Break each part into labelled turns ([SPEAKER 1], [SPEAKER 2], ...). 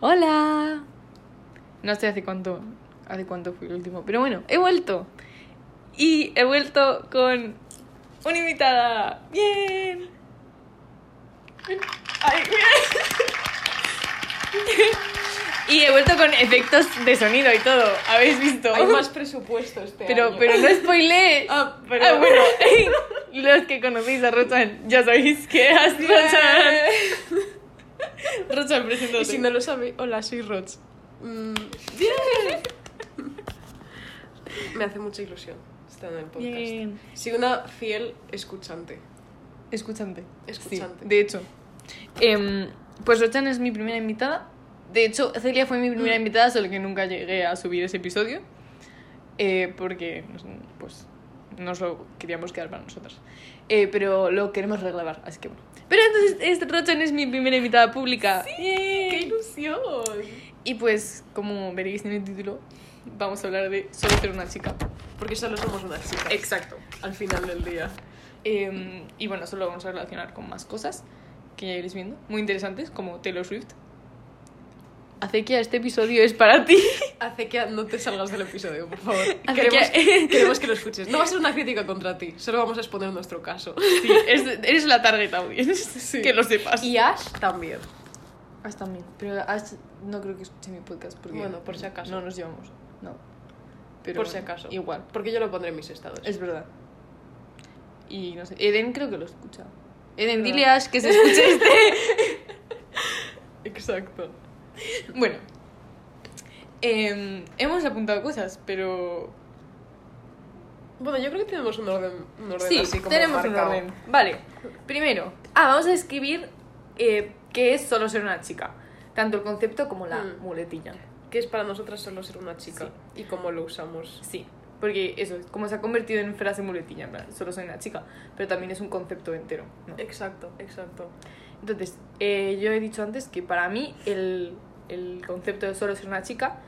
[SPEAKER 1] Hola. No sé hace cuánto, hace cuánto fue el último, pero bueno, he vuelto. Y he vuelto con una invitada. Bien. Ay, mira. Y he vuelto con efectos de sonido y todo. ¿Habéis visto?
[SPEAKER 2] Hay más presupuesto este
[SPEAKER 1] Pero,
[SPEAKER 2] año.
[SPEAKER 1] pero no spoilé.
[SPEAKER 2] Ah, pero-
[SPEAKER 1] Ah, bueno. Los que conocéis a Rochan, ya sabéis que es Rochan. Rochan, preséntate.
[SPEAKER 2] Y si no lo sabéis, hola, soy Roch. Mm, Me hace mucha ilusión estar en el podcast.
[SPEAKER 1] Bien.
[SPEAKER 2] Soy una fiel escuchante.
[SPEAKER 1] Escuchante.
[SPEAKER 2] Escuchante.
[SPEAKER 1] Sí, de hecho. Em, pues Rochan es mi primera invitada. De hecho, Celia fue mi primera
[SPEAKER 2] Mm.
[SPEAKER 1] invitada, solo que nunca llegué a subir ese episodio. Eh, porque, pues, nos lo queríamos quedar para nosotras. Eh, pero lo queremos regrabar, así que bueno. Pero entonces, es- Rochan es mi primera invitada pública. ¡Yay!
[SPEAKER 2] ¡Qué ilusión!
[SPEAKER 1] Y pues, como veréis en el título, vamos a hablar de solo ser una chica.
[SPEAKER 2] Porque solo somos una chica.
[SPEAKER 1] Exacto.
[SPEAKER 2] Al final del día.
[SPEAKER 1] Eh, y bueno, eso lo vamos a relacionar con más cosas que ya iréis viendo, muy interesantes, como Taylor Swift. Acequia, este episodio es para ti.
[SPEAKER 2] Hace que no te salgas del episodio, por favor.
[SPEAKER 1] que-
[SPEAKER 2] Queremos, queremos que lo escuches. No va a ser una crítica contra ti, solo vamos a exponer nuestro caso.
[SPEAKER 1] Sí, es- eres la target audience, que lo sepas.
[SPEAKER 2] Y Ash también.
[SPEAKER 1] Ash también, pero Ash no creo que escuche mi podcast porque
[SPEAKER 2] Bueno, por si acaso.
[SPEAKER 1] no nos llevamos. No. Pero
[SPEAKER 2] Por si
[SPEAKER 1] bueno,
[SPEAKER 2] acaso.
[SPEAKER 1] Igual,
[SPEAKER 2] Porque yo lo pondré en mis estados.
[SPEAKER 1] es verdad. Y no sé, Eden creo que lo escucha. Eden,
[SPEAKER 2] Verdad.
[SPEAKER 1] dile a Ash que se escuche este.
[SPEAKER 2] Exacto.
[SPEAKER 1] Bueno, em, hemos apuntado cosas, pero
[SPEAKER 2] Bueno, yo creo que tenemos un orden, un orden
[SPEAKER 1] Sí,
[SPEAKER 2] así como
[SPEAKER 1] tenemos
[SPEAKER 2] marcado.
[SPEAKER 1] un orden. Vale, primero, ah, vamos a escribir eh, qué es solo ser una chica. Tanto el concepto como la
[SPEAKER 2] Mm.
[SPEAKER 1] muletilla.
[SPEAKER 2] Que es para nosotras solo ser una chica y cómo lo usamos.
[SPEAKER 1] Sí, porque eso, es como se ha convertido en frase muletilla, en plan, solo soy una chica, pero también es un concepto entero. ¿no?
[SPEAKER 2] Exacto, exacto.
[SPEAKER 1] Entonces, eh, yo he dicho antes que para mí el, el concepto de solo ser una chica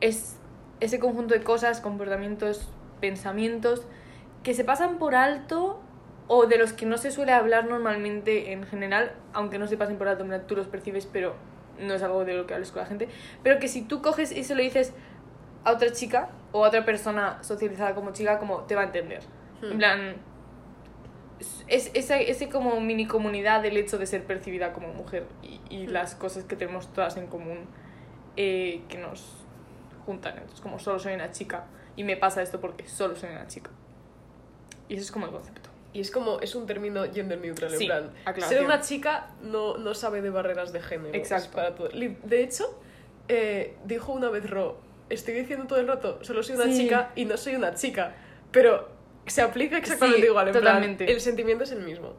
[SPEAKER 1] es ese conjunto de cosas, comportamientos, pensamientos que se pasan por alto o de los que no se suele hablar normalmente en general, aunque no se pasen por alto, en plan, tú los percibes, pero no es algo de lo que hables con la gente, pero que si tú coges y se lo dices a otra chica o a otra persona socializada como chica, como te va a entender. En plan, es, ese, ese como mini comunidad del hecho de ser percibida como mujer y, y
[SPEAKER 2] Mm.
[SPEAKER 1] las cosas que tenemos todas en común eh, que nos juntan. Entonces, como solo soy una chica y me pasa esto porque solo soy una chica. Y eso es como el concepto.
[SPEAKER 2] Y es como, es un término gender neutral,
[SPEAKER 1] Sí,
[SPEAKER 2] en plan.
[SPEAKER 1] aclaración.
[SPEAKER 2] Ser una chica no, no sabe de barreras de género. es
[SPEAKER 1] Exacto.
[SPEAKER 2] para todo. Li- De hecho, eh, dijo una vez Ro, estoy diciendo todo el rato, solo soy una
[SPEAKER 1] Sí.
[SPEAKER 2] chica y no soy una chica. Pero se aplica exactamente
[SPEAKER 1] Sí,
[SPEAKER 2] igual, en plan,
[SPEAKER 1] totalmente.
[SPEAKER 2] el sentimiento es el mismo.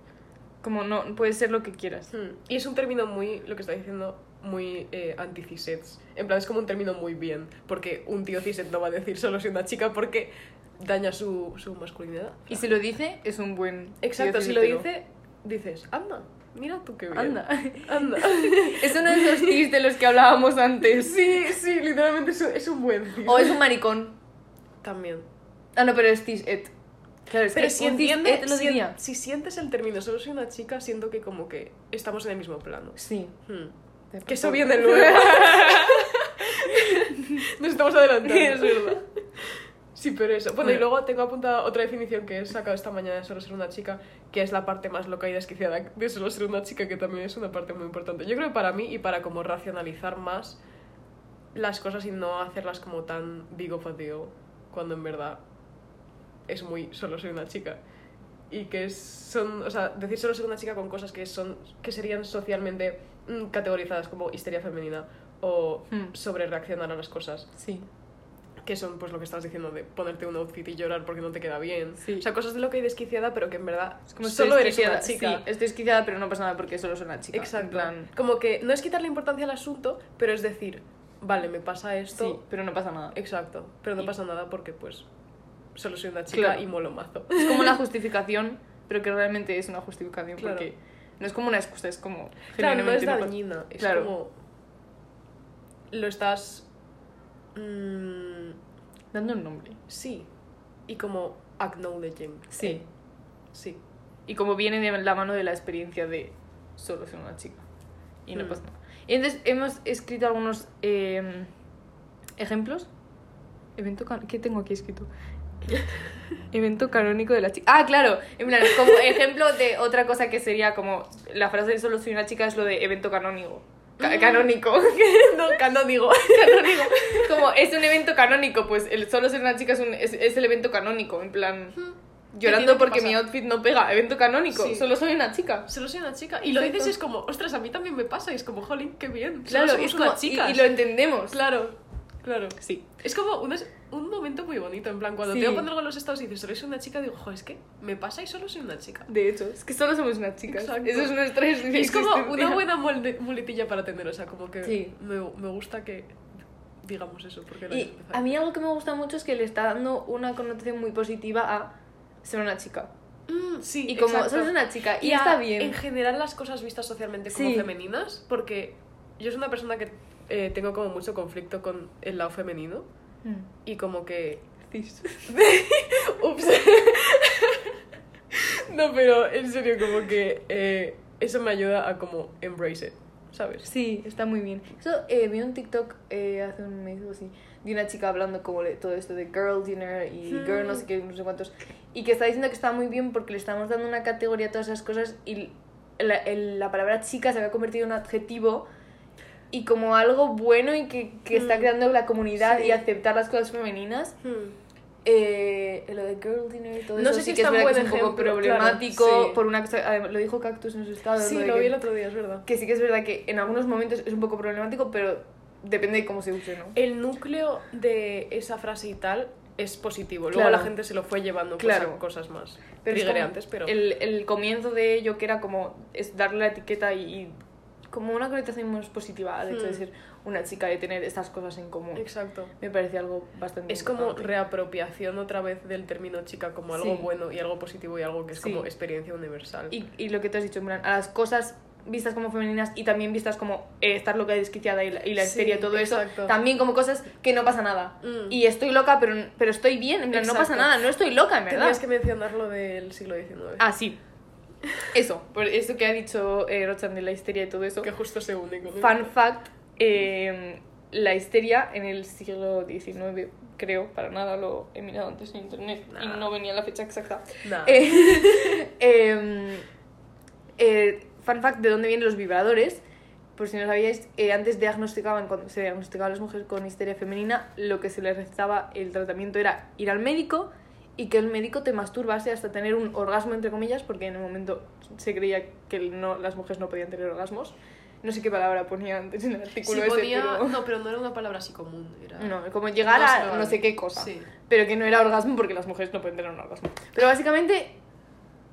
[SPEAKER 1] Como no, puede ser lo que quieras.
[SPEAKER 2] Hmm. Y es un término muy, lo que está diciendo, muy eh, anti-cisets. En plan, es como un término muy bien, porque un tío ciset no va a decir solo soy una chica porque daña su, su masculinidad.
[SPEAKER 1] Y si lo dice, es un buen...
[SPEAKER 2] Exacto,
[SPEAKER 1] quiero
[SPEAKER 2] si lo
[SPEAKER 1] decírtelo.
[SPEAKER 2] dice, dices, anda, mira tú qué bien.
[SPEAKER 1] Anda.
[SPEAKER 2] Anda.
[SPEAKER 1] Es uno de esos tips de los que hablábamos antes.
[SPEAKER 2] sí, sí, literalmente es un, es un buen tío.
[SPEAKER 1] O es un maricón.
[SPEAKER 2] También.
[SPEAKER 1] Ah, no, pero es cis et. Claro, es
[SPEAKER 2] Pero
[SPEAKER 1] que
[SPEAKER 2] si
[SPEAKER 1] un cis
[SPEAKER 2] entiendes,
[SPEAKER 1] et lo
[SPEAKER 2] si,
[SPEAKER 1] diría.
[SPEAKER 2] si sientes el término solo soy una chica, siento que como que estamos en el mismo plano.
[SPEAKER 1] Sí.
[SPEAKER 2] Hmm. Que eso viene luego. Nos estamos adelantando.
[SPEAKER 1] Es verdad.
[SPEAKER 2] Sí, pero eso. Bueno,
[SPEAKER 1] Bueno.
[SPEAKER 2] y luego tengo apuntada otra definición que he sacado esta mañana de solo ser una chica, que es la parte más loca y desquiciada de solo ser una chica, que también es una parte muy importante. Yo creo que para mí y para como racionalizar más las cosas y no hacerlas como tan big of a deal, cuando en verdad es muy solo soy una chica. Y que es- son, o sea, decir solo soy una chica con cosas que son que serían socialmente mm, categorizadas como histeria femenina o
[SPEAKER 1] Hmm.
[SPEAKER 2] sobre reaccionar a las cosas
[SPEAKER 1] Sí.
[SPEAKER 2] que son pues lo que estabas diciendo de ponerte un outfit y llorar porque no te queda bien.
[SPEAKER 1] Sí.
[SPEAKER 2] O sea, cosas de lo que hay desquiciada, pero que en verdad
[SPEAKER 1] Es como
[SPEAKER 2] solo
[SPEAKER 1] estoy
[SPEAKER 2] eres una
[SPEAKER 1] esquiciada,
[SPEAKER 2] chica.
[SPEAKER 1] Sí, estoy esquiciada, pero no pasa nada porque solo soy una chica.
[SPEAKER 2] Exacto.
[SPEAKER 1] En plan,
[SPEAKER 2] Como que no es quitarle importancia al asunto, pero es decir, vale, me pasa esto.
[SPEAKER 1] sí, pero no pasa nada.
[SPEAKER 2] Exacto. Pero no
[SPEAKER 1] Y-
[SPEAKER 2] pasa nada porque pues solo soy una chica
[SPEAKER 1] Claro.
[SPEAKER 2] y molo mazo.
[SPEAKER 1] Es como una justificación, pero que realmente es una justificación
[SPEAKER 2] Claro.
[SPEAKER 1] porque no es como una excusa, es como.
[SPEAKER 2] Claro, no
[SPEAKER 1] genuinamente
[SPEAKER 2] es
[SPEAKER 1] pasa-
[SPEAKER 2] dañina. Es
[SPEAKER 1] Claro.
[SPEAKER 2] como lo estás mm,
[SPEAKER 1] Dando un nombre.
[SPEAKER 2] sí y como acknowledging.
[SPEAKER 1] Sí.
[SPEAKER 2] Eh, sí.
[SPEAKER 1] Y como viene de la mano de la experiencia de solo ser una chica. Y no
[SPEAKER 2] Hmm.
[SPEAKER 1] pasa nada. Y entonces hemos escrito algunos eh, ejemplos. Evento ca- ¿Qué tengo aquí escrito? Evento canónico de la chica. Ah, claro. En plan, como ejemplo de otra cosa que sería como la frase de solo soy una chica es lo de evento canónico.
[SPEAKER 2] Ah.
[SPEAKER 1] Ca- canónico. no, canónico. canónico. Como es un evento canónico, pues el solo soy una chica es, un- es, es el evento canónico. En plan,
[SPEAKER 2] tiene
[SPEAKER 1] llorando
[SPEAKER 2] Mm. que
[SPEAKER 1] porque mi
[SPEAKER 2] pasar.
[SPEAKER 1] outfit no pega. Evento canónico.
[SPEAKER 2] Sí.
[SPEAKER 1] Solo soy una chica.
[SPEAKER 2] Solo soy una chica. Y lo
[SPEAKER 1] Exacto.
[SPEAKER 2] dices y es como, ostras, a mí también me pasa. Y es como, jolín, qué bien.
[SPEAKER 1] Claro,
[SPEAKER 2] Solo somos
[SPEAKER 1] es como,
[SPEAKER 2] unas
[SPEAKER 1] y,
[SPEAKER 2] chicas.
[SPEAKER 1] y lo entendemos.
[SPEAKER 2] Claro, claro.
[SPEAKER 1] Sí.
[SPEAKER 2] Es como un, un momento muy bonito, en plan, cuando
[SPEAKER 1] Sí.
[SPEAKER 2] te voy a poner con los estados y dices, solo soy una chica, digo, jo, es que me pasa y solo soy una chica.
[SPEAKER 1] De hecho, es que solo somos unas chicas.
[SPEAKER 2] Exacto.
[SPEAKER 1] Eso es nuestra
[SPEAKER 2] Es como
[SPEAKER 1] existencia.
[SPEAKER 2] una buena molde- muletilla para tener, o sea, como que
[SPEAKER 1] Sí.
[SPEAKER 2] me, me gusta que digamos eso, porque lo
[SPEAKER 1] Y
[SPEAKER 2] hayas empezado.
[SPEAKER 1] a mí algo que me gusta mucho es que le está dando una connotación muy positiva a ser una chica.
[SPEAKER 2] Mm, sí,
[SPEAKER 1] Y como
[SPEAKER 2] exacto.
[SPEAKER 1] solo una chica y,
[SPEAKER 2] a-
[SPEAKER 1] está
[SPEAKER 2] En
[SPEAKER 1] bien.
[SPEAKER 2] general, las cosas vistas socialmente como
[SPEAKER 1] Sí.
[SPEAKER 2] femeninas, porque yo soy una persona que eh, tengo como mucho conflicto con el lado femenino
[SPEAKER 1] Mm.
[SPEAKER 2] y como que. Ups. no, pero en serio, como que eh, eso me ayuda a como embrace it, ¿sabes?
[SPEAKER 1] Sí, está muy bien. Eso, eh, vi un TikTok eh, hace un mes o así, de una chica hablando como de todo esto de girl dinner y
[SPEAKER 2] Hmm.
[SPEAKER 1] girl no sé qué, no sé cuántos, y que está diciendo que está muy bien porque le estamos dando una categoría a todas esas cosas y la, el- la palabra chica se había convertido en un adjetivo y como algo bueno y que, que está
[SPEAKER 2] Hmm.
[SPEAKER 1] creando la comunidad
[SPEAKER 2] Sí.
[SPEAKER 1] y aceptar las cosas femeninas.
[SPEAKER 2] Hmm.
[SPEAKER 1] Eh, lo de girl dinner y todo
[SPEAKER 2] No
[SPEAKER 1] eso
[SPEAKER 2] sé
[SPEAKER 1] sí
[SPEAKER 2] si
[SPEAKER 1] que
[SPEAKER 2] es
[SPEAKER 1] es
[SPEAKER 2] tan
[SPEAKER 1] verdad que es
[SPEAKER 2] buen
[SPEAKER 1] un poco
[SPEAKER 2] ejemplo, claro,
[SPEAKER 1] problemático
[SPEAKER 2] sí.
[SPEAKER 1] por una cosa, además, lo dijo Cactus en su estado.
[SPEAKER 2] Sí,
[SPEAKER 1] de
[SPEAKER 2] lo
[SPEAKER 1] que-
[SPEAKER 2] vi el otro día, es verdad.
[SPEAKER 1] que sí que es verdad que en algunos momentos es un poco problemático, pero depende de cómo se use, ¿no?
[SPEAKER 2] El núcleo de esa frase y tal es positivo. Luego
[SPEAKER 1] Claro.
[SPEAKER 2] la gente se lo fue llevando pues,
[SPEAKER 1] Claro.
[SPEAKER 2] a cosas más
[SPEAKER 1] Pero es como
[SPEAKER 2] triggerantes, pero.
[SPEAKER 1] El, el comienzo de ello que era como es darle la etiqueta y, y como una connotación más positiva al hecho de
[SPEAKER 2] Hmm.
[SPEAKER 1] ser una chica, de tener estas cosas en común.
[SPEAKER 2] Exacto.
[SPEAKER 1] Me parece algo bastante
[SPEAKER 2] Es como
[SPEAKER 1] importante.
[SPEAKER 2] reapropiación otra vez del término chica como algo
[SPEAKER 1] Sí.
[SPEAKER 2] bueno y algo positivo y algo que es
[SPEAKER 1] Sí.
[SPEAKER 2] como experiencia universal.
[SPEAKER 1] Y, y lo que te has dicho, en plan, a las cosas vistas como femeninas y también vistas como eh, estar loca y desquiciada y la, y la
[SPEAKER 2] Sí,
[SPEAKER 1] histeria y todo
[SPEAKER 2] exacto.
[SPEAKER 1] eso, también como cosas que no pasa nada.
[SPEAKER 2] Mm.
[SPEAKER 1] Y estoy loca, pero, pero estoy bien, en plan, no pasa
[SPEAKER 2] Exacto.
[SPEAKER 1] nada, no estoy loca, en verdad.
[SPEAKER 2] Tendrías que mencionar lo del siglo XIX.
[SPEAKER 1] Ah, sí. Eso, por eso que ha dicho eh, Rochan de la histeria y todo eso.
[SPEAKER 2] Que justo se une con
[SPEAKER 1] Fun fact, eh, la histeria en el siglo XIX, creo, para nada lo he mirado antes en internet
[SPEAKER 2] Nah.
[SPEAKER 1] y no venía la fecha exacta.
[SPEAKER 2] Nah.
[SPEAKER 1] Eh, eh, eh, fun fact, ¿de dónde vienen los vibradores? Por si no sabíais, eh, antes diagnosticaban, cuando se diagnosticaban las mujeres con histeria femenina, lo que se les recetaba el tratamiento era ir al médico y que el médico te masturbase hasta tener un orgasmo, entre comillas, porque en el momento se creía que no, las mujeres no podían tener orgasmos. No sé qué palabra ponía antes en el artículo
[SPEAKER 2] Sí,
[SPEAKER 1] ese,
[SPEAKER 2] ponía-
[SPEAKER 1] pero...
[SPEAKER 2] No, pero no era una palabra así común. Era...
[SPEAKER 1] No, como llegar
[SPEAKER 2] No sé,
[SPEAKER 1] a no
[SPEAKER 2] vale.
[SPEAKER 1] sé qué cosa
[SPEAKER 2] Sí.
[SPEAKER 1] pero que no era orgasmo porque las mujeres no pueden tener un orgasmo. Pero básicamente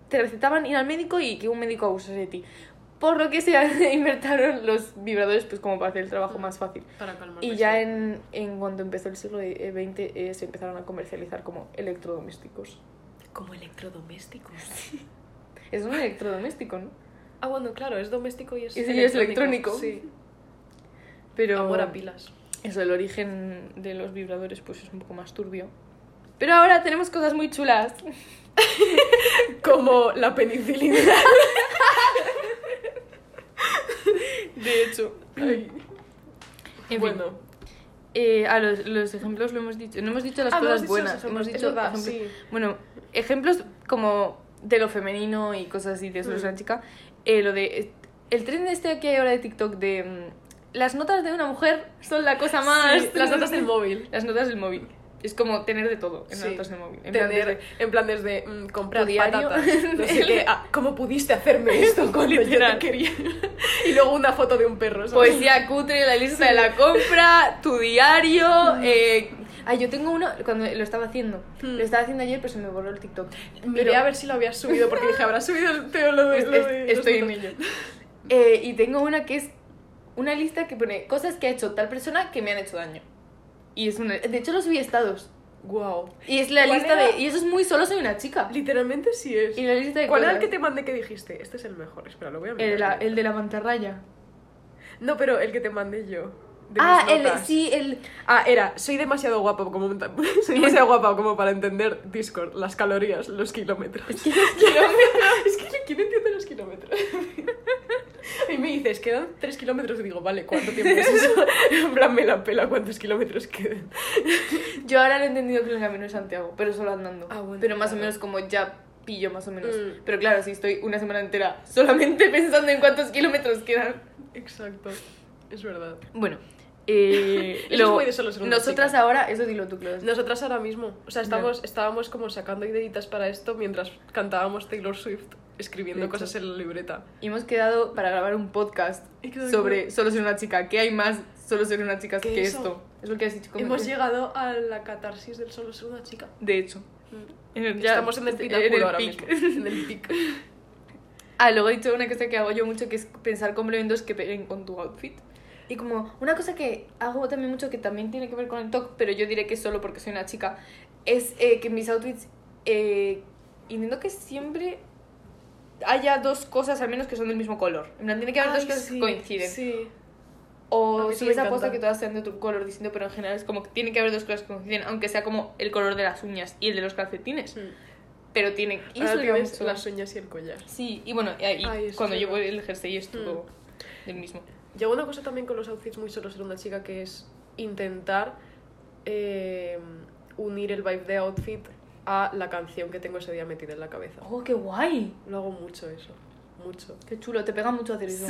[SPEAKER 1] te recetaban ir al médico y que un médico abusase de ti. Por lo que se inventaron los vibradores pues como para hacer el trabajo más fácil.
[SPEAKER 2] Para calmarme.
[SPEAKER 1] Y ya
[SPEAKER 2] sí.
[SPEAKER 1] en, en cuando empezó el siglo XX eh, se empezaron a comercializar como electrodomésticos.
[SPEAKER 2] Como electrodomésticos.
[SPEAKER 1] Es un electrodoméstico, ¿no?
[SPEAKER 2] Ah, bueno, claro, es doméstico y es.
[SPEAKER 1] Y sí, es electrónico.
[SPEAKER 2] Sí.
[SPEAKER 1] Pero
[SPEAKER 2] Amor a pilas.
[SPEAKER 1] eso, el origen de los vibradores pues es un poco más turbio. Pero ahora tenemos cosas muy chulas.
[SPEAKER 2] Como la penicilina.
[SPEAKER 1] De hecho.
[SPEAKER 2] Ay.
[SPEAKER 1] En fin.
[SPEAKER 2] bueno,
[SPEAKER 1] Eh, a los, los ejemplos lo hemos dicho. No hemos dicho las
[SPEAKER 2] Ah, no
[SPEAKER 1] cosas
[SPEAKER 2] has dicho los
[SPEAKER 1] buenas.
[SPEAKER 2] ejemplos,
[SPEAKER 1] Hemos
[SPEAKER 2] es
[SPEAKER 1] dicho
[SPEAKER 2] verdad,
[SPEAKER 1] ejemplos.
[SPEAKER 2] sí.
[SPEAKER 1] Bueno, ejemplos como de lo femenino y cosas así de eso,
[SPEAKER 2] Mm.
[SPEAKER 1] una chica. Eh, lo de. eh, El tren este que hay ahora de TikTok de. mm, Las notas de una mujer son la cosa más.
[SPEAKER 2] Sí, las notas del móvil.
[SPEAKER 1] Las notas del móvil. Es como tener de todo en
[SPEAKER 2] Sí.
[SPEAKER 1] notas del móvil. En plan,
[SPEAKER 2] tener,
[SPEAKER 1] desde-
[SPEAKER 2] en plan desde mm, comprar
[SPEAKER 1] Tu diario.
[SPEAKER 2] patatas, no sé qué, ah, ¿cómo pudiste hacerme esto cuando yo te
[SPEAKER 1] Literal.
[SPEAKER 2] quería? y luego una foto de un perro, ¿sabes?
[SPEAKER 1] Poesía cutre, la lista de la compra, tu diario.
[SPEAKER 2] Mm.
[SPEAKER 1] Eh... Ay, yo tengo uno cuando lo estaba haciendo.
[SPEAKER 2] Hmm.
[SPEAKER 1] Lo estaba haciendo ayer, pero se me borró el TikTok.
[SPEAKER 2] Miré
[SPEAKER 1] Pero-
[SPEAKER 2] a ver si lo habías subido, porque dije, habrá subido el teo lo de,
[SPEAKER 1] Es-
[SPEAKER 2] lo de
[SPEAKER 1] es-
[SPEAKER 2] los
[SPEAKER 1] estoy en
[SPEAKER 2] notas.
[SPEAKER 1] ello. Eh, y tengo una que es una lista que pone cosas que ha hecho tal persona que me han hecho daño. Y es una. De hecho, lo subí a estados.
[SPEAKER 2] Guau.
[SPEAKER 1] Y es la
[SPEAKER 2] ¿Cuál
[SPEAKER 1] lista
[SPEAKER 2] era?
[SPEAKER 1] de. Y eso es muy solo soy una chica.
[SPEAKER 2] Literalmente sí es.
[SPEAKER 1] Y la lista de.
[SPEAKER 2] ¿Cuál era el
[SPEAKER 1] cosas.
[SPEAKER 2] que te mandé que dijiste? Este es el mejor, espera, lo voy a mirar.
[SPEAKER 1] El, la- el de la mantarraya.
[SPEAKER 2] No, pero el que te mandé yo. de
[SPEAKER 1] Ah,
[SPEAKER 2] mis
[SPEAKER 1] el.
[SPEAKER 2] notas.
[SPEAKER 1] Sí, el.
[SPEAKER 2] Ah, era, soy demasiado guapo como soy demasiado guapa como para entender Discord, las calorías, los kilómetros.
[SPEAKER 1] kilómetros.
[SPEAKER 2] es que ¿quién entiende los kilómetros? Y me dices, quedan 3 kilómetros. Y digo, vale, ¿cuánto tiempo es eso? En plan, me la pela cuántos kilómetros quedan.
[SPEAKER 1] Yo ahora lo he entendido que el camino es Santiago, pero solo andando.
[SPEAKER 2] Ah, bueno,
[SPEAKER 1] pero más o
[SPEAKER 2] claro.
[SPEAKER 1] menos como ya pillo más o menos.
[SPEAKER 2] Mm.
[SPEAKER 1] Pero claro, si estoy una semana entera solamente pensando en cuántos kilómetros quedan.
[SPEAKER 2] Exacto. Es verdad.
[SPEAKER 1] Bueno, eh,
[SPEAKER 2] Eso es muy de solo ser una
[SPEAKER 1] nosotras
[SPEAKER 2] chica.
[SPEAKER 1] ahora, eso dilo tú, Claudia.
[SPEAKER 2] Nosotras ahora mismo, o sea, estamos, estábamos como sacando ideitas para esto mientras cantábamos Taylor Swift, escribiendo
[SPEAKER 1] De hecho.
[SPEAKER 2] cosas en la libreta.
[SPEAKER 1] Y hemos quedado para grabar un podcast
[SPEAKER 2] Exacto.
[SPEAKER 1] sobre solo ser una chica. ¿Qué hay más solo ser una chica
[SPEAKER 2] ¿Qué
[SPEAKER 1] que
[SPEAKER 2] eso?
[SPEAKER 1] esto? Es lo que has dicho. como-
[SPEAKER 2] Hemos llegado a la catarsis del solo ser una chica.
[SPEAKER 1] De hecho.
[SPEAKER 2] Mm.
[SPEAKER 1] En el- ya-
[SPEAKER 2] Estamos en el
[SPEAKER 1] en
[SPEAKER 2] pináculo ahora
[SPEAKER 1] peak.
[SPEAKER 2] mismo. En el pic.
[SPEAKER 1] Ah, luego he dicho una cosa que hago yo mucho, que es pensar complementos que peguen con tu outfit. Y como una cosa que hago también mucho, que también tiene que ver con el TOC, pero yo diré que es solo porque soy una chica, es eh, que en mis outfits eh, intento que siempre haya dos cosas al menos que son del mismo color. En plan, tiene que haber dos
[SPEAKER 2] Ay,
[SPEAKER 1] cosas
[SPEAKER 2] sí,
[SPEAKER 1] que coinciden.
[SPEAKER 2] Sí. A
[SPEAKER 1] O
[SPEAKER 2] mí sí
[SPEAKER 1] si
[SPEAKER 2] me
[SPEAKER 1] ves aposta
[SPEAKER 2] encanta.
[SPEAKER 1] que todas sean de tu color distinto, pero en general es como que tiene que haber dos cosas que coinciden, aunque sea como el color de las uñas y el de los calcetines. Pero tiene... y
[SPEAKER 2] Ahora
[SPEAKER 1] eso lleva
[SPEAKER 2] tienes
[SPEAKER 1] mucho.
[SPEAKER 2] las uñas y el collar.
[SPEAKER 1] Sí, y bueno, y ahí,
[SPEAKER 2] Ay, eso
[SPEAKER 1] cuando
[SPEAKER 2] es Mm.
[SPEAKER 1] llevo
[SPEAKER 2] verdad.
[SPEAKER 1] el jersey estuvo del mismo.
[SPEAKER 2] Llegó una cosa también con los outfits muy solo ser una chica que es intentar eh, unir el vibe de outfit a la canción que tengo ese día metida en la cabeza.
[SPEAKER 1] ¡Oh, qué guay!
[SPEAKER 2] Lo hago mucho eso, mucho.
[SPEAKER 1] Qué chulo, te pega mucho hacer eso.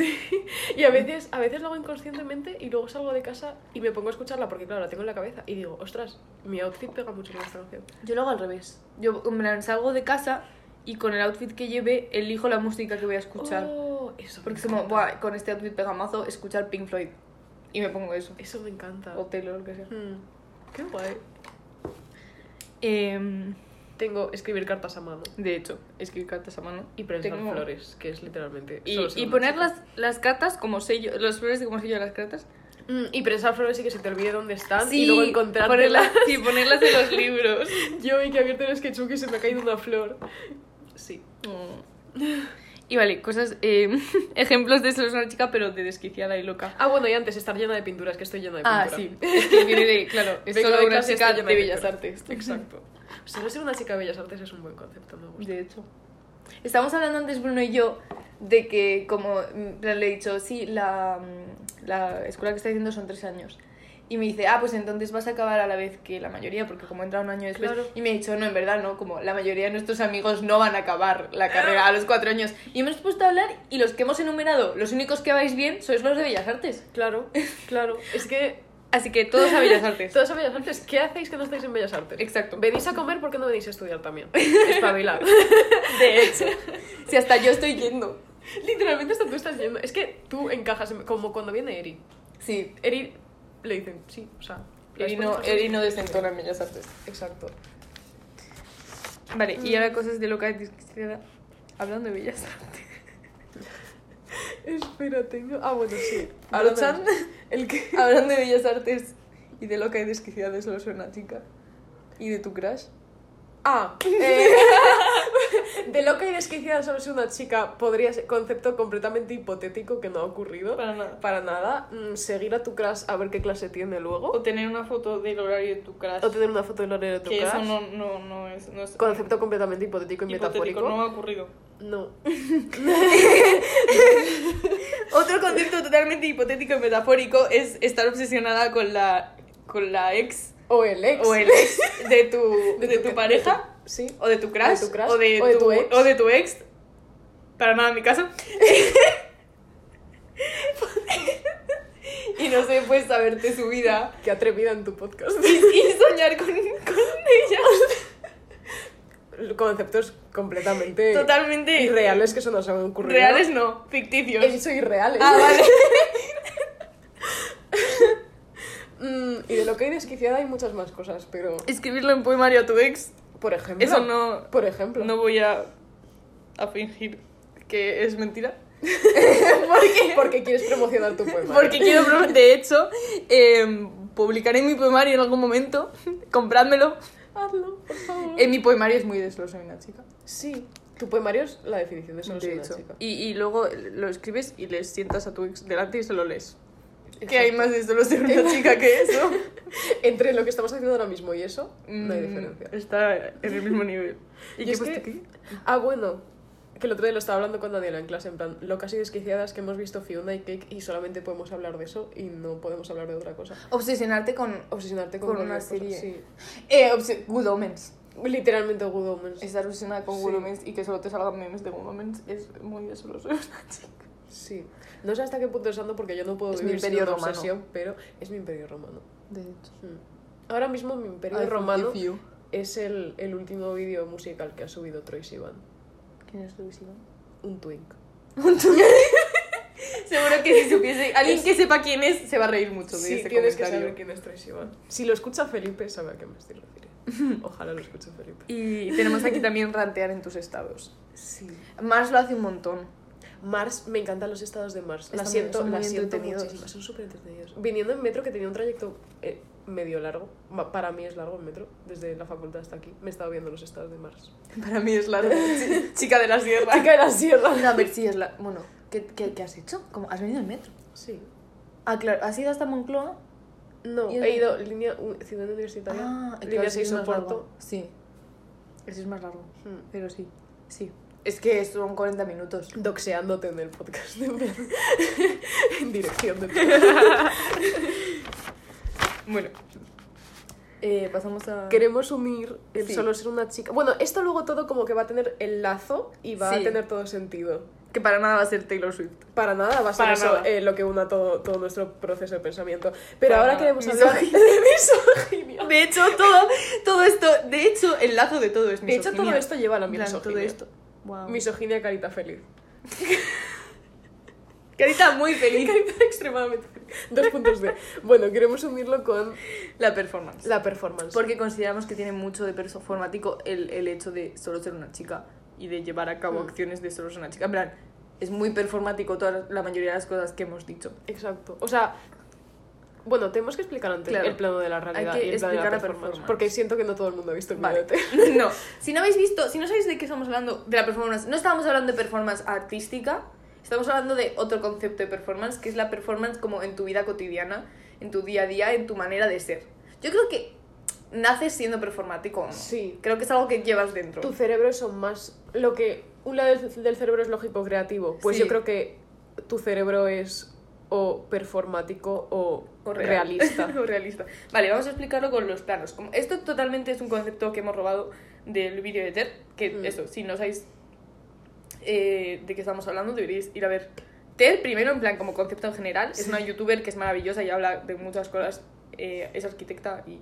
[SPEAKER 2] Y a veces, a veces lo hago inconscientemente y luego salgo de casa y me pongo a escucharla porque claro, la tengo en la cabeza y digo, ostras, mi outfit pega mucho con esta canción.
[SPEAKER 1] Yo lo hago al revés. Yo en plan, salgo de casa y con el outfit que lleve elijo la música que voy a escuchar.
[SPEAKER 2] Oh, eso me
[SPEAKER 1] Porque es como,
[SPEAKER 2] encanta.
[SPEAKER 1] "Buah, con este outfit pega mazo, escuchar Pink Floyd. Y me pongo eso.
[SPEAKER 2] Eso me encanta.
[SPEAKER 1] O Taylor, lo que sea.
[SPEAKER 2] Mm, qué guay.
[SPEAKER 1] Em,
[SPEAKER 2] Tengo escribir cartas a mano
[SPEAKER 1] de hecho, escribir cartas a mano.
[SPEAKER 2] y prensar
[SPEAKER 1] Tengo-
[SPEAKER 2] flores, que es literalmente
[SPEAKER 1] Y,
[SPEAKER 2] solo ser
[SPEAKER 1] y
[SPEAKER 2] una
[SPEAKER 1] poner
[SPEAKER 2] chica.
[SPEAKER 1] las, las cartas como sello, los flores como sello de las cartas.
[SPEAKER 2] Mm, y prensar flores y que se te olvide dónde están
[SPEAKER 1] Sí,
[SPEAKER 2] Ah, y luego encontrártelas.
[SPEAKER 1] ponerlas, sí, ponerlas en los libros.
[SPEAKER 2] Yo y que he abierto el sketchbook y se me ha caído una flor. Sí.
[SPEAKER 1] Y vale, cosas, eh, ejemplos de solo ser una chica, pero de desquiciada y loca.
[SPEAKER 2] Ah, bueno, y antes estar llena de pinturas, que estoy llena de pintura.
[SPEAKER 1] Ah, sí, es que viene de, claro, es
[SPEAKER 2] Vengo
[SPEAKER 1] solo
[SPEAKER 2] de
[SPEAKER 1] una
[SPEAKER 2] clase,
[SPEAKER 1] chica
[SPEAKER 2] estoy
[SPEAKER 1] de
[SPEAKER 2] llena de
[SPEAKER 1] Bellas
[SPEAKER 2] pintura.
[SPEAKER 1] Artes.
[SPEAKER 2] Exacto. Solo ser una chica de bellas artes es un buen concepto, me gusta.
[SPEAKER 1] De hecho. Estábamos hablando antes, Bruno y yo, de que, como en plan, le he dicho, sí, la, mm, la escuela que está diciendo son tres años. Y me dice, ah, pues entonces vas a acabar a la vez que la mayoría, porque como entra un año después.
[SPEAKER 2] Claro.
[SPEAKER 1] Y me ha dicho, no, en verdad no, como la mayoría de nuestros amigos no van a acabar la carrera a los cuatro años. Y hemos puesto a hablar y los que hemos enumerado, los únicos que vais bien, sois los de Bellas Artes.
[SPEAKER 2] Claro, claro. Es que
[SPEAKER 1] Así que todos a Bellas Artes.
[SPEAKER 2] todas a bellas artes, ¿qué hacéis que no estáis en bellas artes?
[SPEAKER 1] Exacto.
[SPEAKER 2] Venís a comer, ¿por qué no venís a estudiar también? Espabilar. De hecho.
[SPEAKER 1] Si hasta yo estoy yendo.
[SPEAKER 2] Literalmente hasta tú estás yendo. Es que tú encajas, en- como cuando viene Eri.
[SPEAKER 1] Sí.
[SPEAKER 2] Eri le dicen, sí, o sea. la
[SPEAKER 1] Eri no,
[SPEAKER 2] respuesta es-
[SPEAKER 1] Eri no desentona en Bellas Artes.
[SPEAKER 2] Exacto.
[SPEAKER 1] Vale, y ahora cosas de loca disquisiada. Hablando de bellas artes.
[SPEAKER 2] Espera, tengo. Ah, bueno, sí.
[SPEAKER 1] Brochan,
[SPEAKER 2] Ahora me- El que.
[SPEAKER 1] hablando de bellas artes y de loca y disquisiada solo soy una chica. ¿Y de tu crush?
[SPEAKER 2] Ah, eh, de loca y desquiciada solo soy una chica podría ser concepto completamente hipotético que no ha ocurrido.
[SPEAKER 1] nada.
[SPEAKER 2] Para nada. Mm, seguir a tu crush a ver qué clase tiene luego.
[SPEAKER 1] O tener una foto del horario de tu crush.
[SPEAKER 2] O tener una foto del horario de tu
[SPEAKER 1] que
[SPEAKER 2] crush.
[SPEAKER 1] eso no, no, no es. No es
[SPEAKER 2] Concepto completamente hipotético y
[SPEAKER 1] hipotético,
[SPEAKER 2] metafórico.
[SPEAKER 1] no me ha ocurrido.
[SPEAKER 2] No.
[SPEAKER 1] Otro concepto totalmente hipotético y metafórico es estar obsesionada con la, con la ex
[SPEAKER 2] O el ex.
[SPEAKER 1] o el ex de tu, de
[SPEAKER 2] De
[SPEAKER 1] tu pareja.
[SPEAKER 2] de tu- Sí.
[SPEAKER 1] O de tu crush.
[SPEAKER 2] De tu crush,
[SPEAKER 1] O de,
[SPEAKER 2] o de
[SPEAKER 1] tu,
[SPEAKER 2] tu ex.
[SPEAKER 1] o de tu ex. Para nada, en mi caso. y no sé, pues saberte su vida.
[SPEAKER 2] Qué atrevida en tu podcast.
[SPEAKER 1] Y, y soñar con, con ella.
[SPEAKER 2] Conceptos completamente
[SPEAKER 1] Totalmente.
[SPEAKER 2] irreales que eso nos han ocurrido.
[SPEAKER 1] Reales no, ficticios.
[SPEAKER 2] He dicho irreales.
[SPEAKER 1] Ah, vale.
[SPEAKER 2] Mm, y de lo que hay desquiciada hay muchas más cosas, pero.
[SPEAKER 1] Escribirle un poemario a tu ex.
[SPEAKER 2] Por ejemplo.
[SPEAKER 1] Eso no,
[SPEAKER 2] Por ejemplo.
[SPEAKER 1] no voy a, a fingir que es mentira.
[SPEAKER 2] Porque quieres promocionar tu poema.
[SPEAKER 1] Porque quiero, pro- de hecho, eh, publicaré mi poemario en algún momento. Comprádmelo.
[SPEAKER 2] Hazlo, por favor.
[SPEAKER 1] En mi poemario es muy de solo soy una chica.
[SPEAKER 2] Sí. Tu poemario es la definición de solo
[SPEAKER 1] de
[SPEAKER 2] ser una
[SPEAKER 1] hecho.
[SPEAKER 2] chica.
[SPEAKER 1] Y, y luego lo escribes y le sientas a tu ex delante y se lo lees.
[SPEAKER 2] Exacto.
[SPEAKER 1] ¿Qué hay más de solo ser una chica que eso?
[SPEAKER 2] Entre lo que estamos haciendo ahora mismo y eso, no hay
[SPEAKER 1] Mm,
[SPEAKER 2] diferencia.
[SPEAKER 1] Está en el mismo nivel.
[SPEAKER 2] Yo es
[SPEAKER 1] pasa
[SPEAKER 2] que-
[SPEAKER 1] aquí?
[SPEAKER 2] Ah, bueno. que el otro día lo estaba hablando con Daniela en clase, en plan, locas y desquiciadas que hemos visto Fiona y Cake y solamente podemos hablar de eso y no podemos hablar de otra cosa.
[SPEAKER 1] Obsesionarte con.
[SPEAKER 2] Obsesionarte
[SPEAKER 1] Con
[SPEAKER 2] con, cualquier
[SPEAKER 1] una
[SPEAKER 2] cosa,
[SPEAKER 1] serie.
[SPEAKER 2] sí.
[SPEAKER 1] Eh, obse- Good Omens.
[SPEAKER 2] Literalmente Good Omens.
[SPEAKER 1] Estar obsesionada con Good
[SPEAKER 2] Sí.
[SPEAKER 1] Omens y que solo te salgan memes de Good Omens es muy de solo soy una chica.
[SPEAKER 2] Sí. No sé hasta qué punto es santo porque yo no puedo
[SPEAKER 1] Es mi
[SPEAKER 2] vivir sin
[SPEAKER 1] imperio
[SPEAKER 2] una
[SPEAKER 1] romano.
[SPEAKER 2] obsesión, pero es mi imperio romano.
[SPEAKER 1] De hecho.
[SPEAKER 2] Mm. Ahora mismo mi imperio
[SPEAKER 1] I
[SPEAKER 2] romano
[SPEAKER 1] forgive you.
[SPEAKER 2] es el, el último vídeo musical que ha subido Troy Sivan.
[SPEAKER 1] ¿Quién es tu vecino?
[SPEAKER 2] Un twink.
[SPEAKER 1] Seguro que si supiese. Alguien
[SPEAKER 2] Es-
[SPEAKER 1] que sepa quién es se va a reír mucho de
[SPEAKER 2] Sí,
[SPEAKER 1] ese
[SPEAKER 2] tienes que
[SPEAKER 1] este comentario.
[SPEAKER 2] saber quién es Troy Sivan. Si lo escucha Felipe, sabe a qué me estoy refiriendo. Ojalá lo escuche Felipe.
[SPEAKER 1] Y tenemos aquí también rantear en tus estados.
[SPEAKER 2] Sí.
[SPEAKER 1] Mars lo hace un montón.
[SPEAKER 2] Mars, me encantan los estados de Mars.
[SPEAKER 1] Están
[SPEAKER 2] Las
[SPEAKER 1] muy-
[SPEAKER 2] siento,
[SPEAKER 1] son muy
[SPEAKER 2] las siento
[SPEAKER 1] entretenidos.
[SPEAKER 2] muchísimo. Son súper entretenidos. Viniendo en metro, que tenía un trayecto eh, medio largo, ma- para mí es largo el metro, desde la facultad hasta aquí, me he estado viendo los estados de Mars.
[SPEAKER 1] Para mí es la chi- chica de la sierra.
[SPEAKER 2] Chica de la sierra.
[SPEAKER 1] No, a ver si es la. Bueno, ¿qué, qué, qué has hecho? ¿Cómo? ¿Has venido en metro?
[SPEAKER 2] Sí.
[SPEAKER 1] Ah, claro, ¿has ido hasta Moncloa?
[SPEAKER 2] No,
[SPEAKER 1] ¿Y el-
[SPEAKER 2] he ido línea u- ciudad universitaria,
[SPEAKER 1] Ah,
[SPEAKER 2] línea
[SPEAKER 1] claro, sí,
[SPEAKER 2] 6
[SPEAKER 1] es más
[SPEAKER 2] soporto.
[SPEAKER 1] largo. Sí. Ese es más largo,
[SPEAKER 2] Mm.
[SPEAKER 1] pero sí. Sí. Es que son 40 minutos.
[SPEAKER 2] Doxeándote en el podcast en plan, en dirección de
[SPEAKER 1] Bueno. Eh, pasamos a.
[SPEAKER 2] Queremos unir el
[SPEAKER 1] Sí.
[SPEAKER 2] solo ser una chica. Bueno, esto luego todo como que va a tener el lazo y va a
[SPEAKER 1] Sí.
[SPEAKER 2] tener todo sentido.
[SPEAKER 1] Que para nada va a ser Taylor Swift.
[SPEAKER 2] Para nada va a ser
[SPEAKER 1] Para
[SPEAKER 2] eso
[SPEAKER 1] nada.
[SPEAKER 2] eh, lo que una todo, todo nuestro proceso de pensamiento. Pero
[SPEAKER 1] Para
[SPEAKER 2] ahora
[SPEAKER 1] nada.
[SPEAKER 2] queremos hablar de
[SPEAKER 1] Misoginia.
[SPEAKER 2] misoginia.
[SPEAKER 1] De hecho, todo, todo esto, de hecho, el lazo de todo es
[SPEAKER 2] De hecho, todo
[SPEAKER 1] misoginia.
[SPEAKER 2] esto lleva a la
[SPEAKER 1] En plan,
[SPEAKER 2] misoginia.
[SPEAKER 1] todo esto. Wow.
[SPEAKER 2] Misoginia carita feliz.
[SPEAKER 1] Carita muy feliz.
[SPEAKER 2] Carita extremadamente feliz. Dos puntos de. Bueno, queremos unirlo con
[SPEAKER 1] La performance.
[SPEAKER 2] la performance.
[SPEAKER 1] Porque consideramos que tiene mucho de performático el, el hecho de solo ser una chica y de llevar a cabo
[SPEAKER 2] Mm.
[SPEAKER 1] acciones de solo ser una chica. En plan, es muy performático toda la- la mayoría de las cosas que hemos dicho.
[SPEAKER 2] Exacto. O sea, bueno, tenemos que explicar antes
[SPEAKER 1] Claro.
[SPEAKER 2] el plano de la realidad
[SPEAKER 1] Hay que
[SPEAKER 2] y el plano de la
[SPEAKER 1] explicar la
[SPEAKER 2] performance,
[SPEAKER 1] performance.
[SPEAKER 2] Porque siento que no todo el mundo ha visto el
[SPEAKER 1] Vale.
[SPEAKER 2] videote.
[SPEAKER 1] no, si no habéis visto, si no sabéis de qué estamos hablando, de la performance, no estábamos hablando de performance artística, estamos hablando de otro concepto de performance, que es la performance como en tu vida cotidiana, en tu día a día, en tu manera de ser. Yo creo que naces siendo performático o no.
[SPEAKER 2] Sí.
[SPEAKER 1] Creo que es algo que llevas dentro.
[SPEAKER 2] Tu cerebro son más. Lo que. Un lado del del cerebro es lógico creativo. Pues
[SPEAKER 1] Sí.
[SPEAKER 2] yo creo que tu cerebro es o performático o,
[SPEAKER 1] O real.
[SPEAKER 2] realista.
[SPEAKER 1] O realista. Vale, vamos a explicarlo con los planos. Como, esto totalmente es un concepto que hemos robado del vídeo de Ter, que
[SPEAKER 2] Mm.
[SPEAKER 1] eso, si no sabéis eh, de qué estamos hablando, deberíais ir a ver. Ter, primero, en plan, como concepto en general, es
[SPEAKER 2] Sí.
[SPEAKER 1] una youtuber que es maravillosa y habla de muchas cosas, eh, es arquitecta y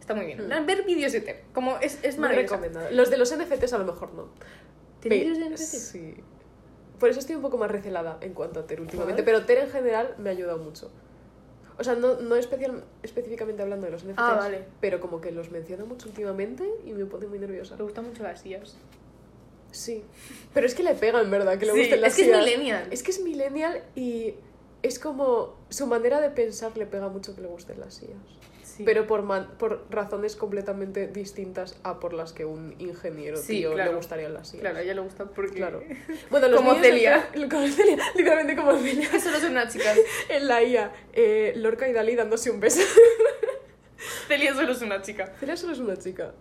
[SPEAKER 1] está muy bien.
[SPEAKER 2] Mm.
[SPEAKER 1] Ver vídeos de Ter, como es, es
[SPEAKER 2] Muy
[SPEAKER 1] maravillosa.
[SPEAKER 2] recomendable. Los de los NFTs a lo mejor no.
[SPEAKER 1] ¿Tiene
[SPEAKER 2] Pe-
[SPEAKER 1] vídeos de NFT?
[SPEAKER 2] Sí. Por eso estoy un poco más recelada en cuanto a Ter últimamente.
[SPEAKER 1] Joder.
[SPEAKER 2] Pero Ter en general me ha ayudado mucho. O sea, no, no especial, específicamente hablando de los NFTs,
[SPEAKER 1] Ah, vale.
[SPEAKER 2] pero como que los menciono mucho últimamente y me pone muy nerviosa.
[SPEAKER 1] Me gustan mucho las sillas.
[SPEAKER 2] Sí. Pero es que le pega, en verdad, que le
[SPEAKER 1] Sí,
[SPEAKER 2] gusten las
[SPEAKER 1] es que es
[SPEAKER 2] ideas.
[SPEAKER 1] millennial.
[SPEAKER 2] Es que es millennial y es como su manera de pensar le pega mucho que le gusten las sillas. Pero por, man- por razones completamente distintas a por las que un ingeniero
[SPEAKER 1] Sí,
[SPEAKER 2] tío
[SPEAKER 1] claro.
[SPEAKER 2] le gustarían las sillas.
[SPEAKER 1] Claro, a ella le gusta porque...
[SPEAKER 2] Claro. Bueno, los
[SPEAKER 1] Como
[SPEAKER 2] vídeos de
[SPEAKER 1] Celia.
[SPEAKER 2] Fer- como Celia, literalmente como Celia.
[SPEAKER 1] Que solo son unas chicas.
[SPEAKER 2] En la IA, eh, Lorca y Dalí dándose un beso.
[SPEAKER 1] Celia solo es una chica.
[SPEAKER 2] Celia solo es una chica.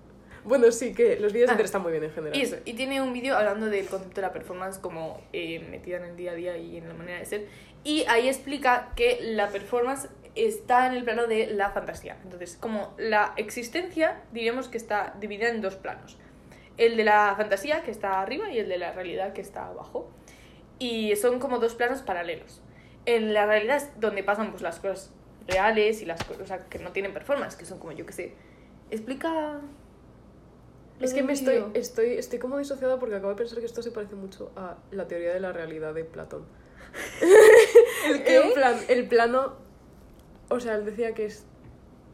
[SPEAKER 2] Bueno, sí, que los vídeos
[SPEAKER 1] Ah.
[SPEAKER 2] de Ter están muy bien en general.
[SPEAKER 1] Y eso, y tiene un vídeo hablando del concepto de la performance como eh, metida en el día a día y en la manera de ser. Y ahí explica que la performance está en el plano de la fantasía. Entonces, como la existencia, diríamos que está dividida en dos planos. El de la fantasía, que está arriba, y el de la realidad, que está abajo. Y son como dos planos paralelos. En la realidad es donde pasan pues, las cosas reales y las cosas que no tienen performance, que son como yo que sé. Explica... lo
[SPEAKER 2] Es que
[SPEAKER 1] del
[SPEAKER 2] me estoy,
[SPEAKER 1] vídeo.
[SPEAKER 2] estoy, estoy como disociada porque acabo de pensar que esto se parece mucho a la teoría de la realidad de Platón.
[SPEAKER 1] ¿El qué?
[SPEAKER 2] En plan- el plano. O sea, él decía que es-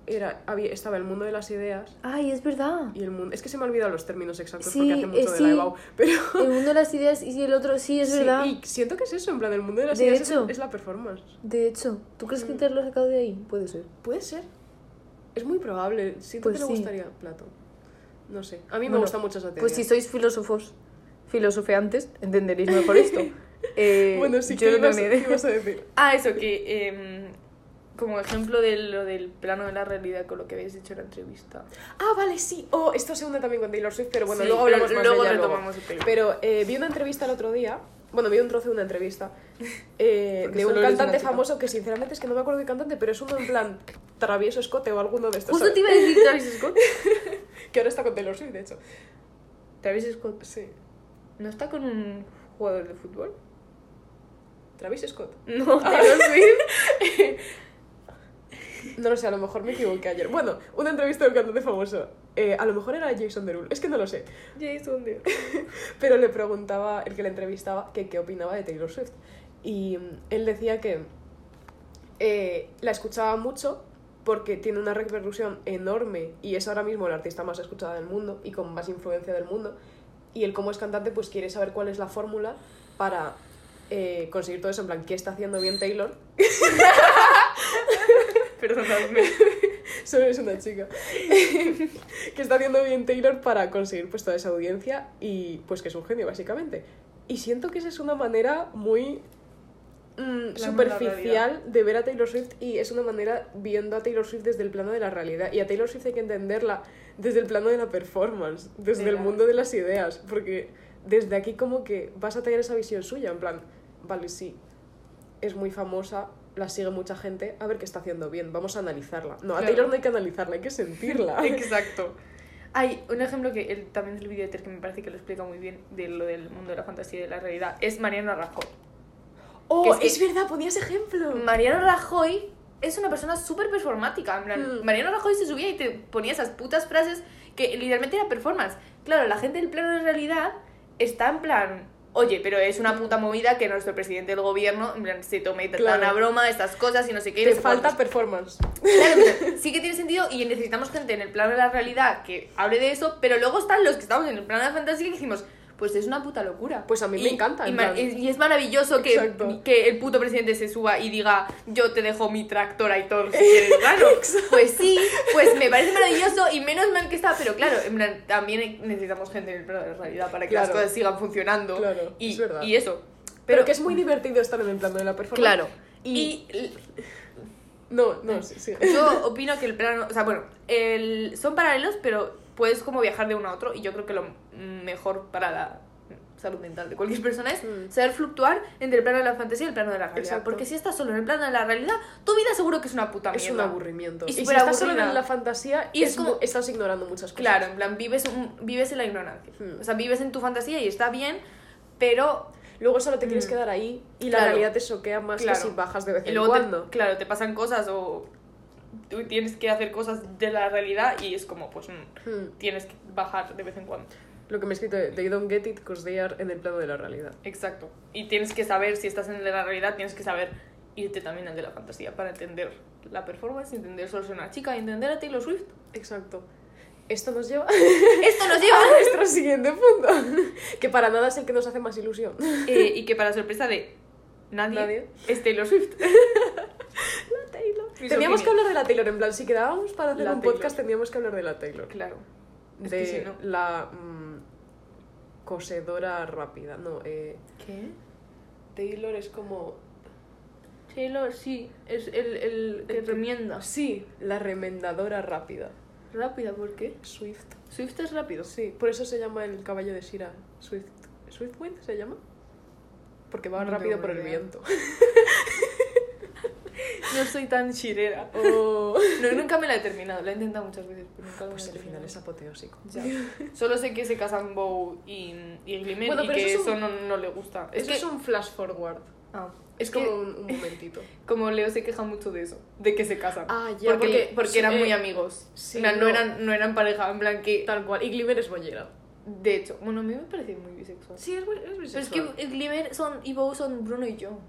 [SPEAKER 2] era, había, estaba el mundo de las ideas
[SPEAKER 3] Ay, es verdad.
[SPEAKER 2] y el mundo. Es que se me han olvidado los términos exactos
[SPEAKER 3] Sí,
[SPEAKER 2] porque hace mucho
[SPEAKER 3] eh,
[SPEAKER 2] de la
[SPEAKER 3] sí.
[SPEAKER 2] EBAU, pero.
[SPEAKER 3] El mundo de las ideas y el otro, sí, es
[SPEAKER 2] Sí,
[SPEAKER 3] verdad.
[SPEAKER 2] y siento que es eso, en plan, el mundo de las
[SPEAKER 3] De
[SPEAKER 2] ideas es-
[SPEAKER 3] hecho.
[SPEAKER 2] es la performance.
[SPEAKER 3] De hecho, ¿tú crees
[SPEAKER 2] Mm.
[SPEAKER 3] que Ter lo ha sacado de ahí? Puede ser.
[SPEAKER 2] Puede ser. Es muy probable. Siento
[SPEAKER 3] Pues
[SPEAKER 2] que
[SPEAKER 3] sí.
[SPEAKER 2] le gustaría Platón. No sé. A mí me
[SPEAKER 1] Bueno,
[SPEAKER 2] gusta mucho esa teoría.
[SPEAKER 1] Pues si sois filósofos, filosofeantes, entenderéis mejor esto. Eh,
[SPEAKER 2] bueno, sí,
[SPEAKER 1] yo
[SPEAKER 2] ¿qué
[SPEAKER 1] no
[SPEAKER 2] ibas,
[SPEAKER 1] me-
[SPEAKER 2] qué ibas a decir?
[SPEAKER 1] Ah, eso, que em, como ejemplo de lo del plano de la realidad con lo que habéis dicho en la entrevista.
[SPEAKER 2] Ah, vale, sí. Oh, esto se hunde también con Taylor Swift, pero bueno,
[SPEAKER 1] Sí,
[SPEAKER 2] luego hablamos más
[SPEAKER 1] luego
[SPEAKER 2] de ella
[SPEAKER 1] retomamos el tema.
[SPEAKER 2] Pero eh, vi una entrevista el otro día. Bueno, vi un trozo de una entrevista eh,
[SPEAKER 1] Porque
[SPEAKER 2] de un
[SPEAKER 1] solo eres
[SPEAKER 2] cantante
[SPEAKER 1] una chica.
[SPEAKER 2] famoso que sinceramente es que no me acuerdo del cantante, pero es uno en plan travieso escote o alguno de estos.
[SPEAKER 3] Justo
[SPEAKER 2] ¿sabes?
[SPEAKER 3] te iba a decir Travis Scott.
[SPEAKER 2] Que ahora está con Taylor Swift, de hecho.
[SPEAKER 1] Travis Scott
[SPEAKER 2] Sí.
[SPEAKER 1] no está con un jugador de fútbol.
[SPEAKER 2] Travis Scott.
[SPEAKER 1] No, Taylor Swift.
[SPEAKER 2] No lo sé, a lo mejor me equivoqué ayer. Bueno, una entrevista de un cantante famoso. Eh, a lo mejor era Jason Derulo, es que no lo sé.
[SPEAKER 1] Jason Derulo.
[SPEAKER 2] Pero le preguntaba, el que le entrevistaba, que qué opinaba de Taylor Swift. Y mm, él decía que eh, la escuchaba mucho porque tiene una repercusión enorme y es ahora mismo la artista más escuchada del mundo y con más influencia del mundo. Y él como es cantante pues quiere saber cuál es la fórmula para eh, conseguir todo eso. En plan, ¿qué está haciendo bien Taylor?
[SPEAKER 1] Perdonadme.
[SPEAKER 2] Solo es una chica. que está haciendo bien Taylor para conseguir pues toda esa audiencia y pues que es un genio, básicamente. Y siento que esa es una manera muy mm,
[SPEAKER 1] Plano de la
[SPEAKER 2] superficial de ver a Taylor Swift y es una manera viendo a Taylor Swift desde el plano de la realidad. Y a Taylor Swift hay que entenderla desde el plano de la performance, desde
[SPEAKER 1] De
[SPEAKER 2] el
[SPEAKER 1] la-
[SPEAKER 2] mundo de las ideas, porque desde aquí como que vas a tener esa visión suya, en plan, vale, sí, es muy famosa, la sigue mucha gente, a ver qué está haciendo bien, vamos a analizarla. No, a
[SPEAKER 1] Claro.
[SPEAKER 2] Taylor no hay que analizarla, hay que sentirla.
[SPEAKER 1] Exacto. Hay un ejemplo que él, también del vídeo de Ter que me parece que lo explica muy bien de lo del mundo de la fantasía y de la realidad es Mariano Rajoy.
[SPEAKER 2] oh,
[SPEAKER 1] es que-
[SPEAKER 2] verdad, ponías ejemplo.
[SPEAKER 1] Mariano Rajoy es una persona súper performática. En plan,
[SPEAKER 2] Mm.
[SPEAKER 1] Mariano Rajoy se subía y te ponía esas putas frases que literalmente era performance. Claro, la gente del plano de realidad está en plan. Oye, pero es una puta movida que nuestro presidente del gobierno en plan, se tome tan
[SPEAKER 2] Claro.
[SPEAKER 1] a broma estas cosas y no sé qué. y no
[SPEAKER 2] Te
[SPEAKER 1] sé cuántos".
[SPEAKER 2] falta performance.
[SPEAKER 1] Claro, pero sí que tiene sentido y necesitamos gente en el plano de la realidad que hable de eso, pero luego están los que estamos en el plano de la fantasía que dijimos, pues es una puta locura.
[SPEAKER 2] Pues a mí
[SPEAKER 1] y,
[SPEAKER 2] me encanta,
[SPEAKER 1] Y,
[SPEAKER 2] en
[SPEAKER 1] ma-
[SPEAKER 2] plan.
[SPEAKER 1] y es maravilloso que,
[SPEAKER 2] Exacto.
[SPEAKER 1] que el puto presidente se suba y diga, yo te dejo mi tractor ahí todo si quieres claro. Pues sí, pues me parece maravilloso y menos mal que está, pero claro, en plan, también necesitamos gente en el plano de la realidad para que las
[SPEAKER 2] Claro.
[SPEAKER 1] cosas sigan funcionando.
[SPEAKER 2] Claro,
[SPEAKER 1] y,
[SPEAKER 2] es verdad.
[SPEAKER 1] y eso.
[SPEAKER 2] Pero, que es muy divertido estar en el plano de la performance.
[SPEAKER 1] Claro.
[SPEAKER 2] Y,
[SPEAKER 1] y
[SPEAKER 2] no, no, sí, sí.
[SPEAKER 1] Yo opino que el plano, o sea, bueno, el, son paralelos, pero puedes como viajar de uno a otro y yo creo que lo mejor para la salud mental de cualquier persona es
[SPEAKER 2] Mm.
[SPEAKER 1] saber fluctuar entre el plano de la fantasía y el plano de la realidad.
[SPEAKER 2] Exacto.
[SPEAKER 1] Porque si estás solo en el plano de la realidad, tu vida seguro que es una puta mierda.
[SPEAKER 2] Es un aburrimiento.
[SPEAKER 1] Y
[SPEAKER 2] si
[SPEAKER 1] súper
[SPEAKER 2] estás solo
[SPEAKER 1] aburrida.
[SPEAKER 2] en la fantasía,
[SPEAKER 1] Y
[SPEAKER 2] y
[SPEAKER 1] es como-
[SPEAKER 2] estás ignorando muchas cosas.
[SPEAKER 1] Claro, en plan, vives, un- vives en la ignorancia.
[SPEAKER 2] Mm.
[SPEAKER 1] O sea, vives en tu fantasía y está bien, pero
[SPEAKER 2] Luego solo te quieres
[SPEAKER 1] Mm.
[SPEAKER 2] quedar ahí y la
[SPEAKER 1] Claro.
[SPEAKER 2] realidad te soquea más
[SPEAKER 1] Claro.
[SPEAKER 2] que si bajas de vez
[SPEAKER 1] y
[SPEAKER 2] en
[SPEAKER 1] luego te-
[SPEAKER 2] cuando.
[SPEAKER 1] claro, te pasan cosas o tú tienes que hacer cosas de la realidad y es como, pues, mm,
[SPEAKER 2] Hmm.
[SPEAKER 1] tienes que bajar de vez en cuando.
[SPEAKER 2] Lo que me he escrito, de, they don't get it because they are en el plano de la realidad.
[SPEAKER 1] Exacto. Y tienes que saber, si estás en el de la realidad, tienes que saber irte también al de la fantasía para entender la performance, entender solo ser una chica, entender a Taylor Swift.
[SPEAKER 2] Exacto. Esto nos lleva
[SPEAKER 1] Esto nos lleva.
[SPEAKER 2] a nuestro siguiente punto, que para nada es el que nos hace más ilusión.
[SPEAKER 1] Eh, y que para sorpresa de nadie,
[SPEAKER 2] Nadie.
[SPEAKER 1] es Taylor Swift.
[SPEAKER 2] Taylor.
[SPEAKER 1] Mis
[SPEAKER 2] Teníamos
[SPEAKER 1] opiniones.
[SPEAKER 2] que hablar de la Taylor, en plan, si quedábamos para hacer
[SPEAKER 1] La
[SPEAKER 2] un
[SPEAKER 1] Taylor.
[SPEAKER 2] podcast, teníamos que hablar de la Taylor.
[SPEAKER 1] Claro. Es que
[SPEAKER 2] de
[SPEAKER 1] si no-
[SPEAKER 2] la mm, cosedora rápida. No, eh,
[SPEAKER 1] ¿Qué?
[SPEAKER 2] Taylor es como.
[SPEAKER 1] Taylor, sí, es el, el que remienda.
[SPEAKER 2] Sí, la remendadora rápida.
[SPEAKER 1] Rápida, ¿por qué?
[SPEAKER 2] Swift.
[SPEAKER 1] Swift es rápido.
[SPEAKER 2] Sí, por eso se llama el caballo de Shira. Swift. ¿Swiftwind se llama? Porque va
[SPEAKER 1] No
[SPEAKER 2] rápido
[SPEAKER 1] tengo
[SPEAKER 2] por el
[SPEAKER 1] idea.
[SPEAKER 2] viento.
[SPEAKER 1] No soy tan chirera.
[SPEAKER 2] Oh.
[SPEAKER 1] No, nunca me la he terminado, la he intentado muchas veces, pero nunca me
[SPEAKER 2] Pues
[SPEAKER 1] la he
[SPEAKER 2] el final
[SPEAKER 1] terminado.
[SPEAKER 2] es apoteósico.
[SPEAKER 1] Ya. Solo sé que se casan Bow y, y Glimmer
[SPEAKER 2] Bueno,
[SPEAKER 1] y
[SPEAKER 2] pero
[SPEAKER 1] que eso,
[SPEAKER 2] eso es un-
[SPEAKER 1] no, no le gusta.
[SPEAKER 2] Eso
[SPEAKER 1] que-
[SPEAKER 2] es un flash forward.
[SPEAKER 1] Ah,
[SPEAKER 2] Es
[SPEAKER 1] que
[SPEAKER 2] como un, un momentito.
[SPEAKER 1] como Leo se queja mucho de eso, de que se casan.
[SPEAKER 2] Ah,
[SPEAKER 1] porque,
[SPEAKER 2] ya, porque-
[SPEAKER 1] porque
[SPEAKER 2] sí,
[SPEAKER 1] eran
[SPEAKER 2] eh,
[SPEAKER 1] muy amigos.
[SPEAKER 2] sí,
[SPEAKER 1] En plan, no.
[SPEAKER 2] no.
[SPEAKER 1] eran, no eran pareja, en plan que...
[SPEAKER 2] Tal cual. Y Glimmer es bollera.
[SPEAKER 1] De hecho, bueno, a mí me parece muy bisexual.
[SPEAKER 2] Sí, es,
[SPEAKER 1] Pero es que Glimmer son, y Bow son Bruno y yo.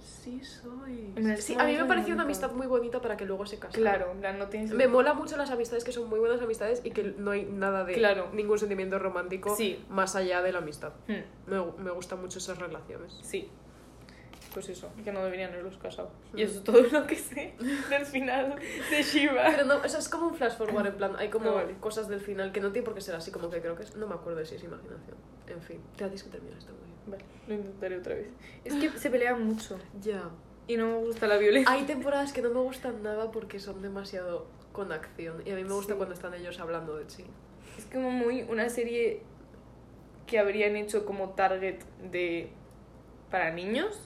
[SPEAKER 2] Sí, soy.
[SPEAKER 1] En plan,
[SPEAKER 2] Sí,
[SPEAKER 1] es
[SPEAKER 2] a mí me
[SPEAKER 1] muy
[SPEAKER 2] pareció una
[SPEAKER 1] bonito.
[SPEAKER 2] amistad muy bonita para que luego se casaran.
[SPEAKER 1] Claro, en plan, no tienes...
[SPEAKER 2] Me mola mucho las amistades que son muy buenas amistades y que no hay nada de
[SPEAKER 1] Claro.
[SPEAKER 2] ningún sentimiento romántico
[SPEAKER 1] Sí.
[SPEAKER 2] más allá de la amistad.
[SPEAKER 1] Hmm,
[SPEAKER 2] Me, gu- me gustan mucho esas relaciones.
[SPEAKER 1] sí. Pues eso, que no deberían haberlos casado.
[SPEAKER 2] Hmm.
[SPEAKER 1] Y eso es todo lo que sé del final de Shiva.
[SPEAKER 2] Pero no, o sea, es como un flash forward, en plan, hay como
[SPEAKER 1] Ah, vale.
[SPEAKER 2] cosas del final que no tiene por qué ser así, como que creo que es, no me acuerdo si es imaginación. En fin, te tienes que terminar esto muy bien.
[SPEAKER 1] Vale, lo intentaré otra vez. Es que se pelean mucho.
[SPEAKER 2] Ya.
[SPEAKER 1] y no me gusta la violencia.
[SPEAKER 2] Hay temporadas que no me gustan nada porque son demasiado con acción. Y a mí me gusta
[SPEAKER 1] Sí.
[SPEAKER 2] cuando están ellos hablando de sí.
[SPEAKER 1] Es como muy una serie que habrían hecho como target de para niños,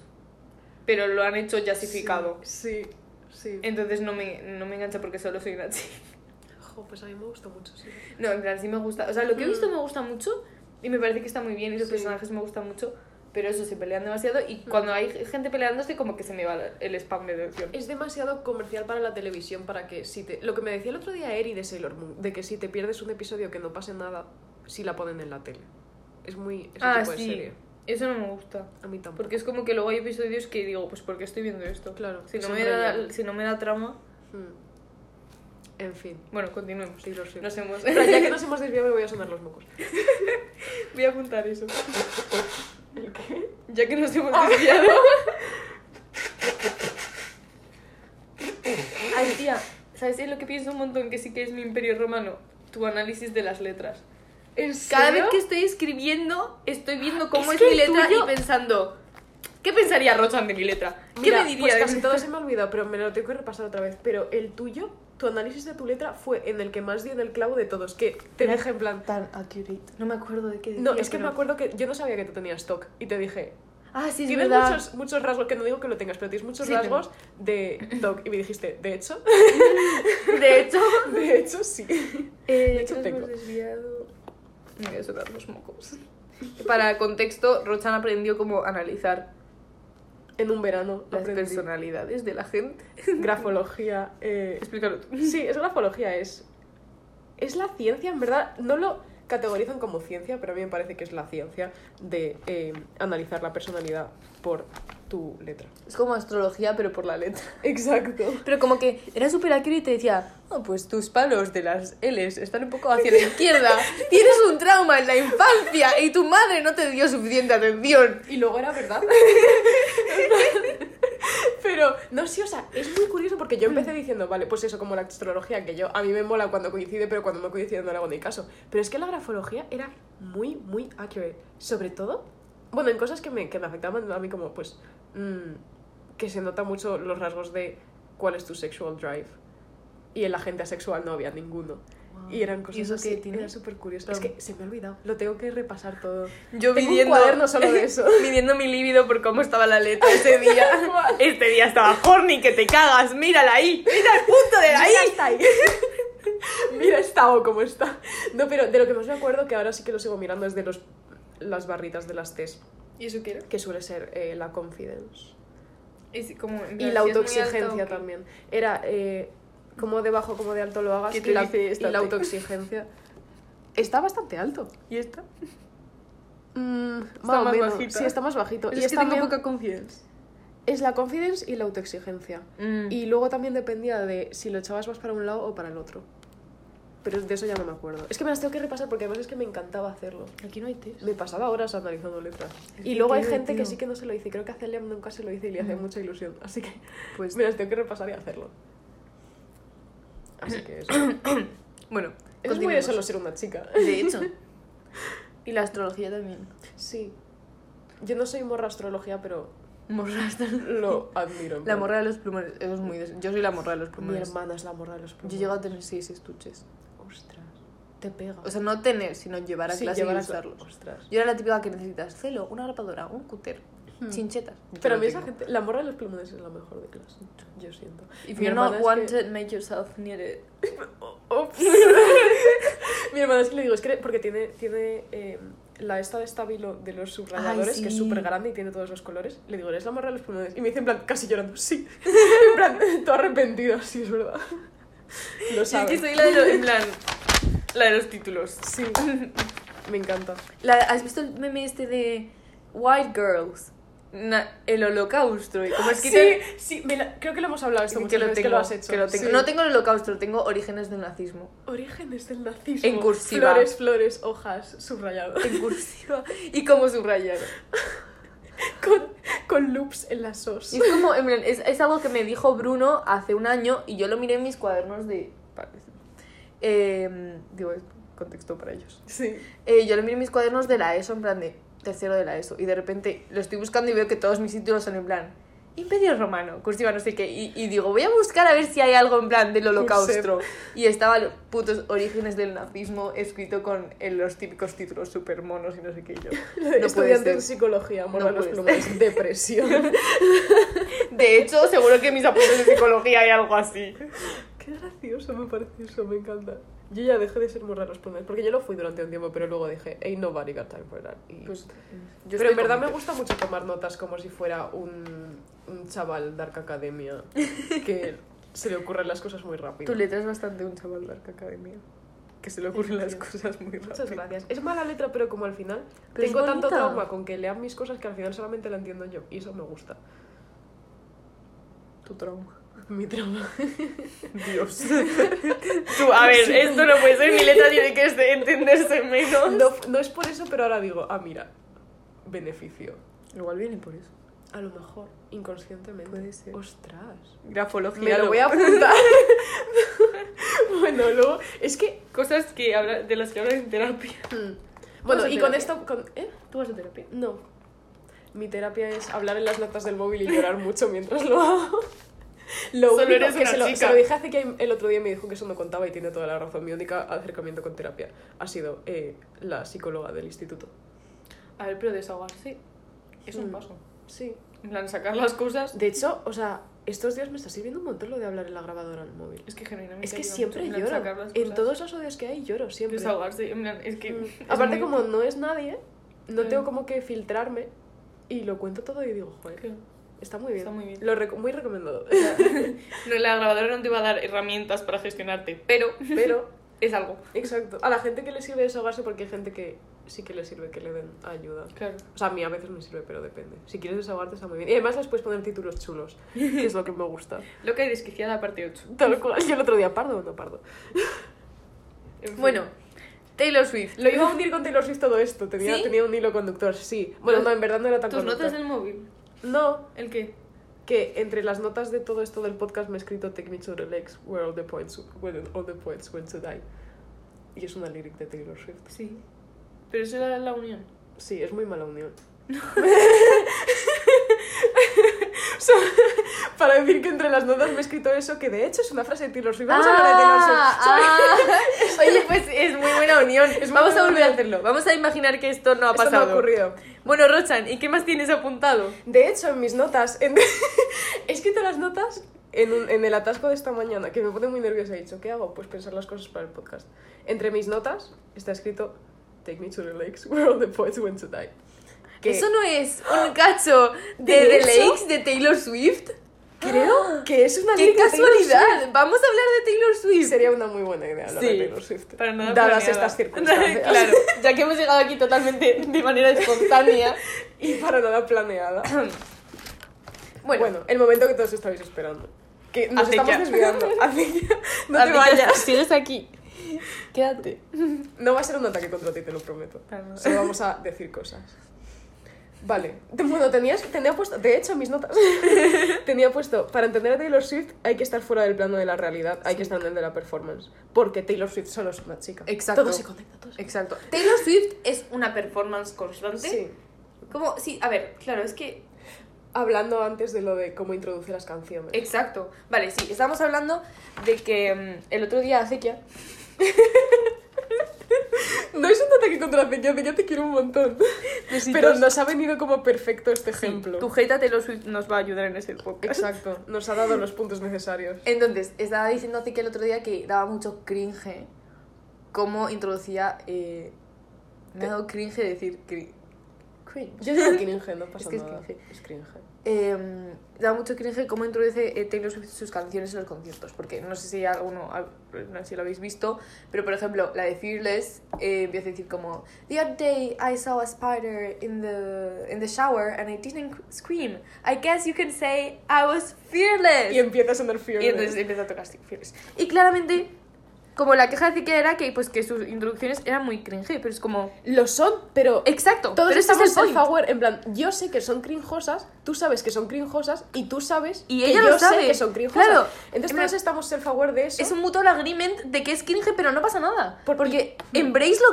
[SPEAKER 1] pero lo han hecho jasificado.
[SPEAKER 2] Sí, sí.
[SPEAKER 1] Entonces no me, no me engancha porque solo soy una chica.
[SPEAKER 2] Jo, pues a mí me gusta mucho, sí.
[SPEAKER 1] No, en plan, sí me gusta. O sea, lo que he visto me gusta mucho y me parece que está muy bien y los
[SPEAKER 2] Mm. Sí. Mm.
[SPEAKER 1] personajes me gustan mucho, pero eso, se pelean demasiado y cuando hay gente peleándose como que se me va el spam de atención.
[SPEAKER 2] Es demasiado comercial para la televisión para que si te... Lo que me decía el otro día Eri de Sailor Moon, de que si te pierdes un episodio que no pase nada, si la ponen en la tele. Es muy... Es un
[SPEAKER 1] Ah,
[SPEAKER 2] tipo de
[SPEAKER 1] sí.
[SPEAKER 2] serie.
[SPEAKER 1] Eso no me gusta.
[SPEAKER 2] A mí tampoco.
[SPEAKER 1] Porque es como que luego hay episodios que digo, pues ¿por qué estoy viendo esto?
[SPEAKER 2] Claro,
[SPEAKER 1] Si no,
[SPEAKER 2] es
[SPEAKER 1] me
[SPEAKER 2] un
[SPEAKER 1] da,
[SPEAKER 2] relleno.
[SPEAKER 1] si no me da trama...
[SPEAKER 2] Mm. En fin.
[SPEAKER 1] Bueno, continuemos.
[SPEAKER 2] Taylor Swift.
[SPEAKER 1] Nos hemos...
[SPEAKER 2] Pero ya que nos hemos desviado me voy a sonar los mocos.
[SPEAKER 1] Voy a apuntar eso. Ya que nos hemos desviado. Ay, tía, ¿sabes en lo que pienso un montón que sí que es mi imperio romano? Tu análisis de las letras.
[SPEAKER 2] ¿En
[SPEAKER 1] Cada vez que estoy escribiendo, estoy viendo cómo
[SPEAKER 2] Es
[SPEAKER 1] es,
[SPEAKER 2] que
[SPEAKER 1] mi
[SPEAKER 2] el
[SPEAKER 1] letra
[SPEAKER 2] tuyo-
[SPEAKER 1] y pensando, ¿qué pensaría Rochan de mi letra? ¿Qué
[SPEAKER 2] Mira,
[SPEAKER 1] me diría
[SPEAKER 2] pues
[SPEAKER 1] de
[SPEAKER 2] casi
[SPEAKER 1] mi-
[SPEAKER 2] todo se me ha olvidado, pero me lo tengo que repasar otra vez. Pero el tuyo, tu análisis de tu letra fue en el que más dio en el clavo de todos, que te
[SPEAKER 3] Era-
[SPEAKER 2] dije en plan...
[SPEAKER 3] Tan accurate. No me acuerdo de qué
[SPEAKER 2] No,
[SPEAKER 3] decía,
[SPEAKER 2] es que me
[SPEAKER 3] pero-
[SPEAKER 2] acuerdo que yo no sabía que tú tenías TOC y te dije,
[SPEAKER 3] Ah, sí, es
[SPEAKER 2] tienes
[SPEAKER 3] verdad.
[SPEAKER 2] muchos, muchos rasgos, que no digo que lo tengas, pero tienes muchos
[SPEAKER 1] Sí,
[SPEAKER 2] rasgos de TOC. Y me dijiste, de hecho,
[SPEAKER 1] De hecho,
[SPEAKER 2] de hecho sí.
[SPEAKER 1] Eh,
[SPEAKER 2] hecho,
[SPEAKER 1] nos
[SPEAKER 2] tengo.
[SPEAKER 1] hemos desviado. Me voy a sonar los mocos. Para contexto, Rochan aprendió cómo analizar
[SPEAKER 2] En un verano
[SPEAKER 1] las
[SPEAKER 2] aprendí
[SPEAKER 1] personalidades de la gente.
[SPEAKER 2] grafología. eh,
[SPEAKER 1] Explícalo tú.
[SPEAKER 2] Sí, es grafología, es... Es la ciencia, en verdad, no lo categorizan como ciencia, pero a mí me parece que es la ciencia de eh, analizar la personalidad por tu letra.
[SPEAKER 3] Es como astrología, pero por la letra.
[SPEAKER 2] Exacto.
[SPEAKER 3] Pero como que era súper accurate y te decía, "Ah, pues tus palos de las L's están un poco hacia la izquierda. Tienes un trauma en la infancia y tu madre no te dio suficiente atención.
[SPEAKER 2] Y luego era verdad. Pero, no sé, o sea, es muy curioso porque yo empecé diciendo, vale, pues eso, como la astrología, que yo, a mí me mola cuando coincide, pero cuando no coincide no le hago ni caso. Pero es que la grafología era muy, muy accurate. Sobre todo, bueno, en cosas que me, que me afectaban a mí como, pues, mm, que se nota mucho los rasgos de cuál es tu sexual drive. Y en la gente asexual no había ninguno. Ah. Y eran cosas
[SPEAKER 3] ¿Y eso
[SPEAKER 2] así,
[SPEAKER 3] qué tiene?
[SPEAKER 2] era súper curioso. Es
[SPEAKER 3] Claro.
[SPEAKER 2] que se me ha olvidado, lo tengo que repasar todo.
[SPEAKER 1] Yo
[SPEAKER 2] Tengo un cuaderno solo de eso.
[SPEAKER 1] midiendo mi líbido por cómo estaba la letra ese día. este día estaba horny, que te cagas. Mírala ahí. Mira el punto de ahí.
[SPEAKER 2] Mira, está ahí. Mira esta O como está. No, pero de lo que más me acuerdo, que ahora sí que lo sigo mirando, es de los, las barritas de las T's,
[SPEAKER 1] ¿Y eso qué era?
[SPEAKER 2] que suele ser eh, la confidence.
[SPEAKER 1] Es como, en
[SPEAKER 2] Y
[SPEAKER 1] plan,
[SPEAKER 2] la
[SPEAKER 1] si es muy alto,
[SPEAKER 2] autoexigencia
[SPEAKER 1] ok.
[SPEAKER 2] también. Era eh, como de bajo, como de alto lo hagas.
[SPEAKER 1] ¿Qué te
[SPEAKER 2] y la,
[SPEAKER 1] dice
[SPEAKER 2] y
[SPEAKER 1] esta
[SPEAKER 2] la
[SPEAKER 1] T?
[SPEAKER 2] autoexigencia. Está bastante alto.
[SPEAKER 1] ¿Y esta?
[SPEAKER 2] Mm,
[SPEAKER 1] Está
[SPEAKER 2] o
[SPEAKER 1] más
[SPEAKER 2] menos.
[SPEAKER 1] bajita.
[SPEAKER 2] Sí, está más bajito.
[SPEAKER 1] Es
[SPEAKER 2] y
[SPEAKER 1] que
[SPEAKER 2] es,
[SPEAKER 1] tengo
[SPEAKER 2] también-
[SPEAKER 1] poca confianza.
[SPEAKER 2] es la confidence y la autoexigencia.
[SPEAKER 3] Mm.
[SPEAKER 2] Y luego también dependía de si lo echabas más para un lado o para el otro. Pero de eso ya no me acuerdo. Es que me las tengo que repasar porque además es que me encantaba hacerlo.
[SPEAKER 1] Aquí no hay test.
[SPEAKER 2] Me pasaba horas analizando letras.
[SPEAKER 3] Es
[SPEAKER 2] Y
[SPEAKER 3] que
[SPEAKER 2] luego hay
[SPEAKER 3] tío,
[SPEAKER 2] gente que
[SPEAKER 3] tío.
[SPEAKER 2] sí que no se lo dice. Creo que a Liam nunca se lo dice y le hace mucha ilusión. Así que
[SPEAKER 3] Pues
[SPEAKER 2] me las tengo que repasar y hacerlo. Así que eso.
[SPEAKER 1] Bueno,
[SPEAKER 2] es muy de solo ser una chica.
[SPEAKER 3] de hecho. Y la astrología también.
[SPEAKER 2] Sí. Yo no soy morra astrología, pero
[SPEAKER 3] Morra astro-
[SPEAKER 2] lo admiro. en
[SPEAKER 3] La
[SPEAKER 2] plan.
[SPEAKER 3] morra de los plumones. Eso es muy de- Yo soy la morra de los
[SPEAKER 2] Mi
[SPEAKER 3] plumones.
[SPEAKER 2] hermana es la morra de los
[SPEAKER 3] Yo
[SPEAKER 2] plumones.
[SPEAKER 3] llego a tener seis estuches.
[SPEAKER 2] Ostras. Te pega.
[SPEAKER 3] O sea, no tener, sino llevar a
[SPEAKER 2] Sí,
[SPEAKER 3] clase
[SPEAKER 2] llevar
[SPEAKER 3] y
[SPEAKER 2] a-
[SPEAKER 3] usarlos.
[SPEAKER 2] Ostras.
[SPEAKER 3] Yo era la típica que necesitas celo, una grapadora, un cúter,
[SPEAKER 2] Hmm.
[SPEAKER 3] chinchetas. Yo
[SPEAKER 2] Pero a
[SPEAKER 3] no
[SPEAKER 2] mí esa
[SPEAKER 3] tengo.
[SPEAKER 2] gente, la morra de los plumones es la mejor de clase, yo siento.
[SPEAKER 3] If
[SPEAKER 2] Mi
[SPEAKER 3] you're
[SPEAKER 2] hermana
[SPEAKER 3] not
[SPEAKER 2] es
[SPEAKER 3] wanted, make yourself needed.
[SPEAKER 2] Ops. Mi hermana es que le digo, es que porque tiene, tiene eh, la esta de estabilo de los subrayadores,
[SPEAKER 3] Ay, sí.
[SPEAKER 2] que es súper grande y tiene todos los colores. Le digo, eres la morra de los plumones. Y me dice en plan, casi llorando, sí. En plan, todo arrepentido, sí, es verdad. Lo
[SPEAKER 1] Sí, es
[SPEAKER 2] sabe.
[SPEAKER 1] que soy la de los, en plan, la de los títulos.
[SPEAKER 2] Sí, me encanta.
[SPEAKER 3] La- ¿Has visto el meme este de White Girls?
[SPEAKER 1] Na- el holocausto. Y como es que
[SPEAKER 2] Ah, Sí,
[SPEAKER 1] te-
[SPEAKER 2] sí, me la- creo que lo hemos hablado esto muchas
[SPEAKER 1] Pues que, lo
[SPEAKER 2] veces,
[SPEAKER 1] tengo,
[SPEAKER 2] que lo has hecho.
[SPEAKER 1] que lo tengo.
[SPEAKER 2] sí.
[SPEAKER 1] No tengo el holocausto, tengo orígenes del nazismo.
[SPEAKER 2] Orígenes del nazismo.
[SPEAKER 1] En cursiva.
[SPEAKER 2] Flores, flores, hojas, subrayado.
[SPEAKER 1] En cursiva y como subrayado.
[SPEAKER 2] con, con loops en las os.
[SPEAKER 1] Y es como, en plan, es, es algo que me dijo Bruno hace un año y yo lo miré en mis cuadernos de... Eh, digo, es contexto para ellos.
[SPEAKER 2] Sí.
[SPEAKER 1] Eh, yo lo miré en mis cuadernos de la ESO, en plan de tercero de la ESO. Y de repente lo estoy buscando y veo que todos mis títulos son en plan Imperio Romano, cursiva, no sé qué. Y, y digo, voy a buscar a ver si hay algo en plan del holocausto. Y estaba los putos orígenes del nazismo escrito con eh, los típicos títulos super monos y no sé qué. y Yo. No puede
[SPEAKER 2] Estudiante de
[SPEAKER 1] ser.
[SPEAKER 2] psicología, mola
[SPEAKER 1] No
[SPEAKER 2] los
[SPEAKER 1] puede
[SPEAKER 2] plumones, depresión.
[SPEAKER 1] De hecho, seguro que en mis apuntes de psicología hay algo así.
[SPEAKER 2] Qué gracioso, me parece eso, me encanta. Yo ya dejé de ser morra los plumones, porque yo lo fui durante un tiempo, pero luego dije, ain't nobody got time for that. Y-
[SPEAKER 1] Pues, Yo estoy
[SPEAKER 2] pero en verdad
[SPEAKER 1] con-
[SPEAKER 2] me gusta mucho tomar notas como si fuera un, un chaval de Arca Academia que se le ocurren las cosas muy rápido.
[SPEAKER 1] Tu letra es bastante un chaval de Arca Academia. Que se le ocurren las cosas muy rápido.
[SPEAKER 2] Muchas gracias. Es mala letra, pero como al final
[SPEAKER 3] Pero es
[SPEAKER 2] tengo tanto
[SPEAKER 3] bonita.
[SPEAKER 2] trauma con que lean mis cosas que al final solamente la entiendo yo. Y eso me gusta.
[SPEAKER 1] Tu trauma.
[SPEAKER 2] Mi trauma.
[SPEAKER 1] Dios. Tú, a ver, esto no puede ser. Mi letra tiene que este- entenderse menos.
[SPEAKER 2] No, no es por eso, pero ahora digo, ah, mira, beneficio.
[SPEAKER 1] Igual viene por eso.
[SPEAKER 2] A lo mejor, inconscientemente.
[SPEAKER 1] Puede ser.
[SPEAKER 2] Ostras.
[SPEAKER 1] Grafología.
[SPEAKER 2] Me lo voy a apuntar. bueno, luego. Es que. hmm.
[SPEAKER 1] Cosas que habla- de las que hablan en terapia.
[SPEAKER 2] Bueno,
[SPEAKER 1] a
[SPEAKER 2] y con
[SPEAKER 1] terapia.
[SPEAKER 2] esto. con- ¿Eh?
[SPEAKER 1] ¿Tú vas a terapia?
[SPEAKER 2] No. Mi terapia es hablar en las notas del móvil y llorar mucho mientras lo hago. Lo
[SPEAKER 1] Solo
[SPEAKER 2] único
[SPEAKER 1] eres
[SPEAKER 2] que
[SPEAKER 1] una
[SPEAKER 2] se, lo, se
[SPEAKER 1] chica.
[SPEAKER 2] lo dije hace que el otro día y me dijo que eso no contaba y tiene toda la razón. Mi única acercamiento con terapia ha sido eh, la psicóloga del instituto.
[SPEAKER 1] A ver, pero desahogarse es un
[SPEAKER 2] Mm.
[SPEAKER 1] paso.
[SPEAKER 2] Sí.
[SPEAKER 1] En plan, sacar las cosas.
[SPEAKER 2] De hecho, o sea, estos días me está sirviendo un montón lo de hablar en la grabadora del móvil.
[SPEAKER 1] Es que genuinamente.
[SPEAKER 2] Es que
[SPEAKER 1] ayuda
[SPEAKER 2] siempre
[SPEAKER 1] mucho, en plan, sacar
[SPEAKER 2] lloro.
[SPEAKER 1] las
[SPEAKER 2] En
[SPEAKER 1] cosas.
[SPEAKER 2] todos los odios que hay lloro siempre.
[SPEAKER 1] Desahogarse. En plan, es que.
[SPEAKER 2] Mm.
[SPEAKER 1] es
[SPEAKER 2] Aparte,
[SPEAKER 1] muy- Mm.
[SPEAKER 2] como no es nadie, no
[SPEAKER 1] Claro.
[SPEAKER 2] tengo como que filtrarme y lo cuento todo y digo, joder,
[SPEAKER 1] Claro.
[SPEAKER 2] está muy bien.
[SPEAKER 1] Está muy bien.
[SPEAKER 2] Lo reco- muy recomendado.
[SPEAKER 1] No, la grabadora no te va a dar herramientas para gestionarte, pero
[SPEAKER 2] Pero,
[SPEAKER 1] es algo.
[SPEAKER 2] exacto. A la gente que le sirve desahogarse porque hay gente que sí que le sirve que le den ayuda.
[SPEAKER 1] Claro.
[SPEAKER 2] O sea, a mí a veces me sirve, pero depende. Si quieres desahogarte está muy bien. Y además les puedes poner títulos chulos, que es lo que me gusta.
[SPEAKER 1] Lo que hay desquiciada, parte 8.
[SPEAKER 2] Tal cual. Yo el otro día, ¿pardo o no pardo?
[SPEAKER 3] Bueno, Taylor Swift.
[SPEAKER 2] Lo iba a unir con Taylor Swift todo esto. Tenía,
[SPEAKER 1] ¿Sí?
[SPEAKER 2] tenía un hilo conductor, sí. Bueno,
[SPEAKER 1] Los-
[SPEAKER 2] no, en verdad no era tan
[SPEAKER 1] tus notas
[SPEAKER 2] conductor.
[SPEAKER 1] del móvil.
[SPEAKER 2] No,
[SPEAKER 1] ¿El qué?
[SPEAKER 2] que entre las notas de todo esto del podcast me he escrito Take me to the legs where all the points where all the points went to die y es una lyric de Taylor Swift
[SPEAKER 1] Sí. Pero eso era la unión.
[SPEAKER 2] sí es muy mala unión O sea, para decir que entre las notas me he escrito eso que de hecho es una frase de Taylor Swift vamos a hablar de Taylor Swift
[SPEAKER 3] ah. Oye, pues es muy buena unión.
[SPEAKER 2] muy
[SPEAKER 3] Vamos
[SPEAKER 2] buena
[SPEAKER 3] a volver a
[SPEAKER 2] unión.
[SPEAKER 3] hacerlo. Vamos a imaginar que esto no ah, ha
[SPEAKER 2] Esto no
[SPEAKER 3] pasado.
[SPEAKER 2] ha ocurrido
[SPEAKER 3] Bueno, Rochan, ¿y qué más tienes apuntado?
[SPEAKER 2] de hecho en mis notas en- he escrito las notas en, un- en el atasco de esta mañana que me pone muy nerviosa he dicho ¿qué hago? pues pensar las cosas para el podcast entre mis notas está escrito Take me to the legs where all the points went to die que-
[SPEAKER 3] Eso no es un cacho de
[SPEAKER 2] ¿De
[SPEAKER 3] The
[SPEAKER 2] eso?
[SPEAKER 3] Lakes de Taylor Swift.
[SPEAKER 2] Creo que es una
[SPEAKER 3] ¡Qué
[SPEAKER 2] lírica
[SPEAKER 3] casualidad! Vamos a hablar de Taylor
[SPEAKER 2] Swift.
[SPEAKER 3] Swift.
[SPEAKER 2] Sería una muy buena idea hablar de
[SPEAKER 3] Sí.
[SPEAKER 2] Taylor Swift.
[SPEAKER 1] Para nada
[SPEAKER 2] dadas
[SPEAKER 1] planeada.
[SPEAKER 2] estas circunstancias.
[SPEAKER 3] Claro, ya que hemos llegado aquí totalmente de manera espontánea.
[SPEAKER 2] Y para nada planeada.
[SPEAKER 3] Bueno,
[SPEAKER 2] Bueno, el momento que todos estabais esperando. Que nos
[SPEAKER 1] Hace
[SPEAKER 2] estamos
[SPEAKER 1] ya.
[SPEAKER 2] desviando. Hace ya. No te
[SPEAKER 3] amiga,
[SPEAKER 2] vayas.
[SPEAKER 3] Sigues aquí. Quédate.
[SPEAKER 2] No va a ser un ataque contra ti, te lo prometo.
[SPEAKER 1] Para nada.
[SPEAKER 2] Solo vamos a decir cosas. Vale. Bueno, tenías, tenía puesto, de hecho, mis notas. tenía puesto, para entender a Taylor Swift hay que estar fuera del plano de la realidad, hay que estar en el de la performance. Porque Taylor Swift solo es una chica.
[SPEAKER 3] Exacto.
[SPEAKER 2] Todo se conecta, todo se
[SPEAKER 3] Exacto. Taylor Swift es una performance constante.
[SPEAKER 2] Sí.
[SPEAKER 3] Como, sí, a ver, claro, es que
[SPEAKER 2] Hablando antes de lo de cómo introduce las canciones.
[SPEAKER 3] Exacto. Vale, sí, estamos hablando de que mm, el otro día Acequia.
[SPEAKER 2] No es un ataque contra Cequia, Cequia te quiero un montón. Pero nos ha venido como perfecto este
[SPEAKER 1] Sí,
[SPEAKER 2] ejemplo.
[SPEAKER 1] Tu hate a Taylor Swift nos va a ayudar en ese podcast.
[SPEAKER 2] Exacto, nos ha dado los puntos necesarios.
[SPEAKER 3] Entonces, estaba diciendo Acequia el otro día que daba mucho cringe cómo introducía. eh, Me ha dado cringe decir cri- cringe.
[SPEAKER 2] Yo soy cringe, no pasa
[SPEAKER 3] Es que es
[SPEAKER 2] nada.
[SPEAKER 3] cringe.
[SPEAKER 2] Es cringe.
[SPEAKER 3] Eh, da mucho cringe cómo introduce eh, Taylor Swift sus canciones en los conciertos, porque no sé si alguno, ha- no sé si lo habéis visto, pero por ejemplo, la de Fearless eh, empieza a decir como The other day I saw a spider in the, in the shower and I didn't scream. I guess you can say I was fearless.
[SPEAKER 2] Y empieza a sonar Fearless.
[SPEAKER 3] Y entonces empieza a tocar así, Fearless. Y claramente, como la queja de que era que, pues, que sus introducciones eran muy cringe, pero es como...
[SPEAKER 2] Lo son, pero.
[SPEAKER 3] Exacto,
[SPEAKER 2] Todos
[SPEAKER 3] pero ese es
[SPEAKER 2] estamos
[SPEAKER 3] el point.
[SPEAKER 2] self-aware, en plan, yo sé que son crinjosas, tú sabes que son crinjosas y tú sabes
[SPEAKER 3] Y
[SPEAKER 2] que
[SPEAKER 3] ella
[SPEAKER 2] yo
[SPEAKER 3] lo sabe.
[SPEAKER 2] sé que son crinjosas.
[SPEAKER 3] Claro.
[SPEAKER 2] Entonces
[SPEAKER 3] En plan-
[SPEAKER 2] todos estamos self-aware de eso.
[SPEAKER 3] Es un mutual agreement de que es cringe, pero no pasa nada.
[SPEAKER 2] Por-
[SPEAKER 3] Porque embrace lo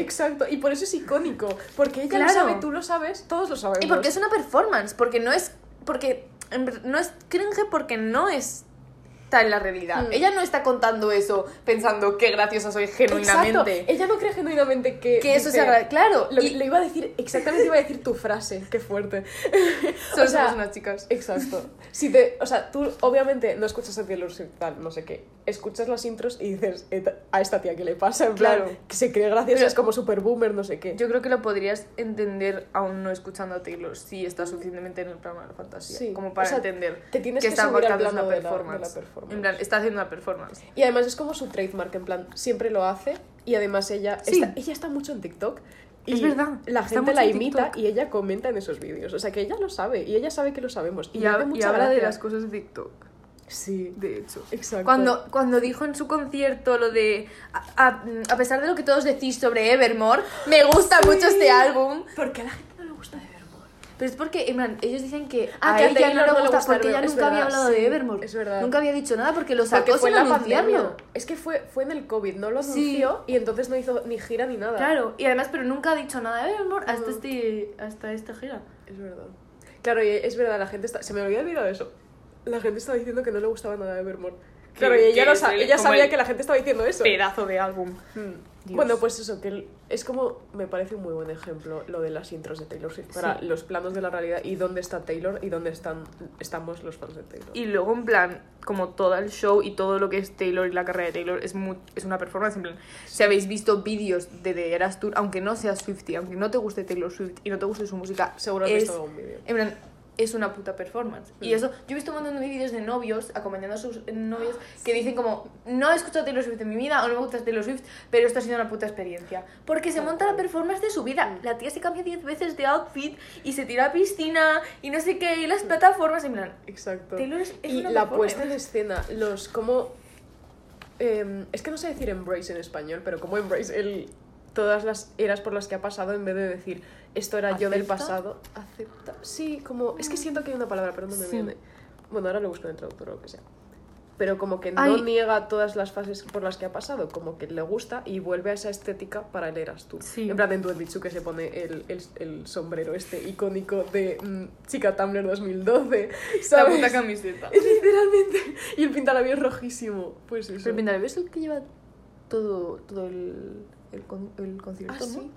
[SPEAKER 2] Exacto, y por eso es icónico, porque ella
[SPEAKER 3] Claro.
[SPEAKER 2] lo sabe, tú lo sabes, todos lo sabemos.
[SPEAKER 3] Y porque es una performance, porque no es. Porque en ver- no es cringe porque no está en la realidad.
[SPEAKER 2] Hmm.
[SPEAKER 3] Ella no está contando eso pensando qué graciosa soy
[SPEAKER 2] Exacto.
[SPEAKER 3] genuinamente.
[SPEAKER 2] Ella no cree genuinamente que.
[SPEAKER 3] Que eso
[SPEAKER 2] dice-
[SPEAKER 3] sea gra- claro.
[SPEAKER 2] Lo,
[SPEAKER 3] y
[SPEAKER 2] le iba a decir, exactamente iba a decir tu frase. Qué fuerte.
[SPEAKER 3] solo
[SPEAKER 2] o sea,
[SPEAKER 3] somos unas chicas.
[SPEAKER 2] Exacto. Si te, o sea, tú obviamente no escuchas a Taylor Swift tal, no sé qué. Escuchas las intros y dices, "Eta- a esta tía que le pasa, en plan,
[SPEAKER 3] Claro.
[SPEAKER 2] que se cree graciosa,
[SPEAKER 3] Pero-
[SPEAKER 2] es como super boomer, no sé qué.
[SPEAKER 3] Yo creo que lo podrías entender aún no escuchando a Taylor si está suficientemente en el plano de la fantasía.
[SPEAKER 2] Sí,
[SPEAKER 3] Como para
[SPEAKER 2] o sea,
[SPEAKER 3] entender
[SPEAKER 2] te tienes
[SPEAKER 3] que
[SPEAKER 2] que,
[SPEAKER 3] está
[SPEAKER 2] subir al
[SPEAKER 3] abarcando
[SPEAKER 2] plano de la,
[SPEAKER 3] una
[SPEAKER 2] de la
[SPEAKER 3] performance.
[SPEAKER 2] performance.
[SPEAKER 3] En plan, está haciendo una performance.
[SPEAKER 2] Y además es como su trademark, en plan, siempre lo hace y además ella,
[SPEAKER 3] Sí.
[SPEAKER 2] está, ella está mucho en TikTok. Y
[SPEAKER 3] Es verdad,
[SPEAKER 2] La
[SPEAKER 3] está
[SPEAKER 2] gente
[SPEAKER 3] mucho
[SPEAKER 2] la
[SPEAKER 3] en
[SPEAKER 2] imita
[SPEAKER 3] TikTok.
[SPEAKER 2] y ella comenta en esos vídeos. O sea que ella lo sabe y ella sabe que lo sabemos. Y,
[SPEAKER 3] Y,
[SPEAKER 2] le hace
[SPEAKER 3] hab- y
[SPEAKER 2] mucha
[SPEAKER 3] habla de
[SPEAKER 2] gracia.
[SPEAKER 3] las cosas de TikTok,
[SPEAKER 2] Sí,
[SPEAKER 3] de hecho.
[SPEAKER 2] exacto.
[SPEAKER 3] Cuando, cuando dijo en su concierto lo de a, a- a pesar de lo que todos decís sobre Evermore, me gusta mucho este álbum.
[SPEAKER 2] Porque a la gente no le gusta de Evermore.
[SPEAKER 3] Pero es porque, en plan, ellos dicen que
[SPEAKER 2] Ah,
[SPEAKER 3] a,
[SPEAKER 2] que a
[SPEAKER 3] ella
[SPEAKER 2] Taylor no
[SPEAKER 3] no le
[SPEAKER 2] le
[SPEAKER 3] gusta
[SPEAKER 2] gusta
[SPEAKER 3] porque ella
[SPEAKER 2] Evermore, es
[SPEAKER 3] nunca había
[SPEAKER 2] verdad,
[SPEAKER 3] hablado
[SPEAKER 2] sí,
[SPEAKER 3] de Evermore.
[SPEAKER 2] es verdad.
[SPEAKER 3] Nunca había dicho nada porque lo sacó
[SPEAKER 2] Porque fue
[SPEAKER 3] sin
[SPEAKER 2] la
[SPEAKER 3] anunciarlo.
[SPEAKER 2] pandemia. Es que fue, fue en el COVID, no lo
[SPEAKER 3] Sí.
[SPEAKER 2] anunció y entonces no hizo ni gira ni nada.
[SPEAKER 3] Claro, y además, pero nunca ha dicho nada de Evermore hasta,
[SPEAKER 2] No.
[SPEAKER 3] este, hasta esta gira.
[SPEAKER 2] Es verdad. Claro, y es verdad, la gente está. Se me había olvidado eso. La gente estaba diciendo que no le gustaba nada de Evermore.
[SPEAKER 1] Que-
[SPEAKER 2] Claro, y ella,
[SPEAKER 1] que
[SPEAKER 2] no
[SPEAKER 1] es
[SPEAKER 2] sa-
[SPEAKER 1] el-
[SPEAKER 2] ella
[SPEAKER 1] como
[SPEAKER 2] sabía
[SPEAKER 1] el-
[SPEAKER 2] que la gente estaba diciendo eso.
[SPEAKER 1] Pedazo de álbum.
[SPEAKER 2] Mm.
[SPEAKER 3] Dios.
[SPEAKER 2] Bueno, pues eso, que el- es como. Me parece un muy buen ejemplo lo de las intros de Taylor Swift para
[SPEAKER 3] Sí.
[SPEAKER 2] los planos de la realidad y dónde está Taylor y dónde están, estamos los fans de Taylor.
[SPEAKER 3] Y luego, en plan, como todo el show y todo lo que es Taylor y la carrera de Taylor es, mu- es una performance. En plan, si habéis visto vídeos de The Eras Tour, aunque no seas Swifty, aunque no te guste Taylor Swift y no te guste su música,
[SPEAKER 2] Seguro has
[SPEAKER 3] es,
[SPEAKER 2] visto algún vídeo.
[SPEAKER 3] En plan, es una puta performance. Y
[SPEAKER 2] Mm.
[SPEAKER 3] eso, yo he visto un montón de vídeos de novios acompañando a sus
[SPEAKER 2] Ah,
[SPEAKER 3] novios que dicen como, no he escuchado Taylor Swift en mi vida o no me gusta Taylor Swift, pero esto ha sido una puta experiencia. Porque se
[SPEAKER 2] Tal
[SPEAKER 3] monta la
[SPEAKER 2] cual. Mm.
[SPEAKER 3] performance de su vida. La tía se cambia 10 veces de outfit y se tira a piscina y no sé qué, y las plataformas, en plan...
[SPEAKER 2] Exacto.
[SPEAKER 3] Taylor es, es
[SPEAKER 2] y
[SPEAKER 3] una
[SPEAKER 2] la
[SPEAKER 3] performance.
[SPEAKER 2] puesta en escena, los como... em, es que no sé decir embrace en español, pero como embrace el, todas las eras por las que ha pasado en vez de decir esto era yo del
[SPEAKER 3] ¿Acepta?
[SPEAKER 2] pasado. Acepta. Sí, como... Es que siento que hay una palabra, pero no me
[SPEAKER 3] Sí.
[SPEAKER 2] viene. Bueno, ahora lo busco en el traductor o lo que sea. Pero como que no
[SPEAKER 3] Ay.
[SPEAKER 2] niega todas las fases por las que ha pasado, como que le gusta y vuelve a esa estética para el Eras tú.
[SPEAKER 3] Sí.
[SPEAKER 2] En plan, en Duetbichu que se pone el, el, el sombrero este icónico de mm, Chica Tumblr 2012.
[SPEAKER 1] La
[SPEAKER 2] ¿sabes?
[SPEAKER 1] puta camiseta.
[SPEAKER 2] Es Literalmente. Y el pintalabios rojísimo. Pues eso.
[SPEAKER 3] Pero mira, ¿ves el que lleva todo, todo el, el, con- el concierto?
[SPEAKER 2] Ah,
[SPEAKER 3] no?
[SPEAKER 2] sí.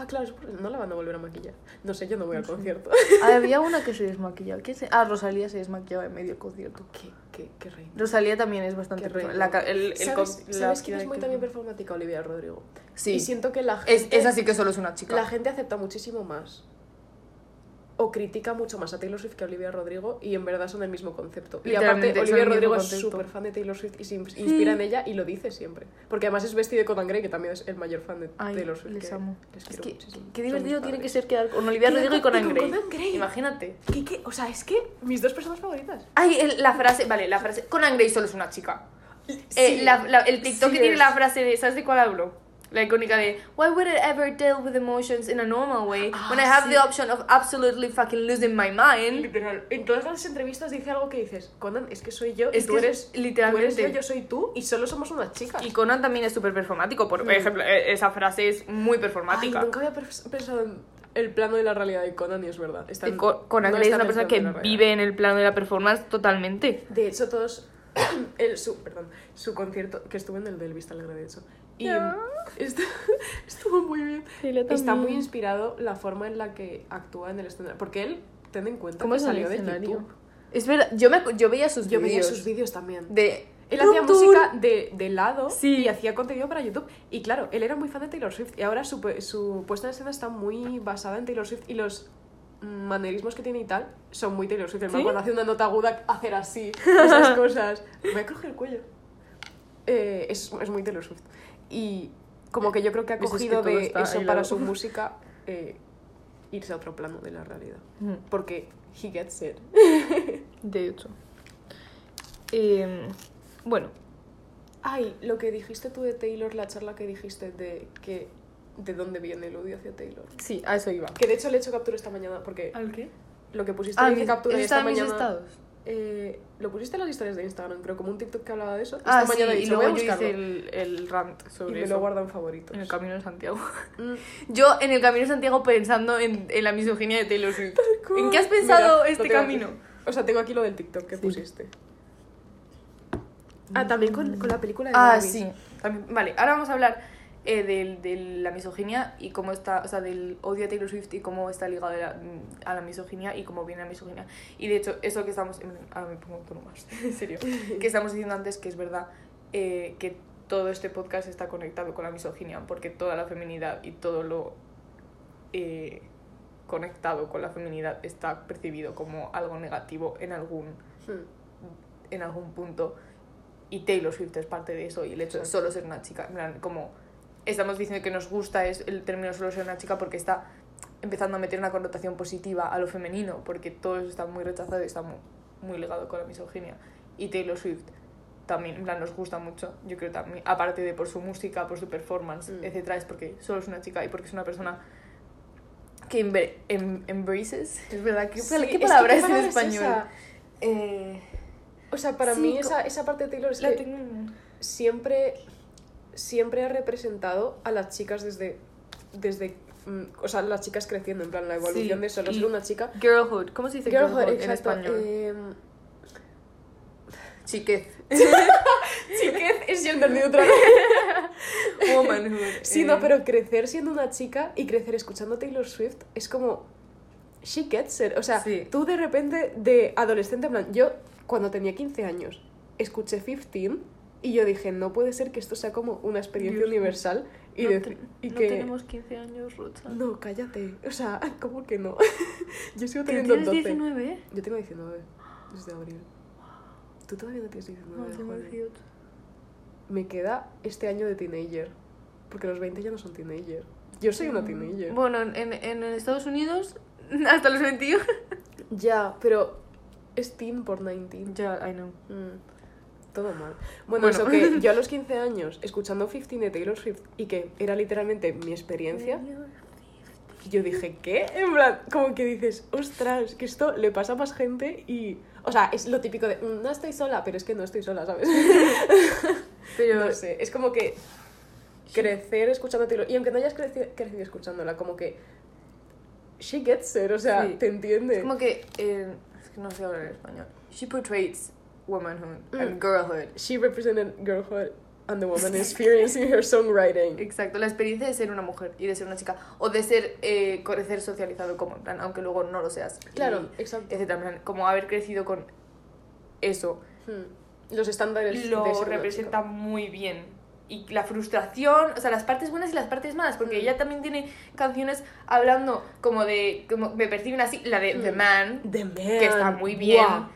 [SPEAKER 2] Ah, claro, es por- no la van a volver a maquillar. No sé, yo no voy al concierto.
[SPEAKER 3] Ah, Había una que se desmaquillaba. ¿Quién se- Ah, Rosalía se desmaquillaba en medio del concierto.
[SPEAKER 2] Qué, qué, qué reina.
[SPEAKER 3] Rosalía también es bastante...
[SPEAKER 2] Qué reina.
[SPEAKER 3] la ca- el- el
[SPEAKER 2] ¿Sabes,
[SPEAKER 1] con- la
[SPEAKER 2] ¿sabes
[SPEAKER 1] vida
[SPEAKER 2] quién es
[SPEAKER 1] de
[SPEAKER 2] muy
[SPEAKER 1] que-
[SPEAKER 2] también performática? Olivia Rodrigo.
[SPEAKER 3] Sí.
[SPEAKER 2] Y siento que la
[SPEAKER 3] Es,
[SPEAKER 2] gente.
[SPEAKER 3] es así que solo es una chica.
[SPEAKER 2] La gente acepta muchísimo más. O critica mucho más a Taylor Swift que a Olivia Rodrigo y en verdad son el mismo concepto. Y aparte,
[SPEAKER 3] Literalmente, son
[SPEAKER 2] Olivia
[SPEAKER 3] el mismo
[SPEAKER 2] Rodrigo es
[SPEAKER 3] concepto. Mm.
[SPEAKER 2] súper fan de Taylor Swift y se ins- inspira en ella y lo dice siempre. Porque además es vestido de Conan Gray, que también es el mayor fan de
[SPEAKER 3] Ay,
[SPEAKER 2] Taylor Swift.
[SPEAKER 3] les
[SPEAKER 2] que
[SPEAKER 3] amo.
[SPEAKER 2] les
[SPEAKER 3] es
[SPEAKER 2] quiero
[SPEAKER 3] que
[SPEAKER 2] muchísimo.
[SPEAKER 3] qué
[SPEAKER 2] Son
[SPEAKER 3] divertido
[SPEAKER 2] mis
[SPEAKER 3] tiene que
[SPEAKER 2] padres.
[SPEAKER 3] ser quedar con Olivia
[SPEAKER 2] Quedar
[SPEAKER 3] Rodrigo y
[SPEAKER 2] con-
[SPEAKER 3] con
[SPEAKER 2] y
[SPEAKER 3] Anne
[SPEAKER 2] con
[SPEAKER 3] Grey.
[SPEAKER 2] Conan Gray.
[SPEAKER 3] Imagínate.
[SPEAKER 2] ¿Qué, qué? O sea, es que mis dos personas favoritas.
[SPEAKER 3] Ay, el- la frase, vale, la frase. Conan Gray solo es una chica. Eh,
[SPEAKER 2] Sí.
[SPEAKER 3] la- la- el TikTok
[SPEAKER 2] Sí
[SPEAKER 3] que tiene
[SPEAKER 2] es.
[SPEAKER 3] la frase de, ¿sabes de cuál hablo? La icónica de Why would I ever deal with emotions in a normal way when I
[SPEAKER 2] Ah,
[SPEAKER 3] have
[SPEAKER 2] sí.
[SPEAKER 3] the option of absolutely fucking losing my mind?
[SPEAKER 2] Literal. En todas las entrevistas dice algo que dices, Conan, es que soy yo
[SPEAKER 3] Es
[SPEAKER 2] y tú
[SPEAKER 3] que
[SPEAKER 2] eres,
[SPEAKER 3] literalmente.
[SPEAKER 2] tú eres yo, yo soy tú y solo somos unas chicas.
[SPEAKER 3] Y Conan también es súper performático, por ejemplo, eh, esa frase es muy
[SPEAKER 2] Ay,
[SPEAKER 3] performática.
[SPEAKER 2] nunca había pers- pensado en el plano de la realidad de Conan y es verdad. Está
[SPEAKER 3] Eh,
[SPEAKER 2] en-
[SPEAKER 3] Co- Conan
[SPEAKER 2] no
[SPEAKER 3] Gray es
[SPEAKER 2] está
[SPEAKER 3] una
[SPEAKER 2] en el plano
[SPEAKER 3] persona que
[SPEAKER 2] de la realidad.
[SPEAKER 3] vive en el plano de la performance totalmente.
[SPEAKER 2] De hecho, todos. El, su, perdón, su concierto, que estuvo en el del Vista Alegre, de hecho. Y
[SPEAKER 3] Ya.
[SPEAKER 2] est- estuvo muy bien.
[SPEAKER 3] Sí, lo
[SPEAKER 2] Está
[SPEAKER 3] también.
[SPEAKER 2] muy inspirado la forma en la que actúa en el escenario. Porque él, ten en cuenta,
[SPEAKER 3] ¿Cómo
[SPEAKER 2] que
[SPEAKER 3] es el
[SPEAKER 2] salió de
[SPEAKER 3] escenario?
[SPEAKER 2] YouTube.
[SPEAKER 3] Es verdad, yo, me, acu- yo veía sus
[SPEAKER 2] Yo veía
[SPEAKER 3] vídeos
[SPEAKER 2] sus vídeos también.
[SPEAKER 3] de...
[SPEAKER 2] él hacía
[SPEAKER 3] Rupture.
[SPEAKER 2] música de, de lado
[SPEAKER 3] Sí.
[SPEAKER 2] y hacía contenido para YouTube. Y claro, él era muy fan de Taylor Swift y ahora su, pu- su puesta en escena está muy basada en Taylor Swift y los manerismos que tiene y tal son muy Taylor Swift. El man
[SPEAKER 3] ¿Sí?
[SPEAKER 2] cuando hace una nota aguda, hacer así, esas cosas. Me coge el cuello. Eh, es, es muy Taylor Swift. Y como que yo creo que ha
[SPEAKER 3] Pues es que
[SPEAKER 2] cogido
[SPEAKER 3] todo
[SPEAKER 2] de
[SPEAKER 3] está
[SPEAKER 2] eso para
[SPEAKER 3] hilado.
[SPEAKER 2] su música eh, irse a otro plano de la realidad.
[SPEAKER 3] Mm,
[SPEAKER 2] Porque he gets it.
[SPEAKER 3] De hecho.
[SPEAKER 2] em,
[SPEAKER 3] Eh, bueno,
[SPEAKER 2] Ay, lo que dijiste tú de Taylor, la charla que dijiste de que de dónde viene el odio hacia Taylor.
[SPEAKER 3] sí, a eso iba.
[SPEAKER 2] Que de hecho le he hecho captura esta mañana, porque
[SPEAKER 1] ¿Al qué?
[SPEAKER 2] lo que pusiste
[SPEAKER 3] Ah,
[SPEAKER 2] le hice
[SPEAKER 3] mi-
[SPEAKER 2] captura
[SPEAKER 3] eso
[SPEAKER 2] y
[SPEAKER 3] está
[SPEAKER 2] esta
[SPEAKER 3] en mis
[SPEAKER 2] mañana.
[SPEAKER 3] estados.
[SPEAKER 2] eh, lo pusiste en las historias de Instagram, creo, como un TikTok que hablaba de eso. Esta
[SPEAKER 3] Ah, sí,
[SPEAKER 2] mañana he
[SPEAKER 3] y
[SPEAKER 2] dicho,
[SPEAKER 3] luego
[SPEAKER 2] voy
[SPEAKER 3] yo
[SPEAKER 2] a buscarlo.
[SPEAKER 3] hice el, el rant
[SPEAKER 2] y
[SPEAKER 3] sobre
[SPEAKER 2] me lo
[SPEAKER 3] eso
[SPEAKER 2] guardan favoritos.
[SPEAKER 3] en el Camino de Santiago.
[SPEAKER 2] Mm,
[SPEAKER 3] Yo en el Camino de Santiago pensando en, en la misoginia de Taylor Swift.
[SPEAKER 2] cual.
[SPEAKER 3] ¿En qué has pensado
[SPEAKER 2] Mira, lo
[SPEAKER 3] este
[SPEAKER 2] tengo
[SPEAKER 3] camino?
[SPEAKER 2] aquí. O sea, tengo aquí lo del TikTok que
[SPEAKER 4] Sí.
[SPEAKER 2] pusiste. Ah, también con, con la película de
[SPEAKER 3] Ah,
[SPEAKER 2] Barbie.
[SPEAKER 3] sí.
[SPEAKER 1] También- Vale, ahora vamos a hablar eh, del- de, la misoginia y cómo está, o sea, del odio a Taylor Swift y cómo está ligado de la- a la misoginia y cómo viene la misoginia. Y de hecho, eso que estamos. Ahora me pongo un tono más, en serio. Que estamos diciendo antes que es verdad eh, que todo este podcast está conectado con la misoginia, porque toda la feminidad y todo lo eh, conectado con la feminidad está percibido como algo negativo en algún
[SPEAKER 3] Mm.
[SPEAKER 2] Hmm.
[SPEAKER 1] en algún punto y Taylor Swift es parte de eso y el hecho de solo ser una chica, en plan, como estamos diciendo que nos gusta es el término solo ser una chica porque está empezando a meter una connotación positiva a lo femenino, porque todo eso está muy rechazado y está mu- muy, ligado con la misoginia y Taylor Swift también, en plan, nos gusta mucho, yo creo también, aparte de por su música, por su performance,
[SPEAKER 2] Mm.
[SPEAKER 1] etcétera, es porque solo es una chica y porque es una persona que embe- em- embraces, es verdad, ¿qué,
[SPEAKER 2] Sí, es
[SPEAKER 1] ¿qué
[SPEAKER 2] que
[SPEAKER 1] palabra
[SPEAKER 2] ¿qué
[SPEAKER 1] es,
[SPEAKER 2] palabra
[SPEAKER 1] en español?
[SPEAKER 2] esa?
[SPEAKER 1] Eh,
[SPEAKER 2] O sea, para
[SPEAKER 1] Sí,
[SPEAKER 2] mí
[SPEAKER 1] co-
[SPEAKER 2] esa, esa parte de Taylor es
[SPEAKER 1] la
[SPEAKER 2] que
[SPEAKER 1] tengo-
[SPEAKER 2] siempre, siempre ha representado a las chicas desde, desde mm, o sea, las chicas creciendo, en plan, la evolución
[SPEAKER 1] Sí,
[SPEAKER 2] de solo
[SPEAKER 1] y-
[SPEAKER 2] ser una chica.
[SPEAKER 1] Girlhood, ¿cómo se dice
[SPEAKER 2] Girlhood,
[SPEAKER 1] girlhood, en
[SPEAKER 2] exacto,
[SPEAKER 1] español?
[SPEAKER 2] em,
[SPEAKER 1] Chiquez.
[SPEAKER 2] Chiquez es yo entendí otra vez.
[SPEAKER 1] Womanhood.
[SPEAKER 2] Sí, no, pero crecer siendo una chica y crecer escuchando Taylor Swift es como. She gets it. O sea,
[SPEAKER 1] Sí.
[SPEAKER 2] tú de repente, de adolescente, en plan. Yo, cuando tenía 15 años, escuché 15 y yo dije, no puede ser que esto sea como una experiencia
[SPEAKER 1] Dios mío.
[SPEAKER 2] universal. Y,
[SPEAKER 1] no,
[SPEAKER 2] dec-
[SPEAKER 1] te-
[SPEAKER 2] y
[SPEAKER 1] no
[SPEAKER 2] que.
[SPEAKER 1] tenemos 15 años, Rocha.
[SPEAKER 2] No, cállate. O sea, ¿cómo que no? yo sigo
[SPEAKER 1] ¿Que
[SPEAKER 2] teniendo
[SPEAKER 1] tienes
[SPEAKER 2] 12.
[SPEAKER 1] 19?
[SPEAKER 2] Yo tengo 19 desde abril. Tú todavía no tienes 19.
[SPEAKER 1] No, tengo
[SPEAKER 2] joder.
[SPEAKER 1] 18.
[SPEAKER 2] Me queda este año de teenager. Porque los 20 ya no son teenager. Yo soy
[SPEAKER 3] Mm,
[SPEAKER 2] una teenager.
[SPEAKER 1] Bueno, en, en- en Estados Unidos, hasta los 21.
[SPEAKER 2] Ya, pero es teen por 19.
[SPEAKER 1] Ya, I know.
[SPEAKER 2] Mm, Todo mal. Bueno, eso que yo a los 15 años, escuchando 15 de Taylor Swift y que era literalmente mi experiencia, yo dije, ¿qué? En plan, como que dices, ostras, que esto le pasa a más gente y. O sea, es lo típico de, "Mm, no estoy sola, pero es que no estoy sola, ¿sabes?
[SPEAKER 1] Pero
[SPEAKER 2] No sé, es como que crecer escuchando a Taylor. Y aunque no hayas creci- crecido escuchándola, como que. She gets it, o sea,
[SPEAKER 1] Sí.
[SPEAKER 2] te entiende.
[SPEAKER 1] es como que. eh, es que no sé hablar en español. She portrays womanhood
[SPEAKER 2] Mm.
[SPEAKER 1] and girlhood.
[SPEAKER 2] She represented girlhood and the woman experience in her songwriting.
[SPEAKER 1] Exacto, la experiencia de ser una mujer y de ser una chica. O de ser, eh, crecer socializado como, en plan, aunque luego no lo seas. y
[SPEAKER 2] Claro, exacto.
[SPEAKER 1] etcétera, en plan, como haber crecido con eso
[SPEAKER 2] Hmm. Los estándares
[SPEAKER 1] lo
[SPEAKER 2] de ser una
[SPEAKER 1] representa muy bien y la frustración, o sea, las partes buenas y las partes malas, porque
[SPEAKER 2] Mm.
[SPEAKER 1] ella también tiene canciones hablando como de como me perciben así, la de The
[SPEAKER 2] Mm.
[SPEAKER 1] Man,
[SPEAKER 2] chica. The Man.
[SPEAKER 1] que está muy bien.
[SPEAKER 2] Buah.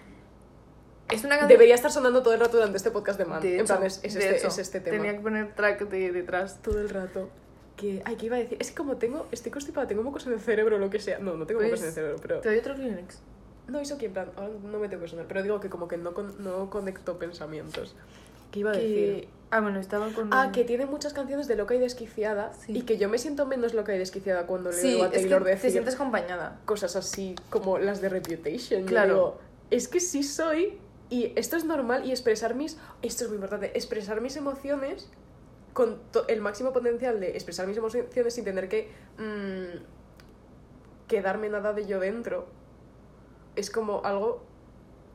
[SPEAKER 1] Es una canción
[SPEAKER 2] Eh, Debería estar sonando todo el rato durante este podcast de Man.
[SPEAKER 1] De
[SPEAKER 2] en
[SPEAKER 1] hecho,
[SPEAKER 2] plan, es, es
[SPEAKER 1] de
[SPEAKER 2] este,
[SPEAKER 1] hecho,
[SPEAKER 2] es este tema.
[SPEAKER 1] Tenía que poner track de detrás.
[SPEAKER 2] Todo el rato. Que, ay, ¿qué iba a decir? Es que como tengo, estoy constipada, tengo mocos en el cerebro o lo que sea. No, no tengo mocos
[SPEAKER 1] Pues,
[SPEAKER 2] en el cerebro, pero...
[SPEAKER 1] Te doy otro Kleenex.
[SPEAKER 2] No hizo que en plan, ahora no me tengo que sonar, pero digo que como que no, con- no conectó pensamientos. ¿Qué iba a decir?
[SPEAKER 1] Que... Ah, bueno, estaba con
[SPEAKER 2] Ah, que tiene muchas canciones de loca y desquiciada
[SPEAKER 1] Sí.
[SPEAKER 2] y que yo me siento menos loca y desquiciada cuando le
[SPEAKER 1] Sí,
[SPEAKER 2] digo a
[SPEAKER 1] es que
[SPEAKER 2] Taylor
[SPEAKER 1] te
[SPEAKER 2] decir
[SPEAKER 1] sientes acompañada.
[SPEAKER 2] cosas así como las de Reputation. Yo
[SPEAKER 1] Claro.
[SPEAKER 2] digo, es que sí soy y esto es normal y expresar mis... Esto es muy importante, expresar mis emociones con to- el máximo potencial de expresar mis emociones sin tener que mm, quedarme nada de yo dentro. Es como algo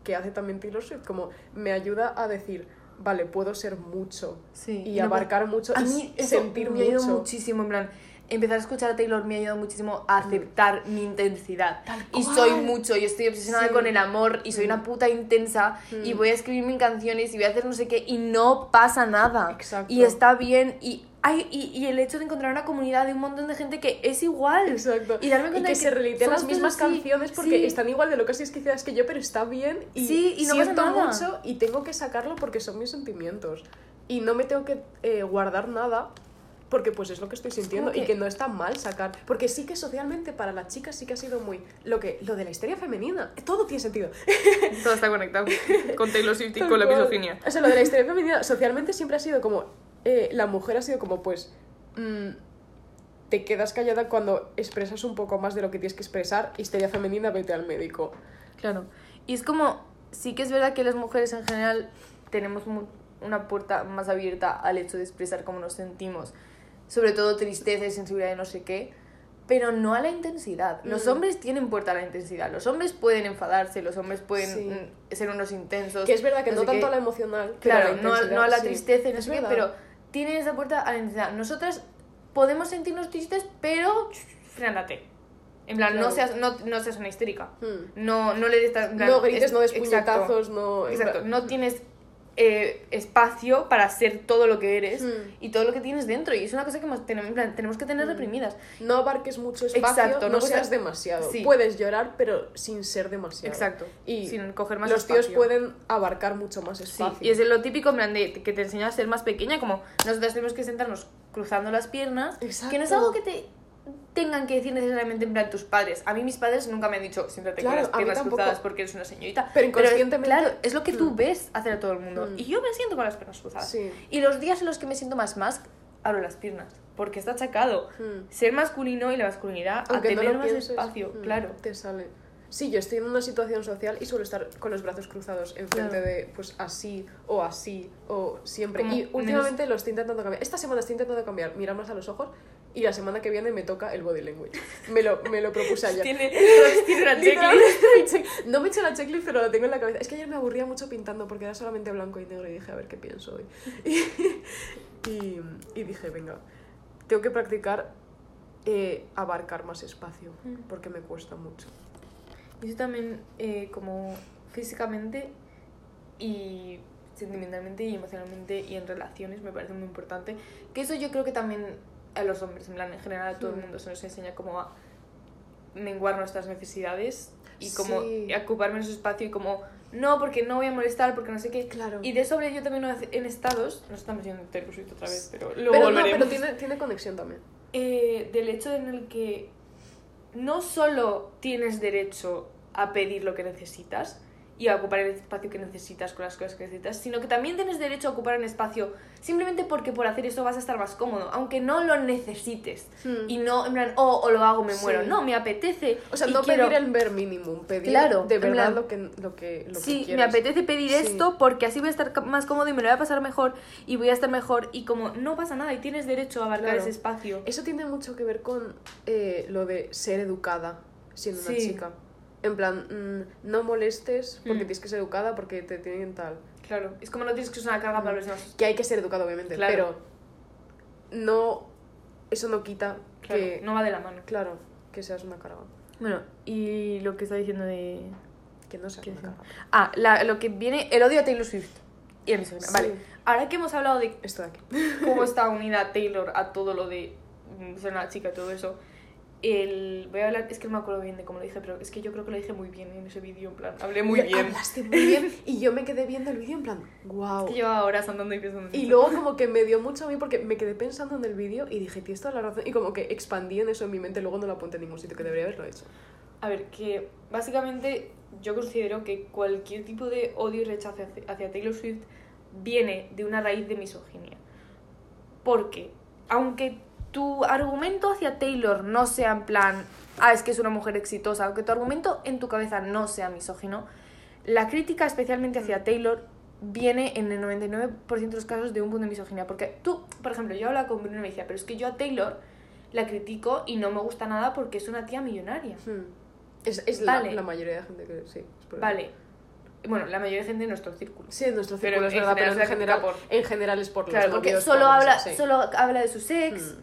[SPEAKER 2] que hace también Taylor Swift, como me ayuda a decir, vale, puedo ser mucho
[SPEAKER 1] Sí.
[SPEAKER 2] y
[SPEAKER 1] no,
[SPEAKER 2] abarcar mucho
[SPEAKER 1] A
[SPEAKER 2] y
[SPEAKER 1] mí eso
[SPEAKER 2] sentir
[SPEAKER 1] me ha ayudado
[SPEAKER 2] mucho.
[SPEAKER 1] muchísimo, en plan, empezar a escuchar a Taylor me ha ayudado muchísimo a
[SPEAKER 2] Mm.
[SPEAKER 1] aceptar mi intensidad. Y
[SPEAKER 2] cual.
[SPEAKER 1] soy mucho, y estoy obsesionada
[SPEAKER 2] Sí.
[SPEAKER 1] con el amor, y soy
[SPEAKER 2] Mm.
[SPEAKER 1] una puta intensa, y
[SPEAKER 2] Mm.
[SPEAKER 1] voy a escribir mis canciones, y voy a hacer no sé qué, y no pasa nada.
[SPEAKER 2] Exacto.
[SPEAKER 1] Y está bien, y, ay, y, y el hecho de encontrar una comunidad de un montón de gente que es igual.
[SPEAKER 2] Exacto.
[SPEAKER 1] Y darme
[SPEAKER 2] Y
[SPEAKER 1] cuenta
[SPEAKER 2] que
[SPEAKER 1] de
[SPEAKER 2] se relitean las
[SPEAKER 1] somos
[SPEAKER 2] mismas
[SPEAKER 1] todos así.
[SPEAKER 2] canciones porque
[SPEAKER 1] Sí.
[SPEAKER 2] están igual de locas y esquiciadas que yo, pero está bien y,
[SPEAKER 1] Sí, y no pasa
[SPEAKER 2] siento
[SPEAKER 1] nada.
[SPEAKER 2] mucho y tengo que sacarlo porque son mis sentimientos. Y no me tengo que eh, guardar nada porque pues es lo que estoy sintiendo
[SPEAKER 1] como
[SPEAKER 2] y
[SPEAKER 1] que-
[SPEAKER 2] que no está mal sacar. Porque sí que socialmente para las chicas sí que ha sido muy... Lo, que, lo de la histeria femenina, todo tiene sentido.
[SPEAKER 3] Todo está conectado con Taylor Swift y
[SPEAKER 2] Tal
[SPEAKER 3] con la
[SPEAKER 2] cual.
[SPEAKER 3] misoginia.
[SPEAKER 2] O sea, lo de la historia femenina socialmente siempre ha sido como. eh, la mujer ha sido como, pues. mm, te quedas callada cuando expresas un poco más de lo que tienes que expresar. Histeria femenina, vete al médico.
[SPEAKER 1] Claro. Y es como, sí que es verdad que las mujeres en general tenemos mu- una puerta más abierta al hecho de expresar cómo nos sentimos, sobre todo tristeza y sensibilidad y no sé qué,
[SPEAKER 3] pero no a la intensidad. Los
[SPEAKER 2] Mm.
[SPEAKER 3] hombres tienen puerta a la intensidad. Los hombres pueden enfadarse, los hombres pueden
[SPEAKER 2] Sí.
[SPEAKER 3] mm, ser unos intensos.
[SPEAKER 2] Que es verdad que no,
[SPEAKER 3] sé
[SPEAKER 2] tanto
[SPEAKER 3] qué.
[SPEAKER 2] a la emocional, pero
[SPEAKER 3] Claro,
[SPEAKER 2] a la
[SPEAKER 3] no, a-
[SPEAKER 2] intensidad,
[SPEAKER 3] no a la
[SPEAKER 2] sí.
[SPEAKER 3] tristeza y no
[SPEAKER 2] Es
[SPEAKER 3] sé qué,
[SPEAKER 2] verdad.
[SPEAKER 3] pero tienen esa puerta a la intensidad. Nosotras podemos sentirnos tristes, pero
[SPEAKER 1] Frénate. En plan,
[SPEAKER 2] Claro.
[SPEAKER 1] no, seas, no, no seas una histérica.
[SPEAKER 2] Hmm.
[SPEAKER 1] No, no le des tan- en plan,
[SPEAKER 2] No grites,
[SPEAKER 1] es-
[SPEAKER 2] no des
[SPEAKER 1] exacto.
[SPEAKER 2] puñetazos, no...
[SPEAKER 1] Exacto, no tienes eh, espacio para ser todo lo que eres
[SPEAKER 2] Hmm.
[SPEAKER 1] y todo lo que tienes dentro. Y es una cosa que más tenemos, en plan, tenemos que tener
[SPEAKER 2] Mm.
[SPEAKER 1] reprimidas.
[SPEAKER 2] No abarques mucho espacio,
[SPEAKER 1] Exacto,
[SPEAKER 2] no,
[SPEAKER 1] no
[SPEAKER 2] seas
[SPEAKER 1] seas-
[SPEAKER 2] demasiado.
[SPEAKER 1] Sí.
[SPEAKER 2] Puedes llorar, pero sin ser demasiado.
[SPEAKER 1] Exacto.
[SPEAKER 2] Y
[SPEAKER 1] sin coger más
[SPEAKER 2] Los tíos
[SPEAKER 1] espacio.
[SPEAKER 2] pueden abarcar mucho más
[SPEAKER 1] Sí,
[SPEAKER 2] espacio.
[SPEAKER 1] y es lo típico, en plan, de que te enseña a ser más pequeña, como nosotras tenemos que sentarnos cruzando las piernas, que no es
[SPEAKER 2] Exacto.
[SPEAKER 1] algo que te tengan que decir necesariamente en plan tus padres. A mí mis padres nunca me han dicho, siéntate
[SPEAKER 2] Claro,
[SPEAKER 1] con
[SPEAKER 2] a
[SPEAKER 1] las
[SPEAKER 2] mí
[SPEAKER 1] piernas
[SPEAKER 2] tampoco.
[SPEAKER 1] cruzadas porque eres una señorita.
[SPEAKER 2] Pero
[SPEAKER 1] es-
[SPEAKER 2] inconscientemente-
[SPEAKER 1] claro, es lo que tú
[SPEAKER 2] Mm.
[SPEAKER 1] ves hacer a todo el mundo.
[SPEAKER 2] Mm.
[SPEAKER 1] Y yo me siento con las piernas cruzadas.
[SPEAKER 2] ah, Sí.
[SPEAKER 1] Y los días en los que me siento más más, abro las piernas, porque está achacado.
[SPEAKER 2] Hmm.
[SPEAKER 1] Ser masculino y la masculinidad
[SPEAKER 2] Aunque
[SPEAKER 1] a
[SPEAKER 2] no
[SPEAKER 1] tener
[SPEAKER 2] lo
[SPEAKER 1] más
[SPEAKER 2] pienses,
[SPEAKER 1] espacio,
[SPEAKER 2] mm,
[SPEAKER 1] claro.
[SPEAKER 2] Te sale. Sí, yo estoy en una situación social y suelo estar con los brazos cruzados enfrente
[SPEAKER 1] Claro.
[SPEAKER 2] de pues así o así o siempre.
[SPEAKER 1] Como
[SPEAKER 2] Y últimamente lo estoy intentando cambiar. Esta semana estoy intentando cambiar, mirar más a los ojos y la semana que viene me toca el body language. Me lo, me lo propuse ayer.
[SPEAKER 1] Tiene, tiene una
[SPEAKER 2] Literal,
[SPEAKER 1] checklist.
[SPEAKER 2] mi check- No me he hecho la checklist, pero la tengo en la cabeza. Es que ayer me aburría mucho pintando porque era solamente blanco y negro y dije, a ver qué pienso hoy. Y, y- y dije, venga, tengo que practicar eh, abarcar más espacio porque me cuesta mucho.
[SPEAKER 1] Yo también, eh, como físicamente y sentimentalmente y emocionalmente y en relaciones, me parece muy importante. Que eso yo creo que también a los hombres, en plan, en general a todo
[SPEAKER 2] Mm.
[SPEAKER 1] el mundo se nos enseña cómo a menguar nuestras necesidades y cómo
[SPEAKER 2] Sí.
[SPEAKER 1] ocupar menos espacio y como, no, porque no voy a molestar, porque no sé qué.
[SPEAKER 2] Claro.
[SPEAKER 1] Y de sobre yo también en estados, no estamos yendo en Tercusuit otra vez, pero luego
[SPEAKER 2] pero no,
[SPEAKER 1] volveremos.
[SPEAKER 2] pero tiene, tiene conexión también.
[SPEAKER 1] Eh, del hecho en el que no solo tienes derecho a pedir lo que necesitas y a ocupar el espacio que necesitas con las cosas que necesitas, sino que también tienes derecho a ocupar un espacio simplemente porque por hacer eso vas a estar más cómodo, aunque no lo necesites. Y no, en plan, oh, o lo hago, me
[SPEAKER 2] Sí.
[SPEAKER 1] muero. No, me apetece.
[SPEAKER 2] o sea,
[SPEAKER 1] y
[SPEAKER 2] no
[SPEAKER 1] quiero-
[SPEAKER 2] pedir el ver mínimo, pedir
[SPEAKER 1] Claro,
[SPEAKER 2] de
[SPEAKER 1] en
[SPEAKER 2] verdad
[SPEAKER 1] plan,
[SPEAKER 2] lo que, lo que, lo que
[SPEAKER 1] sí, me
[SPEAKER 2] quieres.
[SPEAKER 1] apetece pedir
[SPEAKER 2] Sí.
[SPEAKER 1] esto porque así voy a estar ca- más cómodo y me lo voy a pasar mejor y voy a estar mejor y como no pasa nada y tienes derecho a abarcar
[SPEAKER 2] Claro.
[SPEAKER 1] ese espacio.
[SPEAKER 2] Eso tiene mucho que ver con eh, lo de ser educada siendo una
[SPEAKER 1] Sí.
[SPEAKER 2] chica. En plan, mm, no molestes porque
[SPEAKER 1] Mm.
[SPEAKER 2] tienes que ser educada porque te tienen tal.
[SPEAKER 1] Claro, es como no tienes que usar una carga para los demás.
[SPEAKER 2] Que hay que ser educada, obviamente,
[SPEAKER 1] Claro.
[SPEAKER 2] pero no. Eso no quita
[SPEAKER 1] Claro,
[SPEAKER 2] que.
[SPEAKER 1] no va de la mano.
[SPEAKER 2] Claro, que seas una carga.
[SPEAKER 1] Bueno, y lo que está diciendo de...
[SPEAKER 2] Que no seas
[SPEAKER 1] ¿Qué
[SPEAKER 2] una
[SPEAKER 1] decía?
[SPEAKER 2] carga.
[SPEAKER 1] Ah, la- lo que viene, el odio a Taylor Swift. Y a mi sobrina.
[SPEAKER 2] Sí.
[SPEAKER 1] Vale, ahora que hemos hablado de
[SPEAKER 2] Esto de aquí.
[SPEAKER 1] cómo está unida Taylor a todo lo de mm, ser una chica y todo eso, el... voy a hablar, es que no me acuerdo bien de cómo lo dije, pero es que yo creo que lo dije muy bien en ese vídeo, en plan, hablé muy bien.
[SPEAKER 2] Hablaste muy bien y yo me quedé viendo el vídeo en plan, wow.
[SPEAKER 1] Es que llevaba horas andando y pensando en
[SPEAKER 2] Y
[SPEAKER 1] esto.
[SPEAKER 2] luego como que me dio mucho a mí porque me quedé pensando en el vídeo y dije, tienes toda la razón. Y como que expandí en eso en mi mente, luego no lo apunté en ningún sitio, que debería haberlo hecho.
[SPEAKER 1] A ver, que básicamente yo considero que cualquier tipo de odio y rechazo hacia- hacia Taylor Swift viene de una raíz de misoginia. Porque, aunque tu argumento hacia Taylor no sea en plan, ah, es que es una mujer exitosa, aunque tu argumento en tu cabeza no sea misógino, la crítica especialmente hacia Taylor viene en el 99% de los casos de un punto de misoginia. Porque tú, por ejemplo, yo hablaba con Bruno y me decía, pero es que yo a Taylor la critico y no me gusta nada porque es una tía millonaria.
[SPEAKER 2] Hmm. Es, es la-
[SPEAKER 1] Vale.
[SPEAKER 2] la, mayoría de gente que sí. es por eso.
[SPEAKER 1] Vale. Bueno, la mayoría de gente en nuestro círculo.
[SPEAKER 2] Sí, en nuestro
[SPEAKER 1] Pero
[SPEAKER 2] círculo es
[SPEAKER 1] en
[SPEAKER 2] verdad, pero
[SPEAKER 1] general
[SPEAKER 2] en
[SPEAKER 1] se la
[SPEAKER 2] general,
[SPEAKER 1] critica
[SPEAKER 2] en general es por los
[SPEAKER 1] Claro, porque
[SPEAKER 2] novios,
[SPEAKER 1] solo
[SPEAKER 2] por los-
[SPEAKER 1] habla,
[SPEAKER 2] sí.
[SPEAKER 1] solo habla de sus ex.
[SPEAKER 2] Hmm.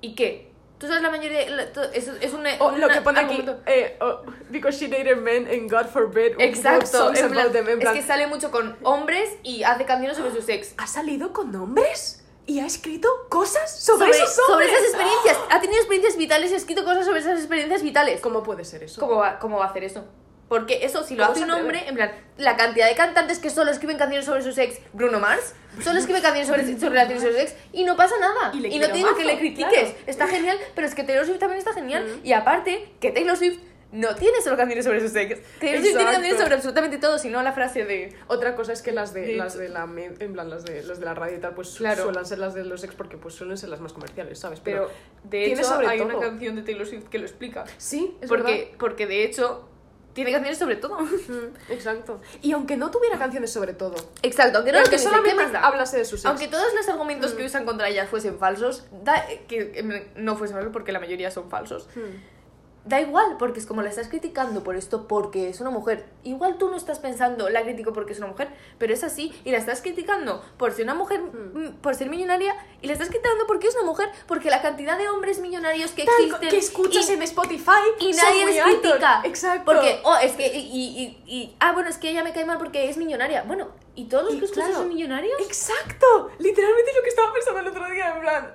[SPEAKER 1] ¿Y qué? Tú sabes la mayoría... la- to- eso es Ah, un...
[SPEAKER 2] O Oh, lo
[SPEAKER 1] una-
[SPEAKER 2] que pone aquí,
[SPEAKER 1] argumento-
[SPEAKER 2] eh, oh, because she dated men and God forbid we wrote
[SPEAKER 1] Exacto.
[SPEAKER 2] songs
[SPEAKER 1] en plan-
[SPEAKER 2] about them", en
[SPEAKER 1] es
[SPEAKER 2] plan,
[SPEAKER 1] que sale mucho con hombres y hace canciones sobre sus ex.
[SPEAKER 2] ha salido con hombres y ha escrito cosas sobre, esos
[SPEAKER 1] sobre
[SPEAKER 2] hombres.
[SPEAKER 1] esas experiencias. Ha tenido experiencias vitales y ha escrito cosas sobre esas experiencias vitales.
[SPEAKER 2] ¿Cómo puede ser eso?
[SPEAKER 1] ¿Cómo va, cómo va a hacer eso? Porque eso, si lo
[SPEAKER 2] ¿Cómo
[SPEAKER 1] hace
[SPEAKER 2] se
[SPEAKER 1] un
[SPEAKER 2] atreve?
[SPEAKER 1] hombre, en plan, la cantidad de cantantes que solo escriben canciones sobre sus ex, Bruno Mars, solo escribe canciones sobre, sobre relaciones sobre sus ex y no pasa nada.
[SPEAKER 2] Y le
[SPEAKER 1] no
[SPEAKER 2] quiero
[SPEAKER 1] te digo que
[SPEAKER 2] mazo,
[SPEAKER 1] le critiques,
[SPEAKER 2] claro.
[SPEAKER 1] está genial, pero es que Taylor Swift también está genial.
[SPEAKER 2] Mm.
[SPEAKER 1] Y aparte, que Taylor Swift no tiene solo canciones sobre sus ex. Taylor Swift tiene
[SPEAKER 2] Exacto.
[SPEAKER 1] canciones sobre absolutamente todo, sino la frase de.
[SPEAKER 2] Otra cosa es que las de,
[SPEAKER 1] De
[SPEAKER 2] las
[SPEAKER 1] hecho.
[SPEAKER 2] de la med- en plan las de los de la radio y tal pues su-
[SPEAKER 1] Claro.
[SPEAKER 2] suelen ser las de los ex porque pues suelen ser las más comerciales, ¿sabes?
[SPEAKER 1] Pero, de
[SPEAKER 2] tiene
[SPEAKER 1] hecho,
[SPEAKER 2] sobre
[SPEAKER 1] hay
[SPEAKER 2] todo.
[SPEAKER 1] una canción de Taylor Swift que lo explica.
[SPEAKER 2] sí, es
[SPEAKER 1] porque,
[SPEAKER 2] verdad.
[SPEAKER 1] porque de hecho, Tiene canciones sobre todo.
[SPEAKER 2] Mm, Exacto. Y aunque no tuviera canciones sobre todo.
[SPEAKER 1] Exacto, aunque no
[SPEAKER 2] Pero
[SPEAKER 1] lo
[SPEAKER 2] que
[SPEAKER 1] que
[SPEAKER 2] solamente hablase de sus ex.
[SPEAKER 1] Aunque todos los argumentos
[SPEAKER 2] Mm.
[SPEAKER 1] que usan contra ella fuesen falsos, da, que que no fuesen falsos porque la mayoría son falsos,
[SPEAKER 2] Mm.
[SPEAKER 1] da igual, porque es como la estás criticando por esto porque es una mujer. Igual tú no estás pensando, la critico porque es una mujer, pero es así, y la estás criticando por ser una mujer, mm, por ser millonaria, y la estás criticando porque es una mujer, porque la cantidad de hombres millonarios que existen.
[SPEAKER 2] que escuchas
[SPEAKER 1] y-
[SPEAKER 2] en Spotify
[SPEAKER 1] y
[SPEAKER 2] son
[SPEAKER 1] nadie
[SPEAKER 2] muy
[SPEAKER 1] les
[SPEAKER 2] altos.
[SPEAKER 1] critica.
[SPEAKER 2] Exacto.
[SPEAKER 1] Porque, oh, es que, y, y- y- y- ah, bueno, es que ella me cae mal porque es millonaria. Bueno, ¿y todos los
[SPEAKER 2] Y
[SPEAKER 1] que escuchas
[SPEAKER 2] claro,
[SPEAKER 1] son millonarios?
[SPEAKER 2] Exacto. Literalmente es lo que estaba pensando el otro día, en plan.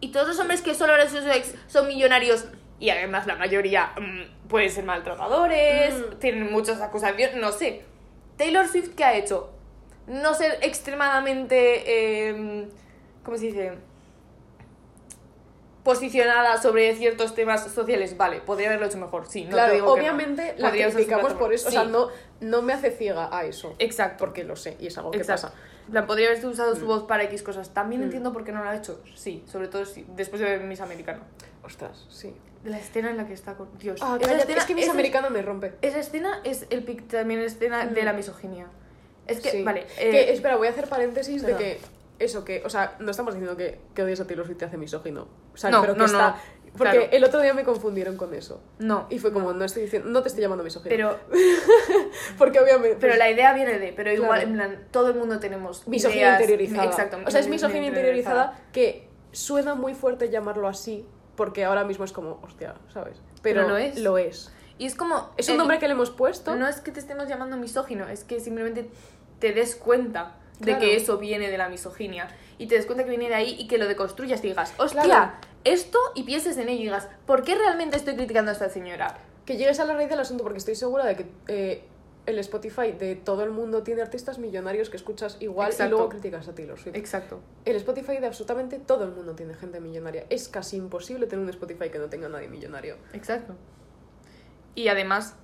[SPEAKER 1] Y todos los hombres que solo hablan de sus ex son millonarios. Y además la mayoría mm, pueden ser maltratadores,
[SPEAKER 2] Mm.
[SPEAKER 1] tienen muchas acusaciones, no sé. Taylor Swift, ¿qué ha hecho? No ser extremadamente... em, ¿Cómo se dice? Posicionada sobre ciertos temas sociales. Vale, podría haberlo hecho mejor, sí. No
[SPEAKER 2] claro,
[SPEAKER 1] te digo que no.
[SPEAKER 2] obviamente la
[SPEAKER 1] Podría haberse
[SPEAKER 2] criticamos
[SPEAKER 1] hecho mejor.
[SPEAKER 2] por eso. O sea,
[SPEAKER 1] Sí.
[SPEAKER 2] no, no me hace ciega a eso.
[SPEAKER 1] Exacto.
[SPEAKER 2] Porque lo sé y es algo que
[SPEAKER 1] Exacto.
[SPEAKER 2] pasa.
[SPEAKER 1] En plan, podría haberse usado su voz para X cosas. También
[SPEAKER 2] Mm.
[SPEAKER 1] entiendo por qué no lo ha hecho. Sí, sobre todo si- después de ver Miss Americano.
[SPEAKER 2] Ostras, sí.
[SPEAKER 1] La escena en la que está con. Dios. esa
[SPEAKER 2] Ah, cállate,
[SPEAKER 1] escena-
[SPEAKER 2] es que mis
[SPEAKER 1] esa-
[SPEAKER 2] americanos me rompe.
[SPEAKER 1] Esa escena es el pic- también escena de la misoginia. Es que,
[SPEAKER 2] Mm. Sí.
[SPEAKER 1] vale.
[SPEAKER 2] Que,
[SPEAKER 1] eh,
[SPEAKER 2] espera, voy a hacer paréntesis de
[SPEAKER 1] perdón.
[SPEAKER 2] que. Eso, que. O sea, no estamos diciendo que, que odias a Taylor Swift te hace misógino. O sea,
[SPEAKER 1] No,
[SPEAKER 2] pero que
[SPEAKER 1] no, no,
[SPEAKER 2] está. Porque
[SPEAKER 1] claro.
[SPEAKER 2] el otro día me confundieron con eso.
[SPEAKER 1] No.
[SPEAKER 2] Y fue como, no estoy diciendo, no te estoy llamando misógino.
[SPEAKER 1] Pero,
[SPEAKER 2] porque obviamente. pues,
[SPEAKER 1] pero la idea viene de. Pero igual,
[SPEAKER 2] Claro.
[SPEAKER 1] en plan, todo el mundo tenemos.
[SPEAKER 2] misoginia
[SPEAKER 1] ideas-
[SPEAKER 2] interiorizada.
[SPEAKER 1] Exacto.
[SPEAKER 2] O sea, es misoginia interiorizada que suena muy fuerte llamarlo así, porque ahora mismo es como, hostia, ¿sabes? Pero,
[SPEAKER 1] Pero lo es.
[SPEAKER 2] Lo es.
[SPEAKER 1] Y es como.
[SPEAKER 2] Es un
[SPEAKER 1] eh,
[SPEAKER 2] nombre que le hemos puesto.
[SPEAKER 1] No es que te estemos llamando misógino, es que simplemente te des cuenta
[SPEAKER 2] Claro.
[SPEAKER 1] de que eso viene de la misoginia. Y te des cuenta que viene de ahí y que lo deconstruyas y digas, hostia,
[SPEAKER 2] Claro.
[SPEAKER 1] esto y pienses en ello y digas, ¿por qué realmente estoy criticando a esta señora?
[SPEAKER 2] Que llegues a la raíz del asunto, porque estoy segura de que eh, el Spotify de todo el mundo tiene artistas millonarios que escuchas igual y
[SPEAKER 1] Exacto.
[SPEAKER 2] luego criticas a Taylor Swift.
[SPEAKER 1] Exacto.
[SPEAKER 2] El Spotify de absolutamente todo el mundo tiene gente millonaria. Es casi imposible tener un Spotify que no tenga nadie millonario.
[SPEAKER 1] Exacto. Y además,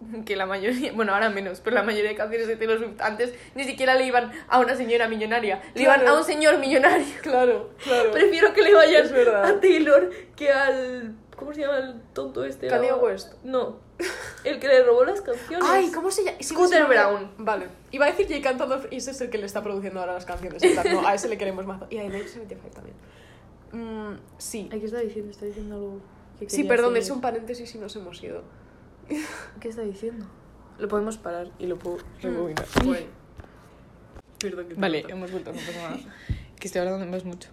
[SPEAKER 1] que la mayoría, bueno, ahora menos, pero la mayoría de canciones de Taylor Swift antes ni siquiera le iban a una señora millonaria, le iban
[SPEAKER 2] Claro.
[SPEAKER 1] a un señor millonario.
[SPEAKER 2] Claro, claro.
[SPEAKER 1] Prefiero que le vayan
[SPEAKER 2] Es verdad.
[SPEAKER 1] a Taylor que al. ¿Cómo se llama el tonto este?
[SPEAKER 2] Kanye
[SPEAKER 1] O-
[SPEAKER 2] West.
[SPEAKER 1] No. El que le robó las canciones.
[SPEAKER 2] Ay, ¿cómo se llama? Sí,
[SPEAKER 1] Scooter
[SPEAKER 2] me suena.
[SPEAKER 1] Brown.
[SPEAKER 2] Vale. Iba a decir Jay cantando y ese es el que le está produciendo ahora las canciones. en plan, No, a ese le queremos más. Y a Elaine 75 también. Mm, sí.
[SPEAKER 1] Ay, ¿Qué está diciendo? Está diciendo algo. que
[SPEAKER 2] Sí,
[SPEAKER 1] quería
[SPEAKER 2] perdón,
[SPEAKER 1] seguir.
[SPEAKER 2] es un paréntesis y nos hemos ido.
[SPEAKER 1] ¿Qué está diciendo? Lo podemos parar y lo puedo
[SPEAKER 2] Mm.
[SPEAKER 1] rebobinar.
[SPEAKER 2] Perdón, que te
[SPEAKER 1] Vale,
[SPEAKER 2] corto.
[SPEAKER 1] hemos vuelto, no pasa nada. que estoy hablando más mucho.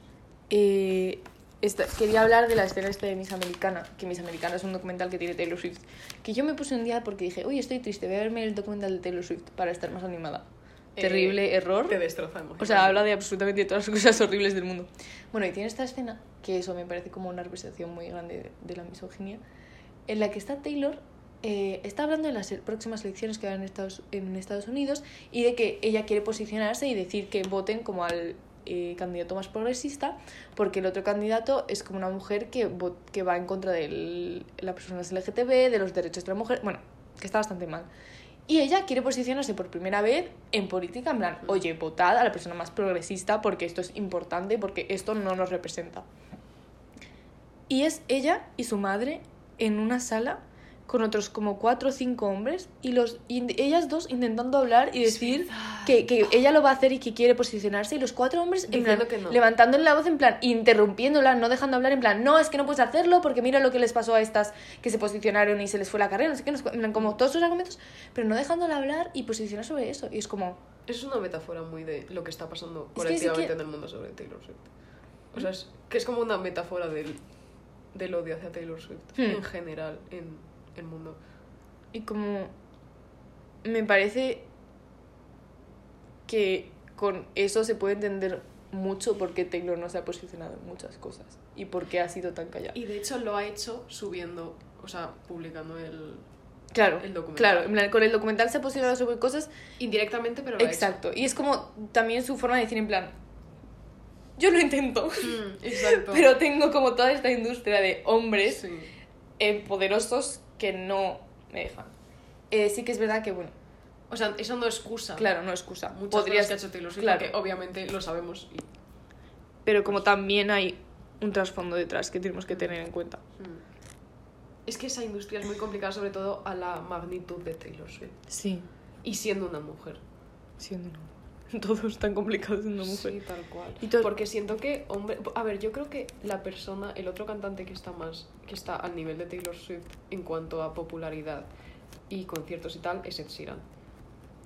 [SPEAKER 1] Eh, esta- quería hablar de la escena esta de Miss Americana, que Miss Americana es un documental que tiene Taylor Swift. Que yo me puse un día porque dije, oye, estoy triste, voy a verme el documental de Taylor Swift para estar más animada.
[SPEAKER 2] Eh,
[SPEAKER 1] Terrible error.
[SPEAKER 2] Te destrozamos.
[SPEAKER 1] em, O sea, habla de absolutamente todas las cosas horribles del mundo. Bueno, y tiene esta escena, que eso me parece como una representación muy grande de, de la misoginia, en la que está Taylor, eh, está hablando de las e- próximas elecciones que habrá en Estados, en Estados Unidos y de que ella quiere posicionarse y decir que voten como al eh, candidato más progresista, porque el otro candidato es como una mujer que, vo- que va en contra de las personas LGTB, de los derechos de la mujer, bueno, que está bastante mal. Y ella quiere posicionarse por primera vez en política, en plan, oye, votad a la persona más progresista porque esto es importante, porque esto no nos representa. Y es ella y su madre en una sala con otros como cuatro o cinco hombres y, los, y ellas dos intentando hablar y decir que, que ella lo va a hacer y que quiere posicionarse y los cuatro hombres en plan,
[SPEAKER 2] Diciendo que no.
[SPEAKER 1] levantándole la voz en plan, interrumpiéndola, no dejando hablar en plan, no, es que no puedes hacerlo porque mira lo que les pasó a estas que se posicionaron y se les fue la carrera, no sé qué, no sé cu- en plan, como todos sus argumentos, pero no dejándola hablar y posicionar sobre eso. Y es como,
[SPEAKER 2] Es una metáfora muy de lo que está pasando
[SPEAKER 1] Es que sí
[SPEAKER 2] colectivamente
[SPEAKER 1] que-
[SPEAKER 2] en el mundo sobre Taylor Swift. O sea, es, que es como una metáfora del, del odio hacia Taylor Swift
[SPEAKER 1] Hmm.
[SPEAKER 2] en general en el mundo.
[SPEAKER 1] y como, me parece que con eso se puede entender mucho por qué Taylor no se ha posicionado en muchas cosas y por qué ha sido tan callada.
[SPEAKER 2] Y de hecho lo ha hecho subiendo, o sea, publicando el...
[SPEAKER 1] Claro,
[SPEAKER 2] el documental.
[SPEAKER 1] claro, en plan, con el documental se ha posicionado sobre cosas
[SPEAKER 2] Indirectamente, pero lo
[SPEAKER 1] Exacto. Y es como también su forma de decir en plan, yo lo intento,
[SPEAKER 2] ha hecho. Mm, exacto.
[SPEAKER 1] pero tengo como toda esta industria de hombres
[SPEAKER 2] Sí.
[SPEAKER 1] eh, poderosos que no me dejan. Eh, sí que es verdad que, bueno,
[SPEAKER 2] O sea, eso no excusa.
[SPEAKER 1] claro, no excusa.
[SPEAKER 2] Ah. Muchas
[SPEAKER 1] Podrías-
[SPEAKER 2] cosas que ha hecho Taylor Swift,
[SPEAKER 1] claro.
[SPEAKER 2] que obviamente lo sabemos. y-
[SPEAKER 1] Pero como también hay un trasfondo detrás que tenemos que tener en cuenta.
[SPEAKER 2] Mm. Es que esa industria es muy complicada, sobre todo a la magnitud de Taylor Swift.
[SPEAKER 3] Sí,
[SPEAKER 2] Y siendo una mujer.
[SPEAKER 3] siendo una Todos tan complicados siendo mujer.
[SPEAKER 2] Sí, tal cual.
[SPEAKER 3] Y todo-
[SPEAKER 2] Porque siento que, hombre, a ver, yo creo que la persona, el otro cantante que está más, que está al nivel de Taylor Swift en cuanto a popularidad y conciertos y tal, es Ed Sheeran.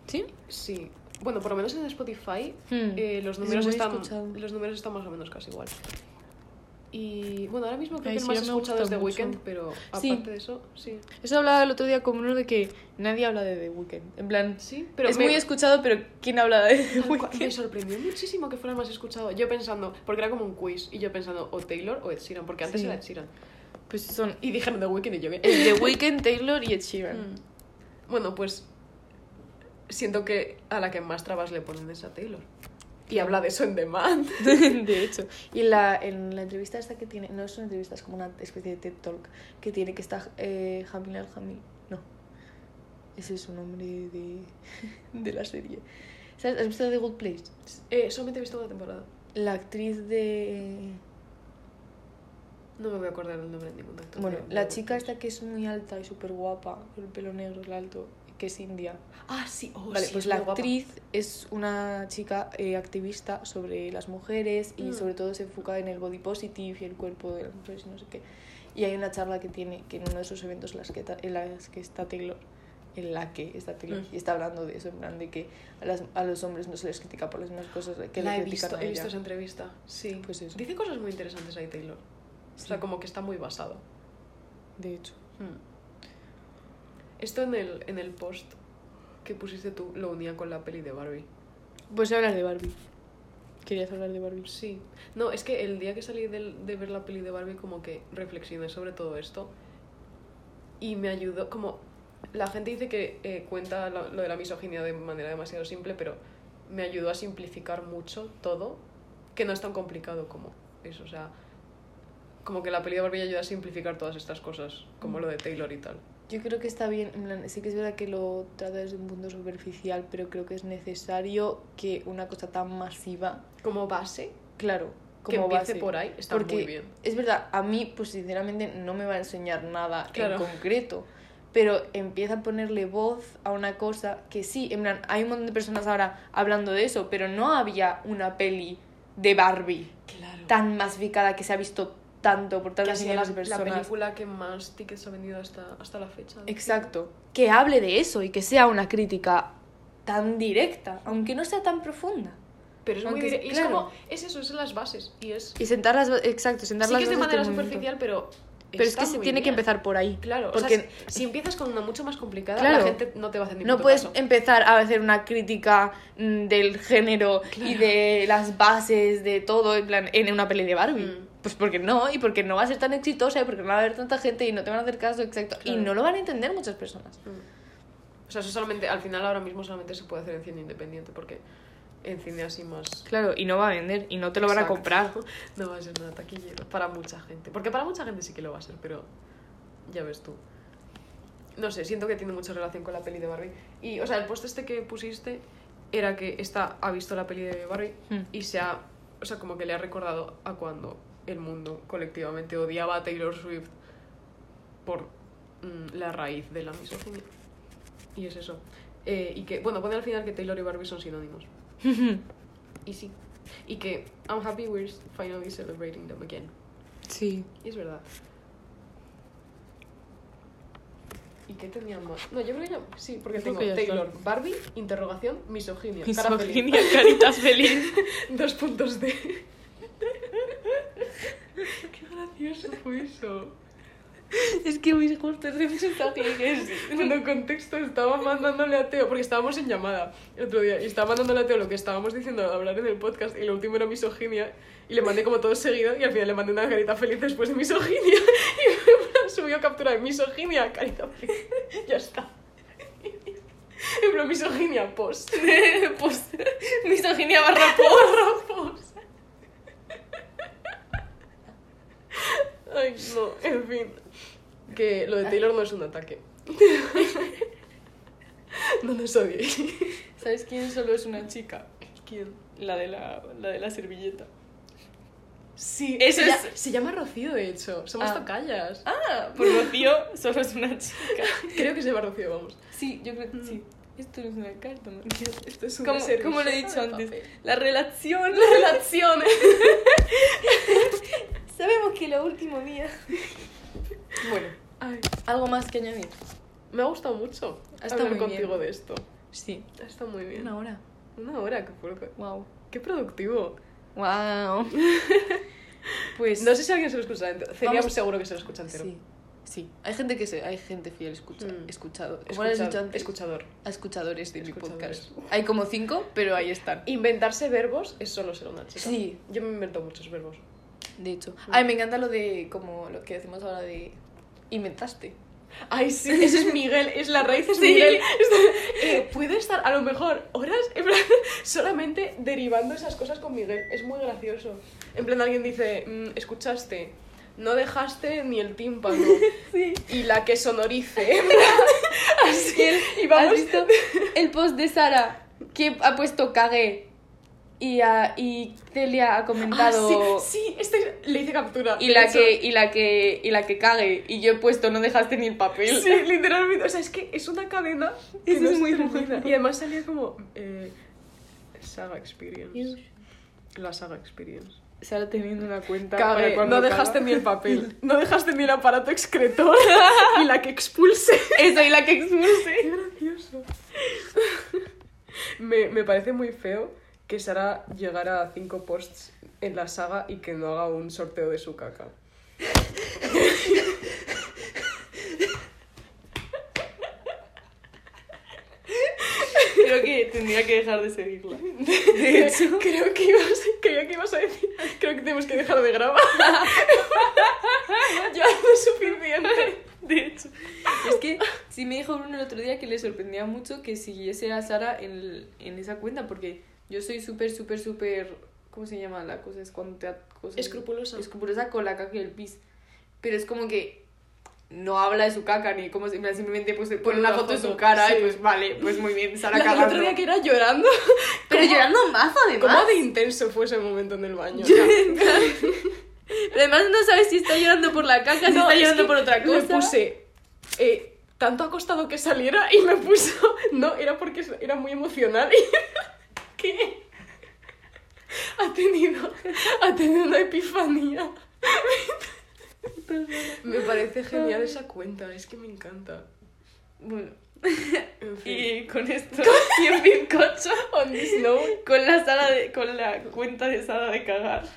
[SPEAKER 3] ¿Sí?
[SPEAKER 2] Sí. Bueno, por lo menos en Spotify
[SPEAKER 3] Hmm.
[SPEAKER 2] eh, los
[SPEAKER 3] Eso
[SPEAKER 2] números
[SPEAKER 3] no he
[SPEAKER 2] están
[SPEAKER 3] escuchado.
[SPEAKER 2] los números están más o menos casi igual. Y bueno, ahora mismo creo
[SPEAKER 3] Ay,
[SPEAKER 2] que el
[SPEAKER 3] sí,
[SPEAKER 2] más
[SPEAKER 3] ya me
[SPEAKER 2] escuchado es
[SPEAKER 3] gusta
[SPEAKER 2] The
[SPEAKER 3] mucho.
[SPEAKER 2] Weeknd, pero aparte
[SPEAKER 3] Sí.
[SPEAKER 2] de eso, sí.
[SPEAKER 3] Eso hablaba el otro día con uno de que nadie habla de The Weeknd. En plan,
[SPEAKER 2] Sí, pero
[SPEAKER 3] es
[SPEAKER 2] me-
[SPEAKER 3] muy escuchado, pero ¿quién habla de The
[SPEAKER 2] Tal cual. Me
[SPEAKER 3] Weeknd?
[SPEAKER 2] sorprendió muchísimo que fuera el más escuchado. Yo pensando, porque era como un quiz, y yo pensando o Taylor o Ed Sheeran, porque antes
[SPEAKER 3] Sí.
[SPEAKER 2] era Ed Sheeran.
[SPEAKER 3] Pues son
[SPEAKER 2] Y dijeron The Weeknd y yo que...
[SPEAKER 3] el The Weeknd, Taylor y Ed Sheeran.
[SPEAKER 2] Mm. Bueno, pues siento que a la que más trabas le ponen es a Taylor. Y habla de eso en Demand.
[SPEAKER 3] de hecho.
[SPEAKER 1] Y la, en la entrevista esta que tiene, no es una entrevista, es como una especie de TED Talk que tiene que está eh, Jamil al Jamil. No. Ese es su nombre de, de la serie. ¿Sabes? ¿Has visto The Good Place?
[SPEAKER 2] Eh, solamente he visto una temporada.
[SPEAKER 1] La actriz de.
[SPEAKER 2] No me voy a acordar el nombre de ningún pues, actor.
[SPEAKER 1] Bueno,
[SPEAKER 2] de-
[SPEAKER 1] la
[SPEAKER 2] de-
[SPEAKER 1] chica esta que es muy alta y súper guapa, con el pelo negro, el alto, que es india.
[SPEAKER 2] Ah, sí. oh,
[SPEAKER 1] vale,
[SPEAKER 2] sí,
[SPEAKER 1] pues
[SPEAKER 2] es
[SPEAKER 1] la
[SPEAKER 2] muy guapa.
[SPEAKER 1] actriz es una chica eh, activista sobre las mujeres y
[SPEAKER 2] Mm.
[SPEAKER 1] sobre todo se enfoca en el body positive y el cuerpo de las mujeres y no sé qué. Y hay una charla que tiene, que en uno de sus eventos las que ta- en las que está Taylor, en la que está Taylor,
[SPEAKER 2] Mm.
[SPEAKER 1] y está hablando de eso, en plan de que a, las- a los hombres no se les critica por las mismas cosas que
[SPEAKER 2] la
[SPEAKER 1] le
[SPEAKER 2] he
[SPEAKER 1] critican
[SPEAKER 2] visto,
[SPEAKER 1] a
[SPEAKER 2] he
[SPEAKER 1] ella.
[SPEAKER 2] visto esa entrevista. Sí.
[SPEAKER 1] Pues eso.
[SPEAKER 2] Dice cosas muy interesantes ahí Taylor. O sea,
[SPEAKER 1] Sí.
[SPEAKER 2] como que está muy basado.
[SPEAKER 1] De hecho.
[SPEAKER 2] Hmm. Esto en el, en el post que pusiste tú lo unía con la peli de Barbie.
[SPEAKER 3] Pues hablar de Barbie. Querías hablar de Barbie.
[SPEAKER 2] Sí. No, es que el día que salí del- de ver la peli de Barbie como que reflexioné sobre todo esto y me ayudó como... La gente dice que eh, cuenta lo, lo de la misoginia de manera demasiado simple, pero me ayudó a simplificar mucho todo, que no es tan complicado como eso. O sea, como que la peli de Barbie ayuda a simplificar todas estas cosas, como lo de Taylor y tal.
[SPEAKER 1] Yo creo que está bien, en plan, sí que es verdad que lo trata desde un punto superficial, pero creo que es necesario que una cosa tan masiva,
[SPEAKER 2] Como base,
[SPEAKER 1] claro,
[SPEAKER 2] que
[SPEAKER 1] como
[SPEAKER 2] empiece
[SPEAKER 1] base,
[SPEAKER 2] por ahí, está
[SPEAKER 1] porque
[SPEAKER 2] muy bien.
[SPEAKER 1] es verdad, a mí, pues sinceramente, no me va a enseñar nada
[SPEAKER 2] Claro.
[SPEAKER 1] en concreto, pero empieza a ponerle voz a una cosa que sí, en plan, hay un montón de personas ahora hablando de eso, pero no había una peli de Barbie
[SPEAKER 2] Claro.
[SPEAKER 1] tan masificada que se ha visto tanto por
[SPEAKER 2] que ha
[SPEAKER 1] tantas
[SPEAKER 2] sido la,
[SPEAKER 1] millones de
[SPEAKER 2] la
[SPEAKER 1] personas.
[SPEAKER 2] película que más tickets ha vendido hasta, hasta la fecha. ¿no?
[SPEAKER 1] Exacto. Que hable de eso y que sea una crítica tan directa, aunque no sea tan profunda.
[SPEAKER 2] Pero es muy
[SPEAKER 1] Aunque-
[SPEAKER 2] dire- y es
[SPEAKER 1] claro.
[SPEAKER 2] como, es eso, es las bases. Y es.
[SPEAKER 1] Y sentarlas, exacto,
[SPEAKER 2] sí
[SPEAKER 1] sentarlas
[SPEAKER 2] que es de manera superficial, pero.
[SPEAKER 3] Pero es
[SPEAKER 2] está
[SPEAKER 3] que se
[SPEAKER 2] muy
[SPEAKER 3] tiene que
[SPEAKER 2] bien.
[SPEAKER 3] empezar por ahí.
[SPEAKER 2] Claro, porque
[SPEAKER 3] porque
[SPEAKER 2] si, si empiezas con una mucho más complicada, la
[SPEAKER 1] Claro.
[SPEAKER 2] gente no te va a hacer ni
[SPEAKER 1] No
[SPEAKER 2] puto
[SPEAKER 1] puedes
[SPEAKER 2] caso.
[SPEAKER 1] empezar a hacer una crítica mm, del género y de las bases de todo en, plan, en una peli de Barbie.
[SPEAKER 2] Mm.
[SPEAKER 1] Pues porque no, y porque no va a ser tan exitosa, y porque no va a haber tanta gente y no te van a hacer caso, exacto.
[SPEAKER 2] Claro.
[SPEAKER 1] Y no lo van a entender muchas personas.
[SPEAKER 3] em-
[SPEAKER 2] O sea, eso solamente. Al final, ahora mismo solamente se puede hacer en cine independiente, porque en cine así más.
[SPEAKER 3] Claro, y no va a vender, y no te lo van a
[SPEAKER 2] Exacto.
[SPEAKER 3] comprar.
[SPEAKER 2] No va a ser nada taquillero para mucha gente. Porque para mucha gente sí que lo va a ser, pero ya ves tú. No sé, siento que tiene mucha relación con la peli de Barbie. Y, o sea, el post este que pusiste era que esta ha visto la peli de Barbie
[SPEAKER 3] Hmm.
[SPEAKER 2] y se ha. O sea, como que le ha recordado a cuando el mundo colectivamente odiaba a Taylor Swift por mm, la raíz de la misoginia. Y es eso. Eh, y que, bueno, pone al final que Taylor y Barbie son sinónimos.
[SPEAKER 1] Mm.
[SPEAKER 2] y sí. Y que I'm happy we're finally celebrating them again.
[SPEAKER 3] Sí.
[SPEAKER 2] Y es verdad. ¿Y qué tenía más? No, yo creo que ya. Sí, porque
[SPEAKER 3] Yo creo
[SPEAKER 2] tengo
[SPEAKER 3] que ya
[SPEAKER 2] Taylor, Barbie, interrogación, misoginia. cara feliz.
[SPEAKER 3] Misoginia, caritas feliz.
[SPEAKER 2] Dos puntos de. qué gracioso fue eso.
[SPEAKER 1] Es que muy justo ese mensaje que es.
[SPEAKER 2] Bueno, contexto, estaba mandándole a Teo, porque estábamos en llamada el otro día, y estaba mandándole a Teo lo que estábamos diciendo al hablar en el podcast, y lo último era misoginia, y le mandé como todo seguido, y al final le mandé una carita feliz después de misoginia, y subió captura de misoginia, carita feliz, ya está. En plan, misoginia, post.
[SPEAKER 1] pues, misoginia barra
[SPEAKER 2] Porrofos. Ay, no, en fin. Que lo de Taylor no es un ataque. No nos odiéis.
[SPEAKER 1] ¿Sabes quién solo es una chica?
[SPEAKER 2] ¿Quién?
[SPEAKER 1] La de la, la de la servilleta.
[SPEAKER 2] Sí,
[SPEAKER 1] Eso
[SPEAKER 2] se,
[SPEAKER 1] es-
[SPEAKER 2] lla- se llama Rocío, de hecho. Somos
[SPEAKER 1] Ah.
[SPEAKER 2] tocallas.
[SPEAKER 1] Ah, por Rocío solo es una chica. Mm.
[SPEAKER 2] Creo que se llama Rocío, vamos.
[SPEAKER 1] Sí, yo creo que sí. Esto no es una carta, man.
[SPEAKER 2] Esto es
[SPEAKER 1] Como, como lo he dicho antes, la relación.
[SPEAKER 2] Relaciones.
[SPEAKER 1] Sabemos que lo último día.
[SPEAKER 2] Bueno, ay,
[SPEAKER 1] ¿Algo más que añadir?
[SPEAKER 2] me ha gustado mucho
[SPEAKER 1] Ha estado
[SPEAKER 2] hablar
[SPEAKER 1] muy
[SPEAKER 2] contigo
[SPEAKER 1] bien.
[SPEAKER 2] de esto.
[SPEAKER 1] Sí.
[SPEAKER 2] Ha estado muy bien.
[SPEAKER 1] Una hora.
[SPEAKER 2] Una hora, qué fuerte.
[SPEAKER 1] Wow.
[SPEAKER 2] Qué productivo.
[SPEAKER 1] Wow. Pues.
[SPEAKER 2] No sé si alguien se lo escucha entero. Seríamos seguro que se lo escucha entero.
[SPEAKER 1] Sí. Sí. Hay gente que se. Hay gente fiel escucha,
[SPEAKER 2] Mm.
[SPEAKER 1] escuchado. Hmm. Como
[SPEAKER 2] Escuchad-
[SPEAKER 1] has dicho antes?
[SPEAKER 2] Escuchador.
[SPEAKER 1] A escuchadores de mi
[SPEAKER 2] Escuchadores.
[SPEAKER 1] podcast. Hay como cinco, pero ahí están.
[SPEAKER 2] Inventarse verbos es solo ser una chica.
[SPEAKER 1] Sí. Hmm.
[SPEAKER 2] Yo me invento muchos verbos.
[SPEAKER 1] De hecho. Ay, me encanta lo de. Como lo que decimos ahora de. Inventaste.
[SPEAKER 2] Ay, sí, ese es Miguel, es la raíz, es
[SPEAKER 1] Sí.
[SPEAKER 2] Miguel. Está- eh, puede estar a lo mejor horas en plan, solamente derivando esas cosas con Miguel. Es muy gracioso. En plan, alguien dice, mm, escuchaste, no dejaste ni el tímpano.
[SPEAKER 1] Sí.
[SPEAKER 2] Y la que sonorice. En plan, Así. Y
[SPEAKER 1] ¿Has
[SPEAKER 2] vamos. Ah,
[SPEAKER 1] visto el post de Sara que ha puesto cagué? Y, a- y Celia ha
[SPEAKER 2] Ah,
[SPEAKER 1] comentado.
[SPEAKER 2] sí, sí, este- le hice captura.
[SPEAKER 1] Y
[SPEAKER 2] de
[SPEAKER 1] la
[SPEAKER 2] hecho.
[SPEAKER 1] que, y la que, y la que cague. Y yo he puesto, no dejaste ni el papel.
[SPEAKER 2] Sí, literalmente. O sea, es que es una cadena. que
[SPEAKER 1] Eso
[SPEAKER 2] no
[SPEAKER 1] es
[SPEAKER 2] se
[SPEAKER 1] muy
[SPEAKER 2] termina.
[SPEAKER 1] bueno.
[SPEAKER 2] Y además salía como. eh, saga Experience. La saga Experience.
[SPEAKER 1] Sara teniendo una cuenta.
[SPEAKER 2] Cague, no dejaste ni el papel. No dejaste ni el aparato excretor. y la que expulse.
[SPEAKER 1] Eso, y la que expulse.
[SPEAKER 2] Qué gracioso. me, me parece muy feo que Sara llegara a cinco posts en la saga y que no haga un sorteo de su caca.
[SPEAKER 1] Creo que tendría que dejar de seguirla.
[SPEAKER 2] De hecho, creo que ibas, creía que ibas a decir, creo que tenemos que dejar de grabar. ya es suficiente.
[SPEAKER 1] De hecho. Es que sí me dijo Bruno el otro día que le sorprendía mucho que siguiese a Sara en, el- en esa cuenta. Porque yo soy súper, súper, súper. ¿Cómo se llama la cosa? Es cuando te. ha- cosas-
[SPEAKER 2] Escrupulosa.
[SPEAKER 1] escrupulosa con la caca y el pis. Pero es como que no habla de su caca ni cómo se, simplemente pues te pone una foto de su cara y pues vale, pues muy bien, Sara
[SPEAKER 2] La, el
[SPEAKER 1] cagando.
[SPEAKER 2] otro día que era llorando.
[SPEAKER 1] Pero
[SPEAKER 2] ¿Cómo-
[SPEAKER 1] llorando mazo además.
[SPEAKER 2] ¿Cómo de intenso fue ese momento en el baño?
[SPEAKER 1] Yo- Pero además no sabes si está llorando por la caca, si
[SPEAKER 2] No,
[SPEAKER 1] está
[SPEAKER 2] es
[SPEAKER 1] llorando
[SPEAKER 2] que
[SPEAKER 1] por otra cosa.
[SPEAKER 2] Le puse, eh, tanto ha costado que saliera y me puso, no, era porque era muy emocional. Y, ¿Qué? Ha tenido, ha tenido una epifanía. Me parece genial esa cuenta, es que me encanta.
[SPEAKER 1] Bueno,
[SPEAKER 2] En fin.
[SPEAKER 1] y con esto y en bizcocho
[SPEAKER 2] On this note,
[SPEAKER 1] con la Sara de- con la cuenta de Sara de cagar.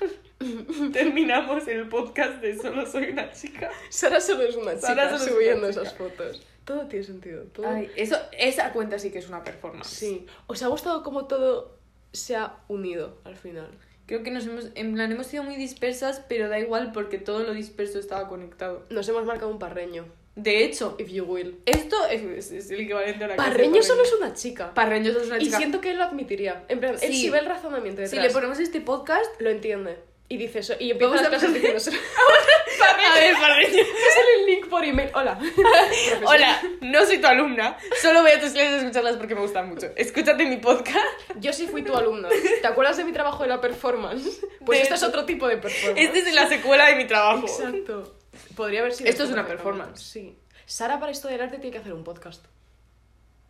[SPEAKER 1] Terminamos el podcast de Solo soy una chica.
[SPEAKER 2] Sara solo es una chica
[SPEAKER 1] Sara solo es una
[SPEAKER 2] subiendo
[SPEAKER 1] chica.
[SPEAKER 2] esas fotos. Todo tiene sentido. Todo.
[SPEAKER 1] Ay, eso esa cuenta sí que es una performance.
[SPEAKER 2] Sí. ¿Os ha gustado cómo todo se ha unido al final?
[SPEAKER 1] Creo que nos hemos, en plan, hemos sido muy dispersas, pero da igual porque todo lo disperso estaba conectado.
[SPEAKER 2] Nos hemos marcado un parreño,
[SPEAKER 1] De hecho,
[SPEAKER 2] if you will.
[SPEAKER 1] esto es, es- es el equivalente a una clase de
[SPEAKER 2] Parreño solo es una chica.
[SPEAKER 1] Parreño solo es una
[SPEAKER 2] y
[SPEAKER 1] chica.
[SPEAKER 2] siento que él lo admitiría. En plan, él
[SPEAKER 1] Sí.
[SPEAKER 2] sí ve el razonamiento detrás.
[SPEAKER 1] si le ponemos este podcast...
[SPEAKER 2] Lo entiende. Y dice eso. Y empieza
[SPEAKER 1] Vamos
[SPEAKER 2] las
[SPEAKER 1] a
[SPEAKER 2] clases
[SPEAKER 1] poner-
[SPEAKER 2] diciendo eso.
[SPEAKER 1] A ver, Parreño.
[SPEAKER 2] sale el link por email. Hola.
[SPEAKER 1] Hola, no soy tu alumna. Solo voy a tus clases a escucharlas porque me gustan mucho. Escúchate mi podcast.
[SPEAKER 2] Yo sí fui tu alumna. ¿Te acuerdas de mi trabajo de la performance? Pues
[SPEAKER 1] De
[SPEAKER 2] esto es
[SPEAKER 1] hecho.
[SPEAKER 2] otro tipo de performance.
[SPEAKER 1] Este es la secuela de mi trabajo.
[SPEAKER 2] Exacto. Podría haber sido.
[SPEAKER 1] Esto es una
[SPEAKER 2] perfectamente.
[SPEAKER 1] performance.
[SPEAKER 2] Sí. Sara para esto del arte tiene que hacer un podcast.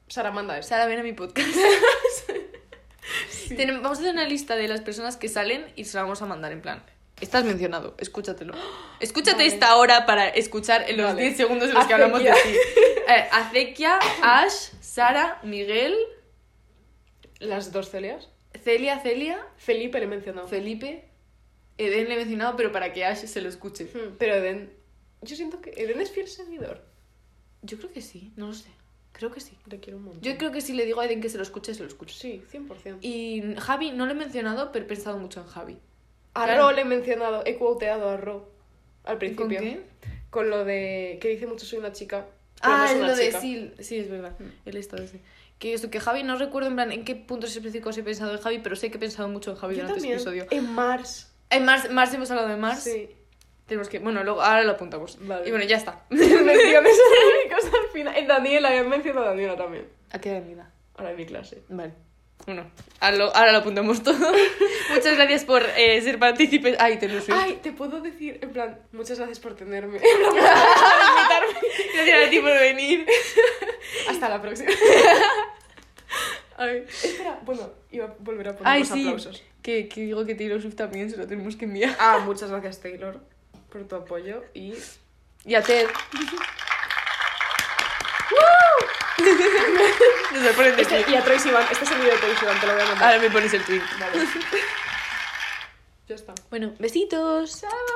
[SPEAKER 2] Sara manda esto.
[SPEAKER 1] Sara, ven a mi podcast. Tenem- vamos a hacer una lista de las personas que salen y se la vamos a mandar en plan. Estás mencionado, escúchatelo. Escúchate
[SPEAKER 2] Vale.
[SPEAKER 1] esta hora para escuchar en los
[SPEAKER 2] Vale.
[SPEAKER 1] 10 segundos en los que
[SPEAKER 2] Acequia.
[SPEAKER 1] hablamos de ti. Eh, Acequia, Ash, Sara, Miguel,
[SPEAKER 2] Las dos Celias.
[SPEAKER 1] Celia, Celia,
[SPEAKER 2] Felipe le he mencionado.
[SPEAKER 1] Felipe. Eden le he mencionado, pero para que Ash se lo escuche.
[SPEAKER 2] Hmm, Pero Eden. Yo siento que Eden es fiel seguidor.
[SPEAKER 1] Yo creo que sí, no lo sé. Creo que sí.
[SPEAKER 2] Le quiero un montón.
[SPEAKER 1] Yo creo que si le digo a Eden que se lo escuche, se lo escuche.
[SPEAKER 2] Sí, 100%.
[SPEAKER 1] Y Javi, no lo he mencionado, pero he pensado mucho en Javi.
[SPEAKER 2] A
[SPEAKER 1] Claro.
[SPEAKER 2] Ro le he mencionado, he quoteado a Ro al principio.
[SPEAKER 1] ¿Con qué?
[SPEAKER 2] Con lo de que dice mucho soy una chica. pero no
[SPEAKER 1] Ah,
[SPEAKER 2] es una
[SPEAKER 1] lo de
[SPEAKER 2] chica. Mm.
[SPEAKER 1] sí, sí, es verdad. El estado ese. Que eso, que Javi, no recuerdo en plan en qué puntos específicos he pensado en Javi, pero sé que he pensado mucho en Javi
[SPEAKER 2] Yo
[SPEAKER 1] durante
[SPEAKER 2] también.
[SPEAKER 1] este episodio.
[SPEAKER 2] En Mars.
[SPEAKER 1] En Mars, Mars hemos hablado de Mars.
[SPEAKER 2] Sí.
[SPEAKER 1] Tenemos que. Bueno, luego, ahora lo apuntamos.
[SPEAKER 2] Vale.
[SPEAKER 1] Y bueno, ya está.
[SPEAKER 2] Menciones al final. En Daniela, he mencionado a Daniela también.
[SPEAKER 1] Ha quedado en vida.
[SPEAKER 2] Ahora en mi clase.
[SPEAKER 1] Vale. Bueno, ahora lo, ahora lo apuntamos todo. Muchas gracias por eh, ser partícipes. Ay, te lo
[SPEAKER 2] Ay, te puedo decir, en plan, muchas gracias por tenerme. En plan, muchas gracias por invitarme.
[SPEAKER 1] Gracias a ti por venir.
[SPEAKER 2] Hasta la próxima. Ay, espera, bueno, iba a volver a poner
[SPEAKER 1] Ay,
[SPEAKER 2] los
[SPEAKER 1] sí.
[SPEAKER 2] aplausos.
[SPEAKER 1] Que, que digo que Taylor Swift también se lo tenemos que enviar.
[SPEAKER 2] Ah, muchas gracias, Taylor, por tu apoyo y.
[SPEAKER 1] Y a Ted. Nos lo ponen de
[SPEAKER 2] Este-
[SPEAKER 1] tweet.
[SPEAKER 2] y a Tracy Iván, este es el vídeo de Tracy Iván, te lo voy a mandar.
[SPEAKER 1] Ahora me pones el tweet.
[SPEAKER 2] Vale. ya está.
[SPEAKER 1] Bueno, besitos. Chao.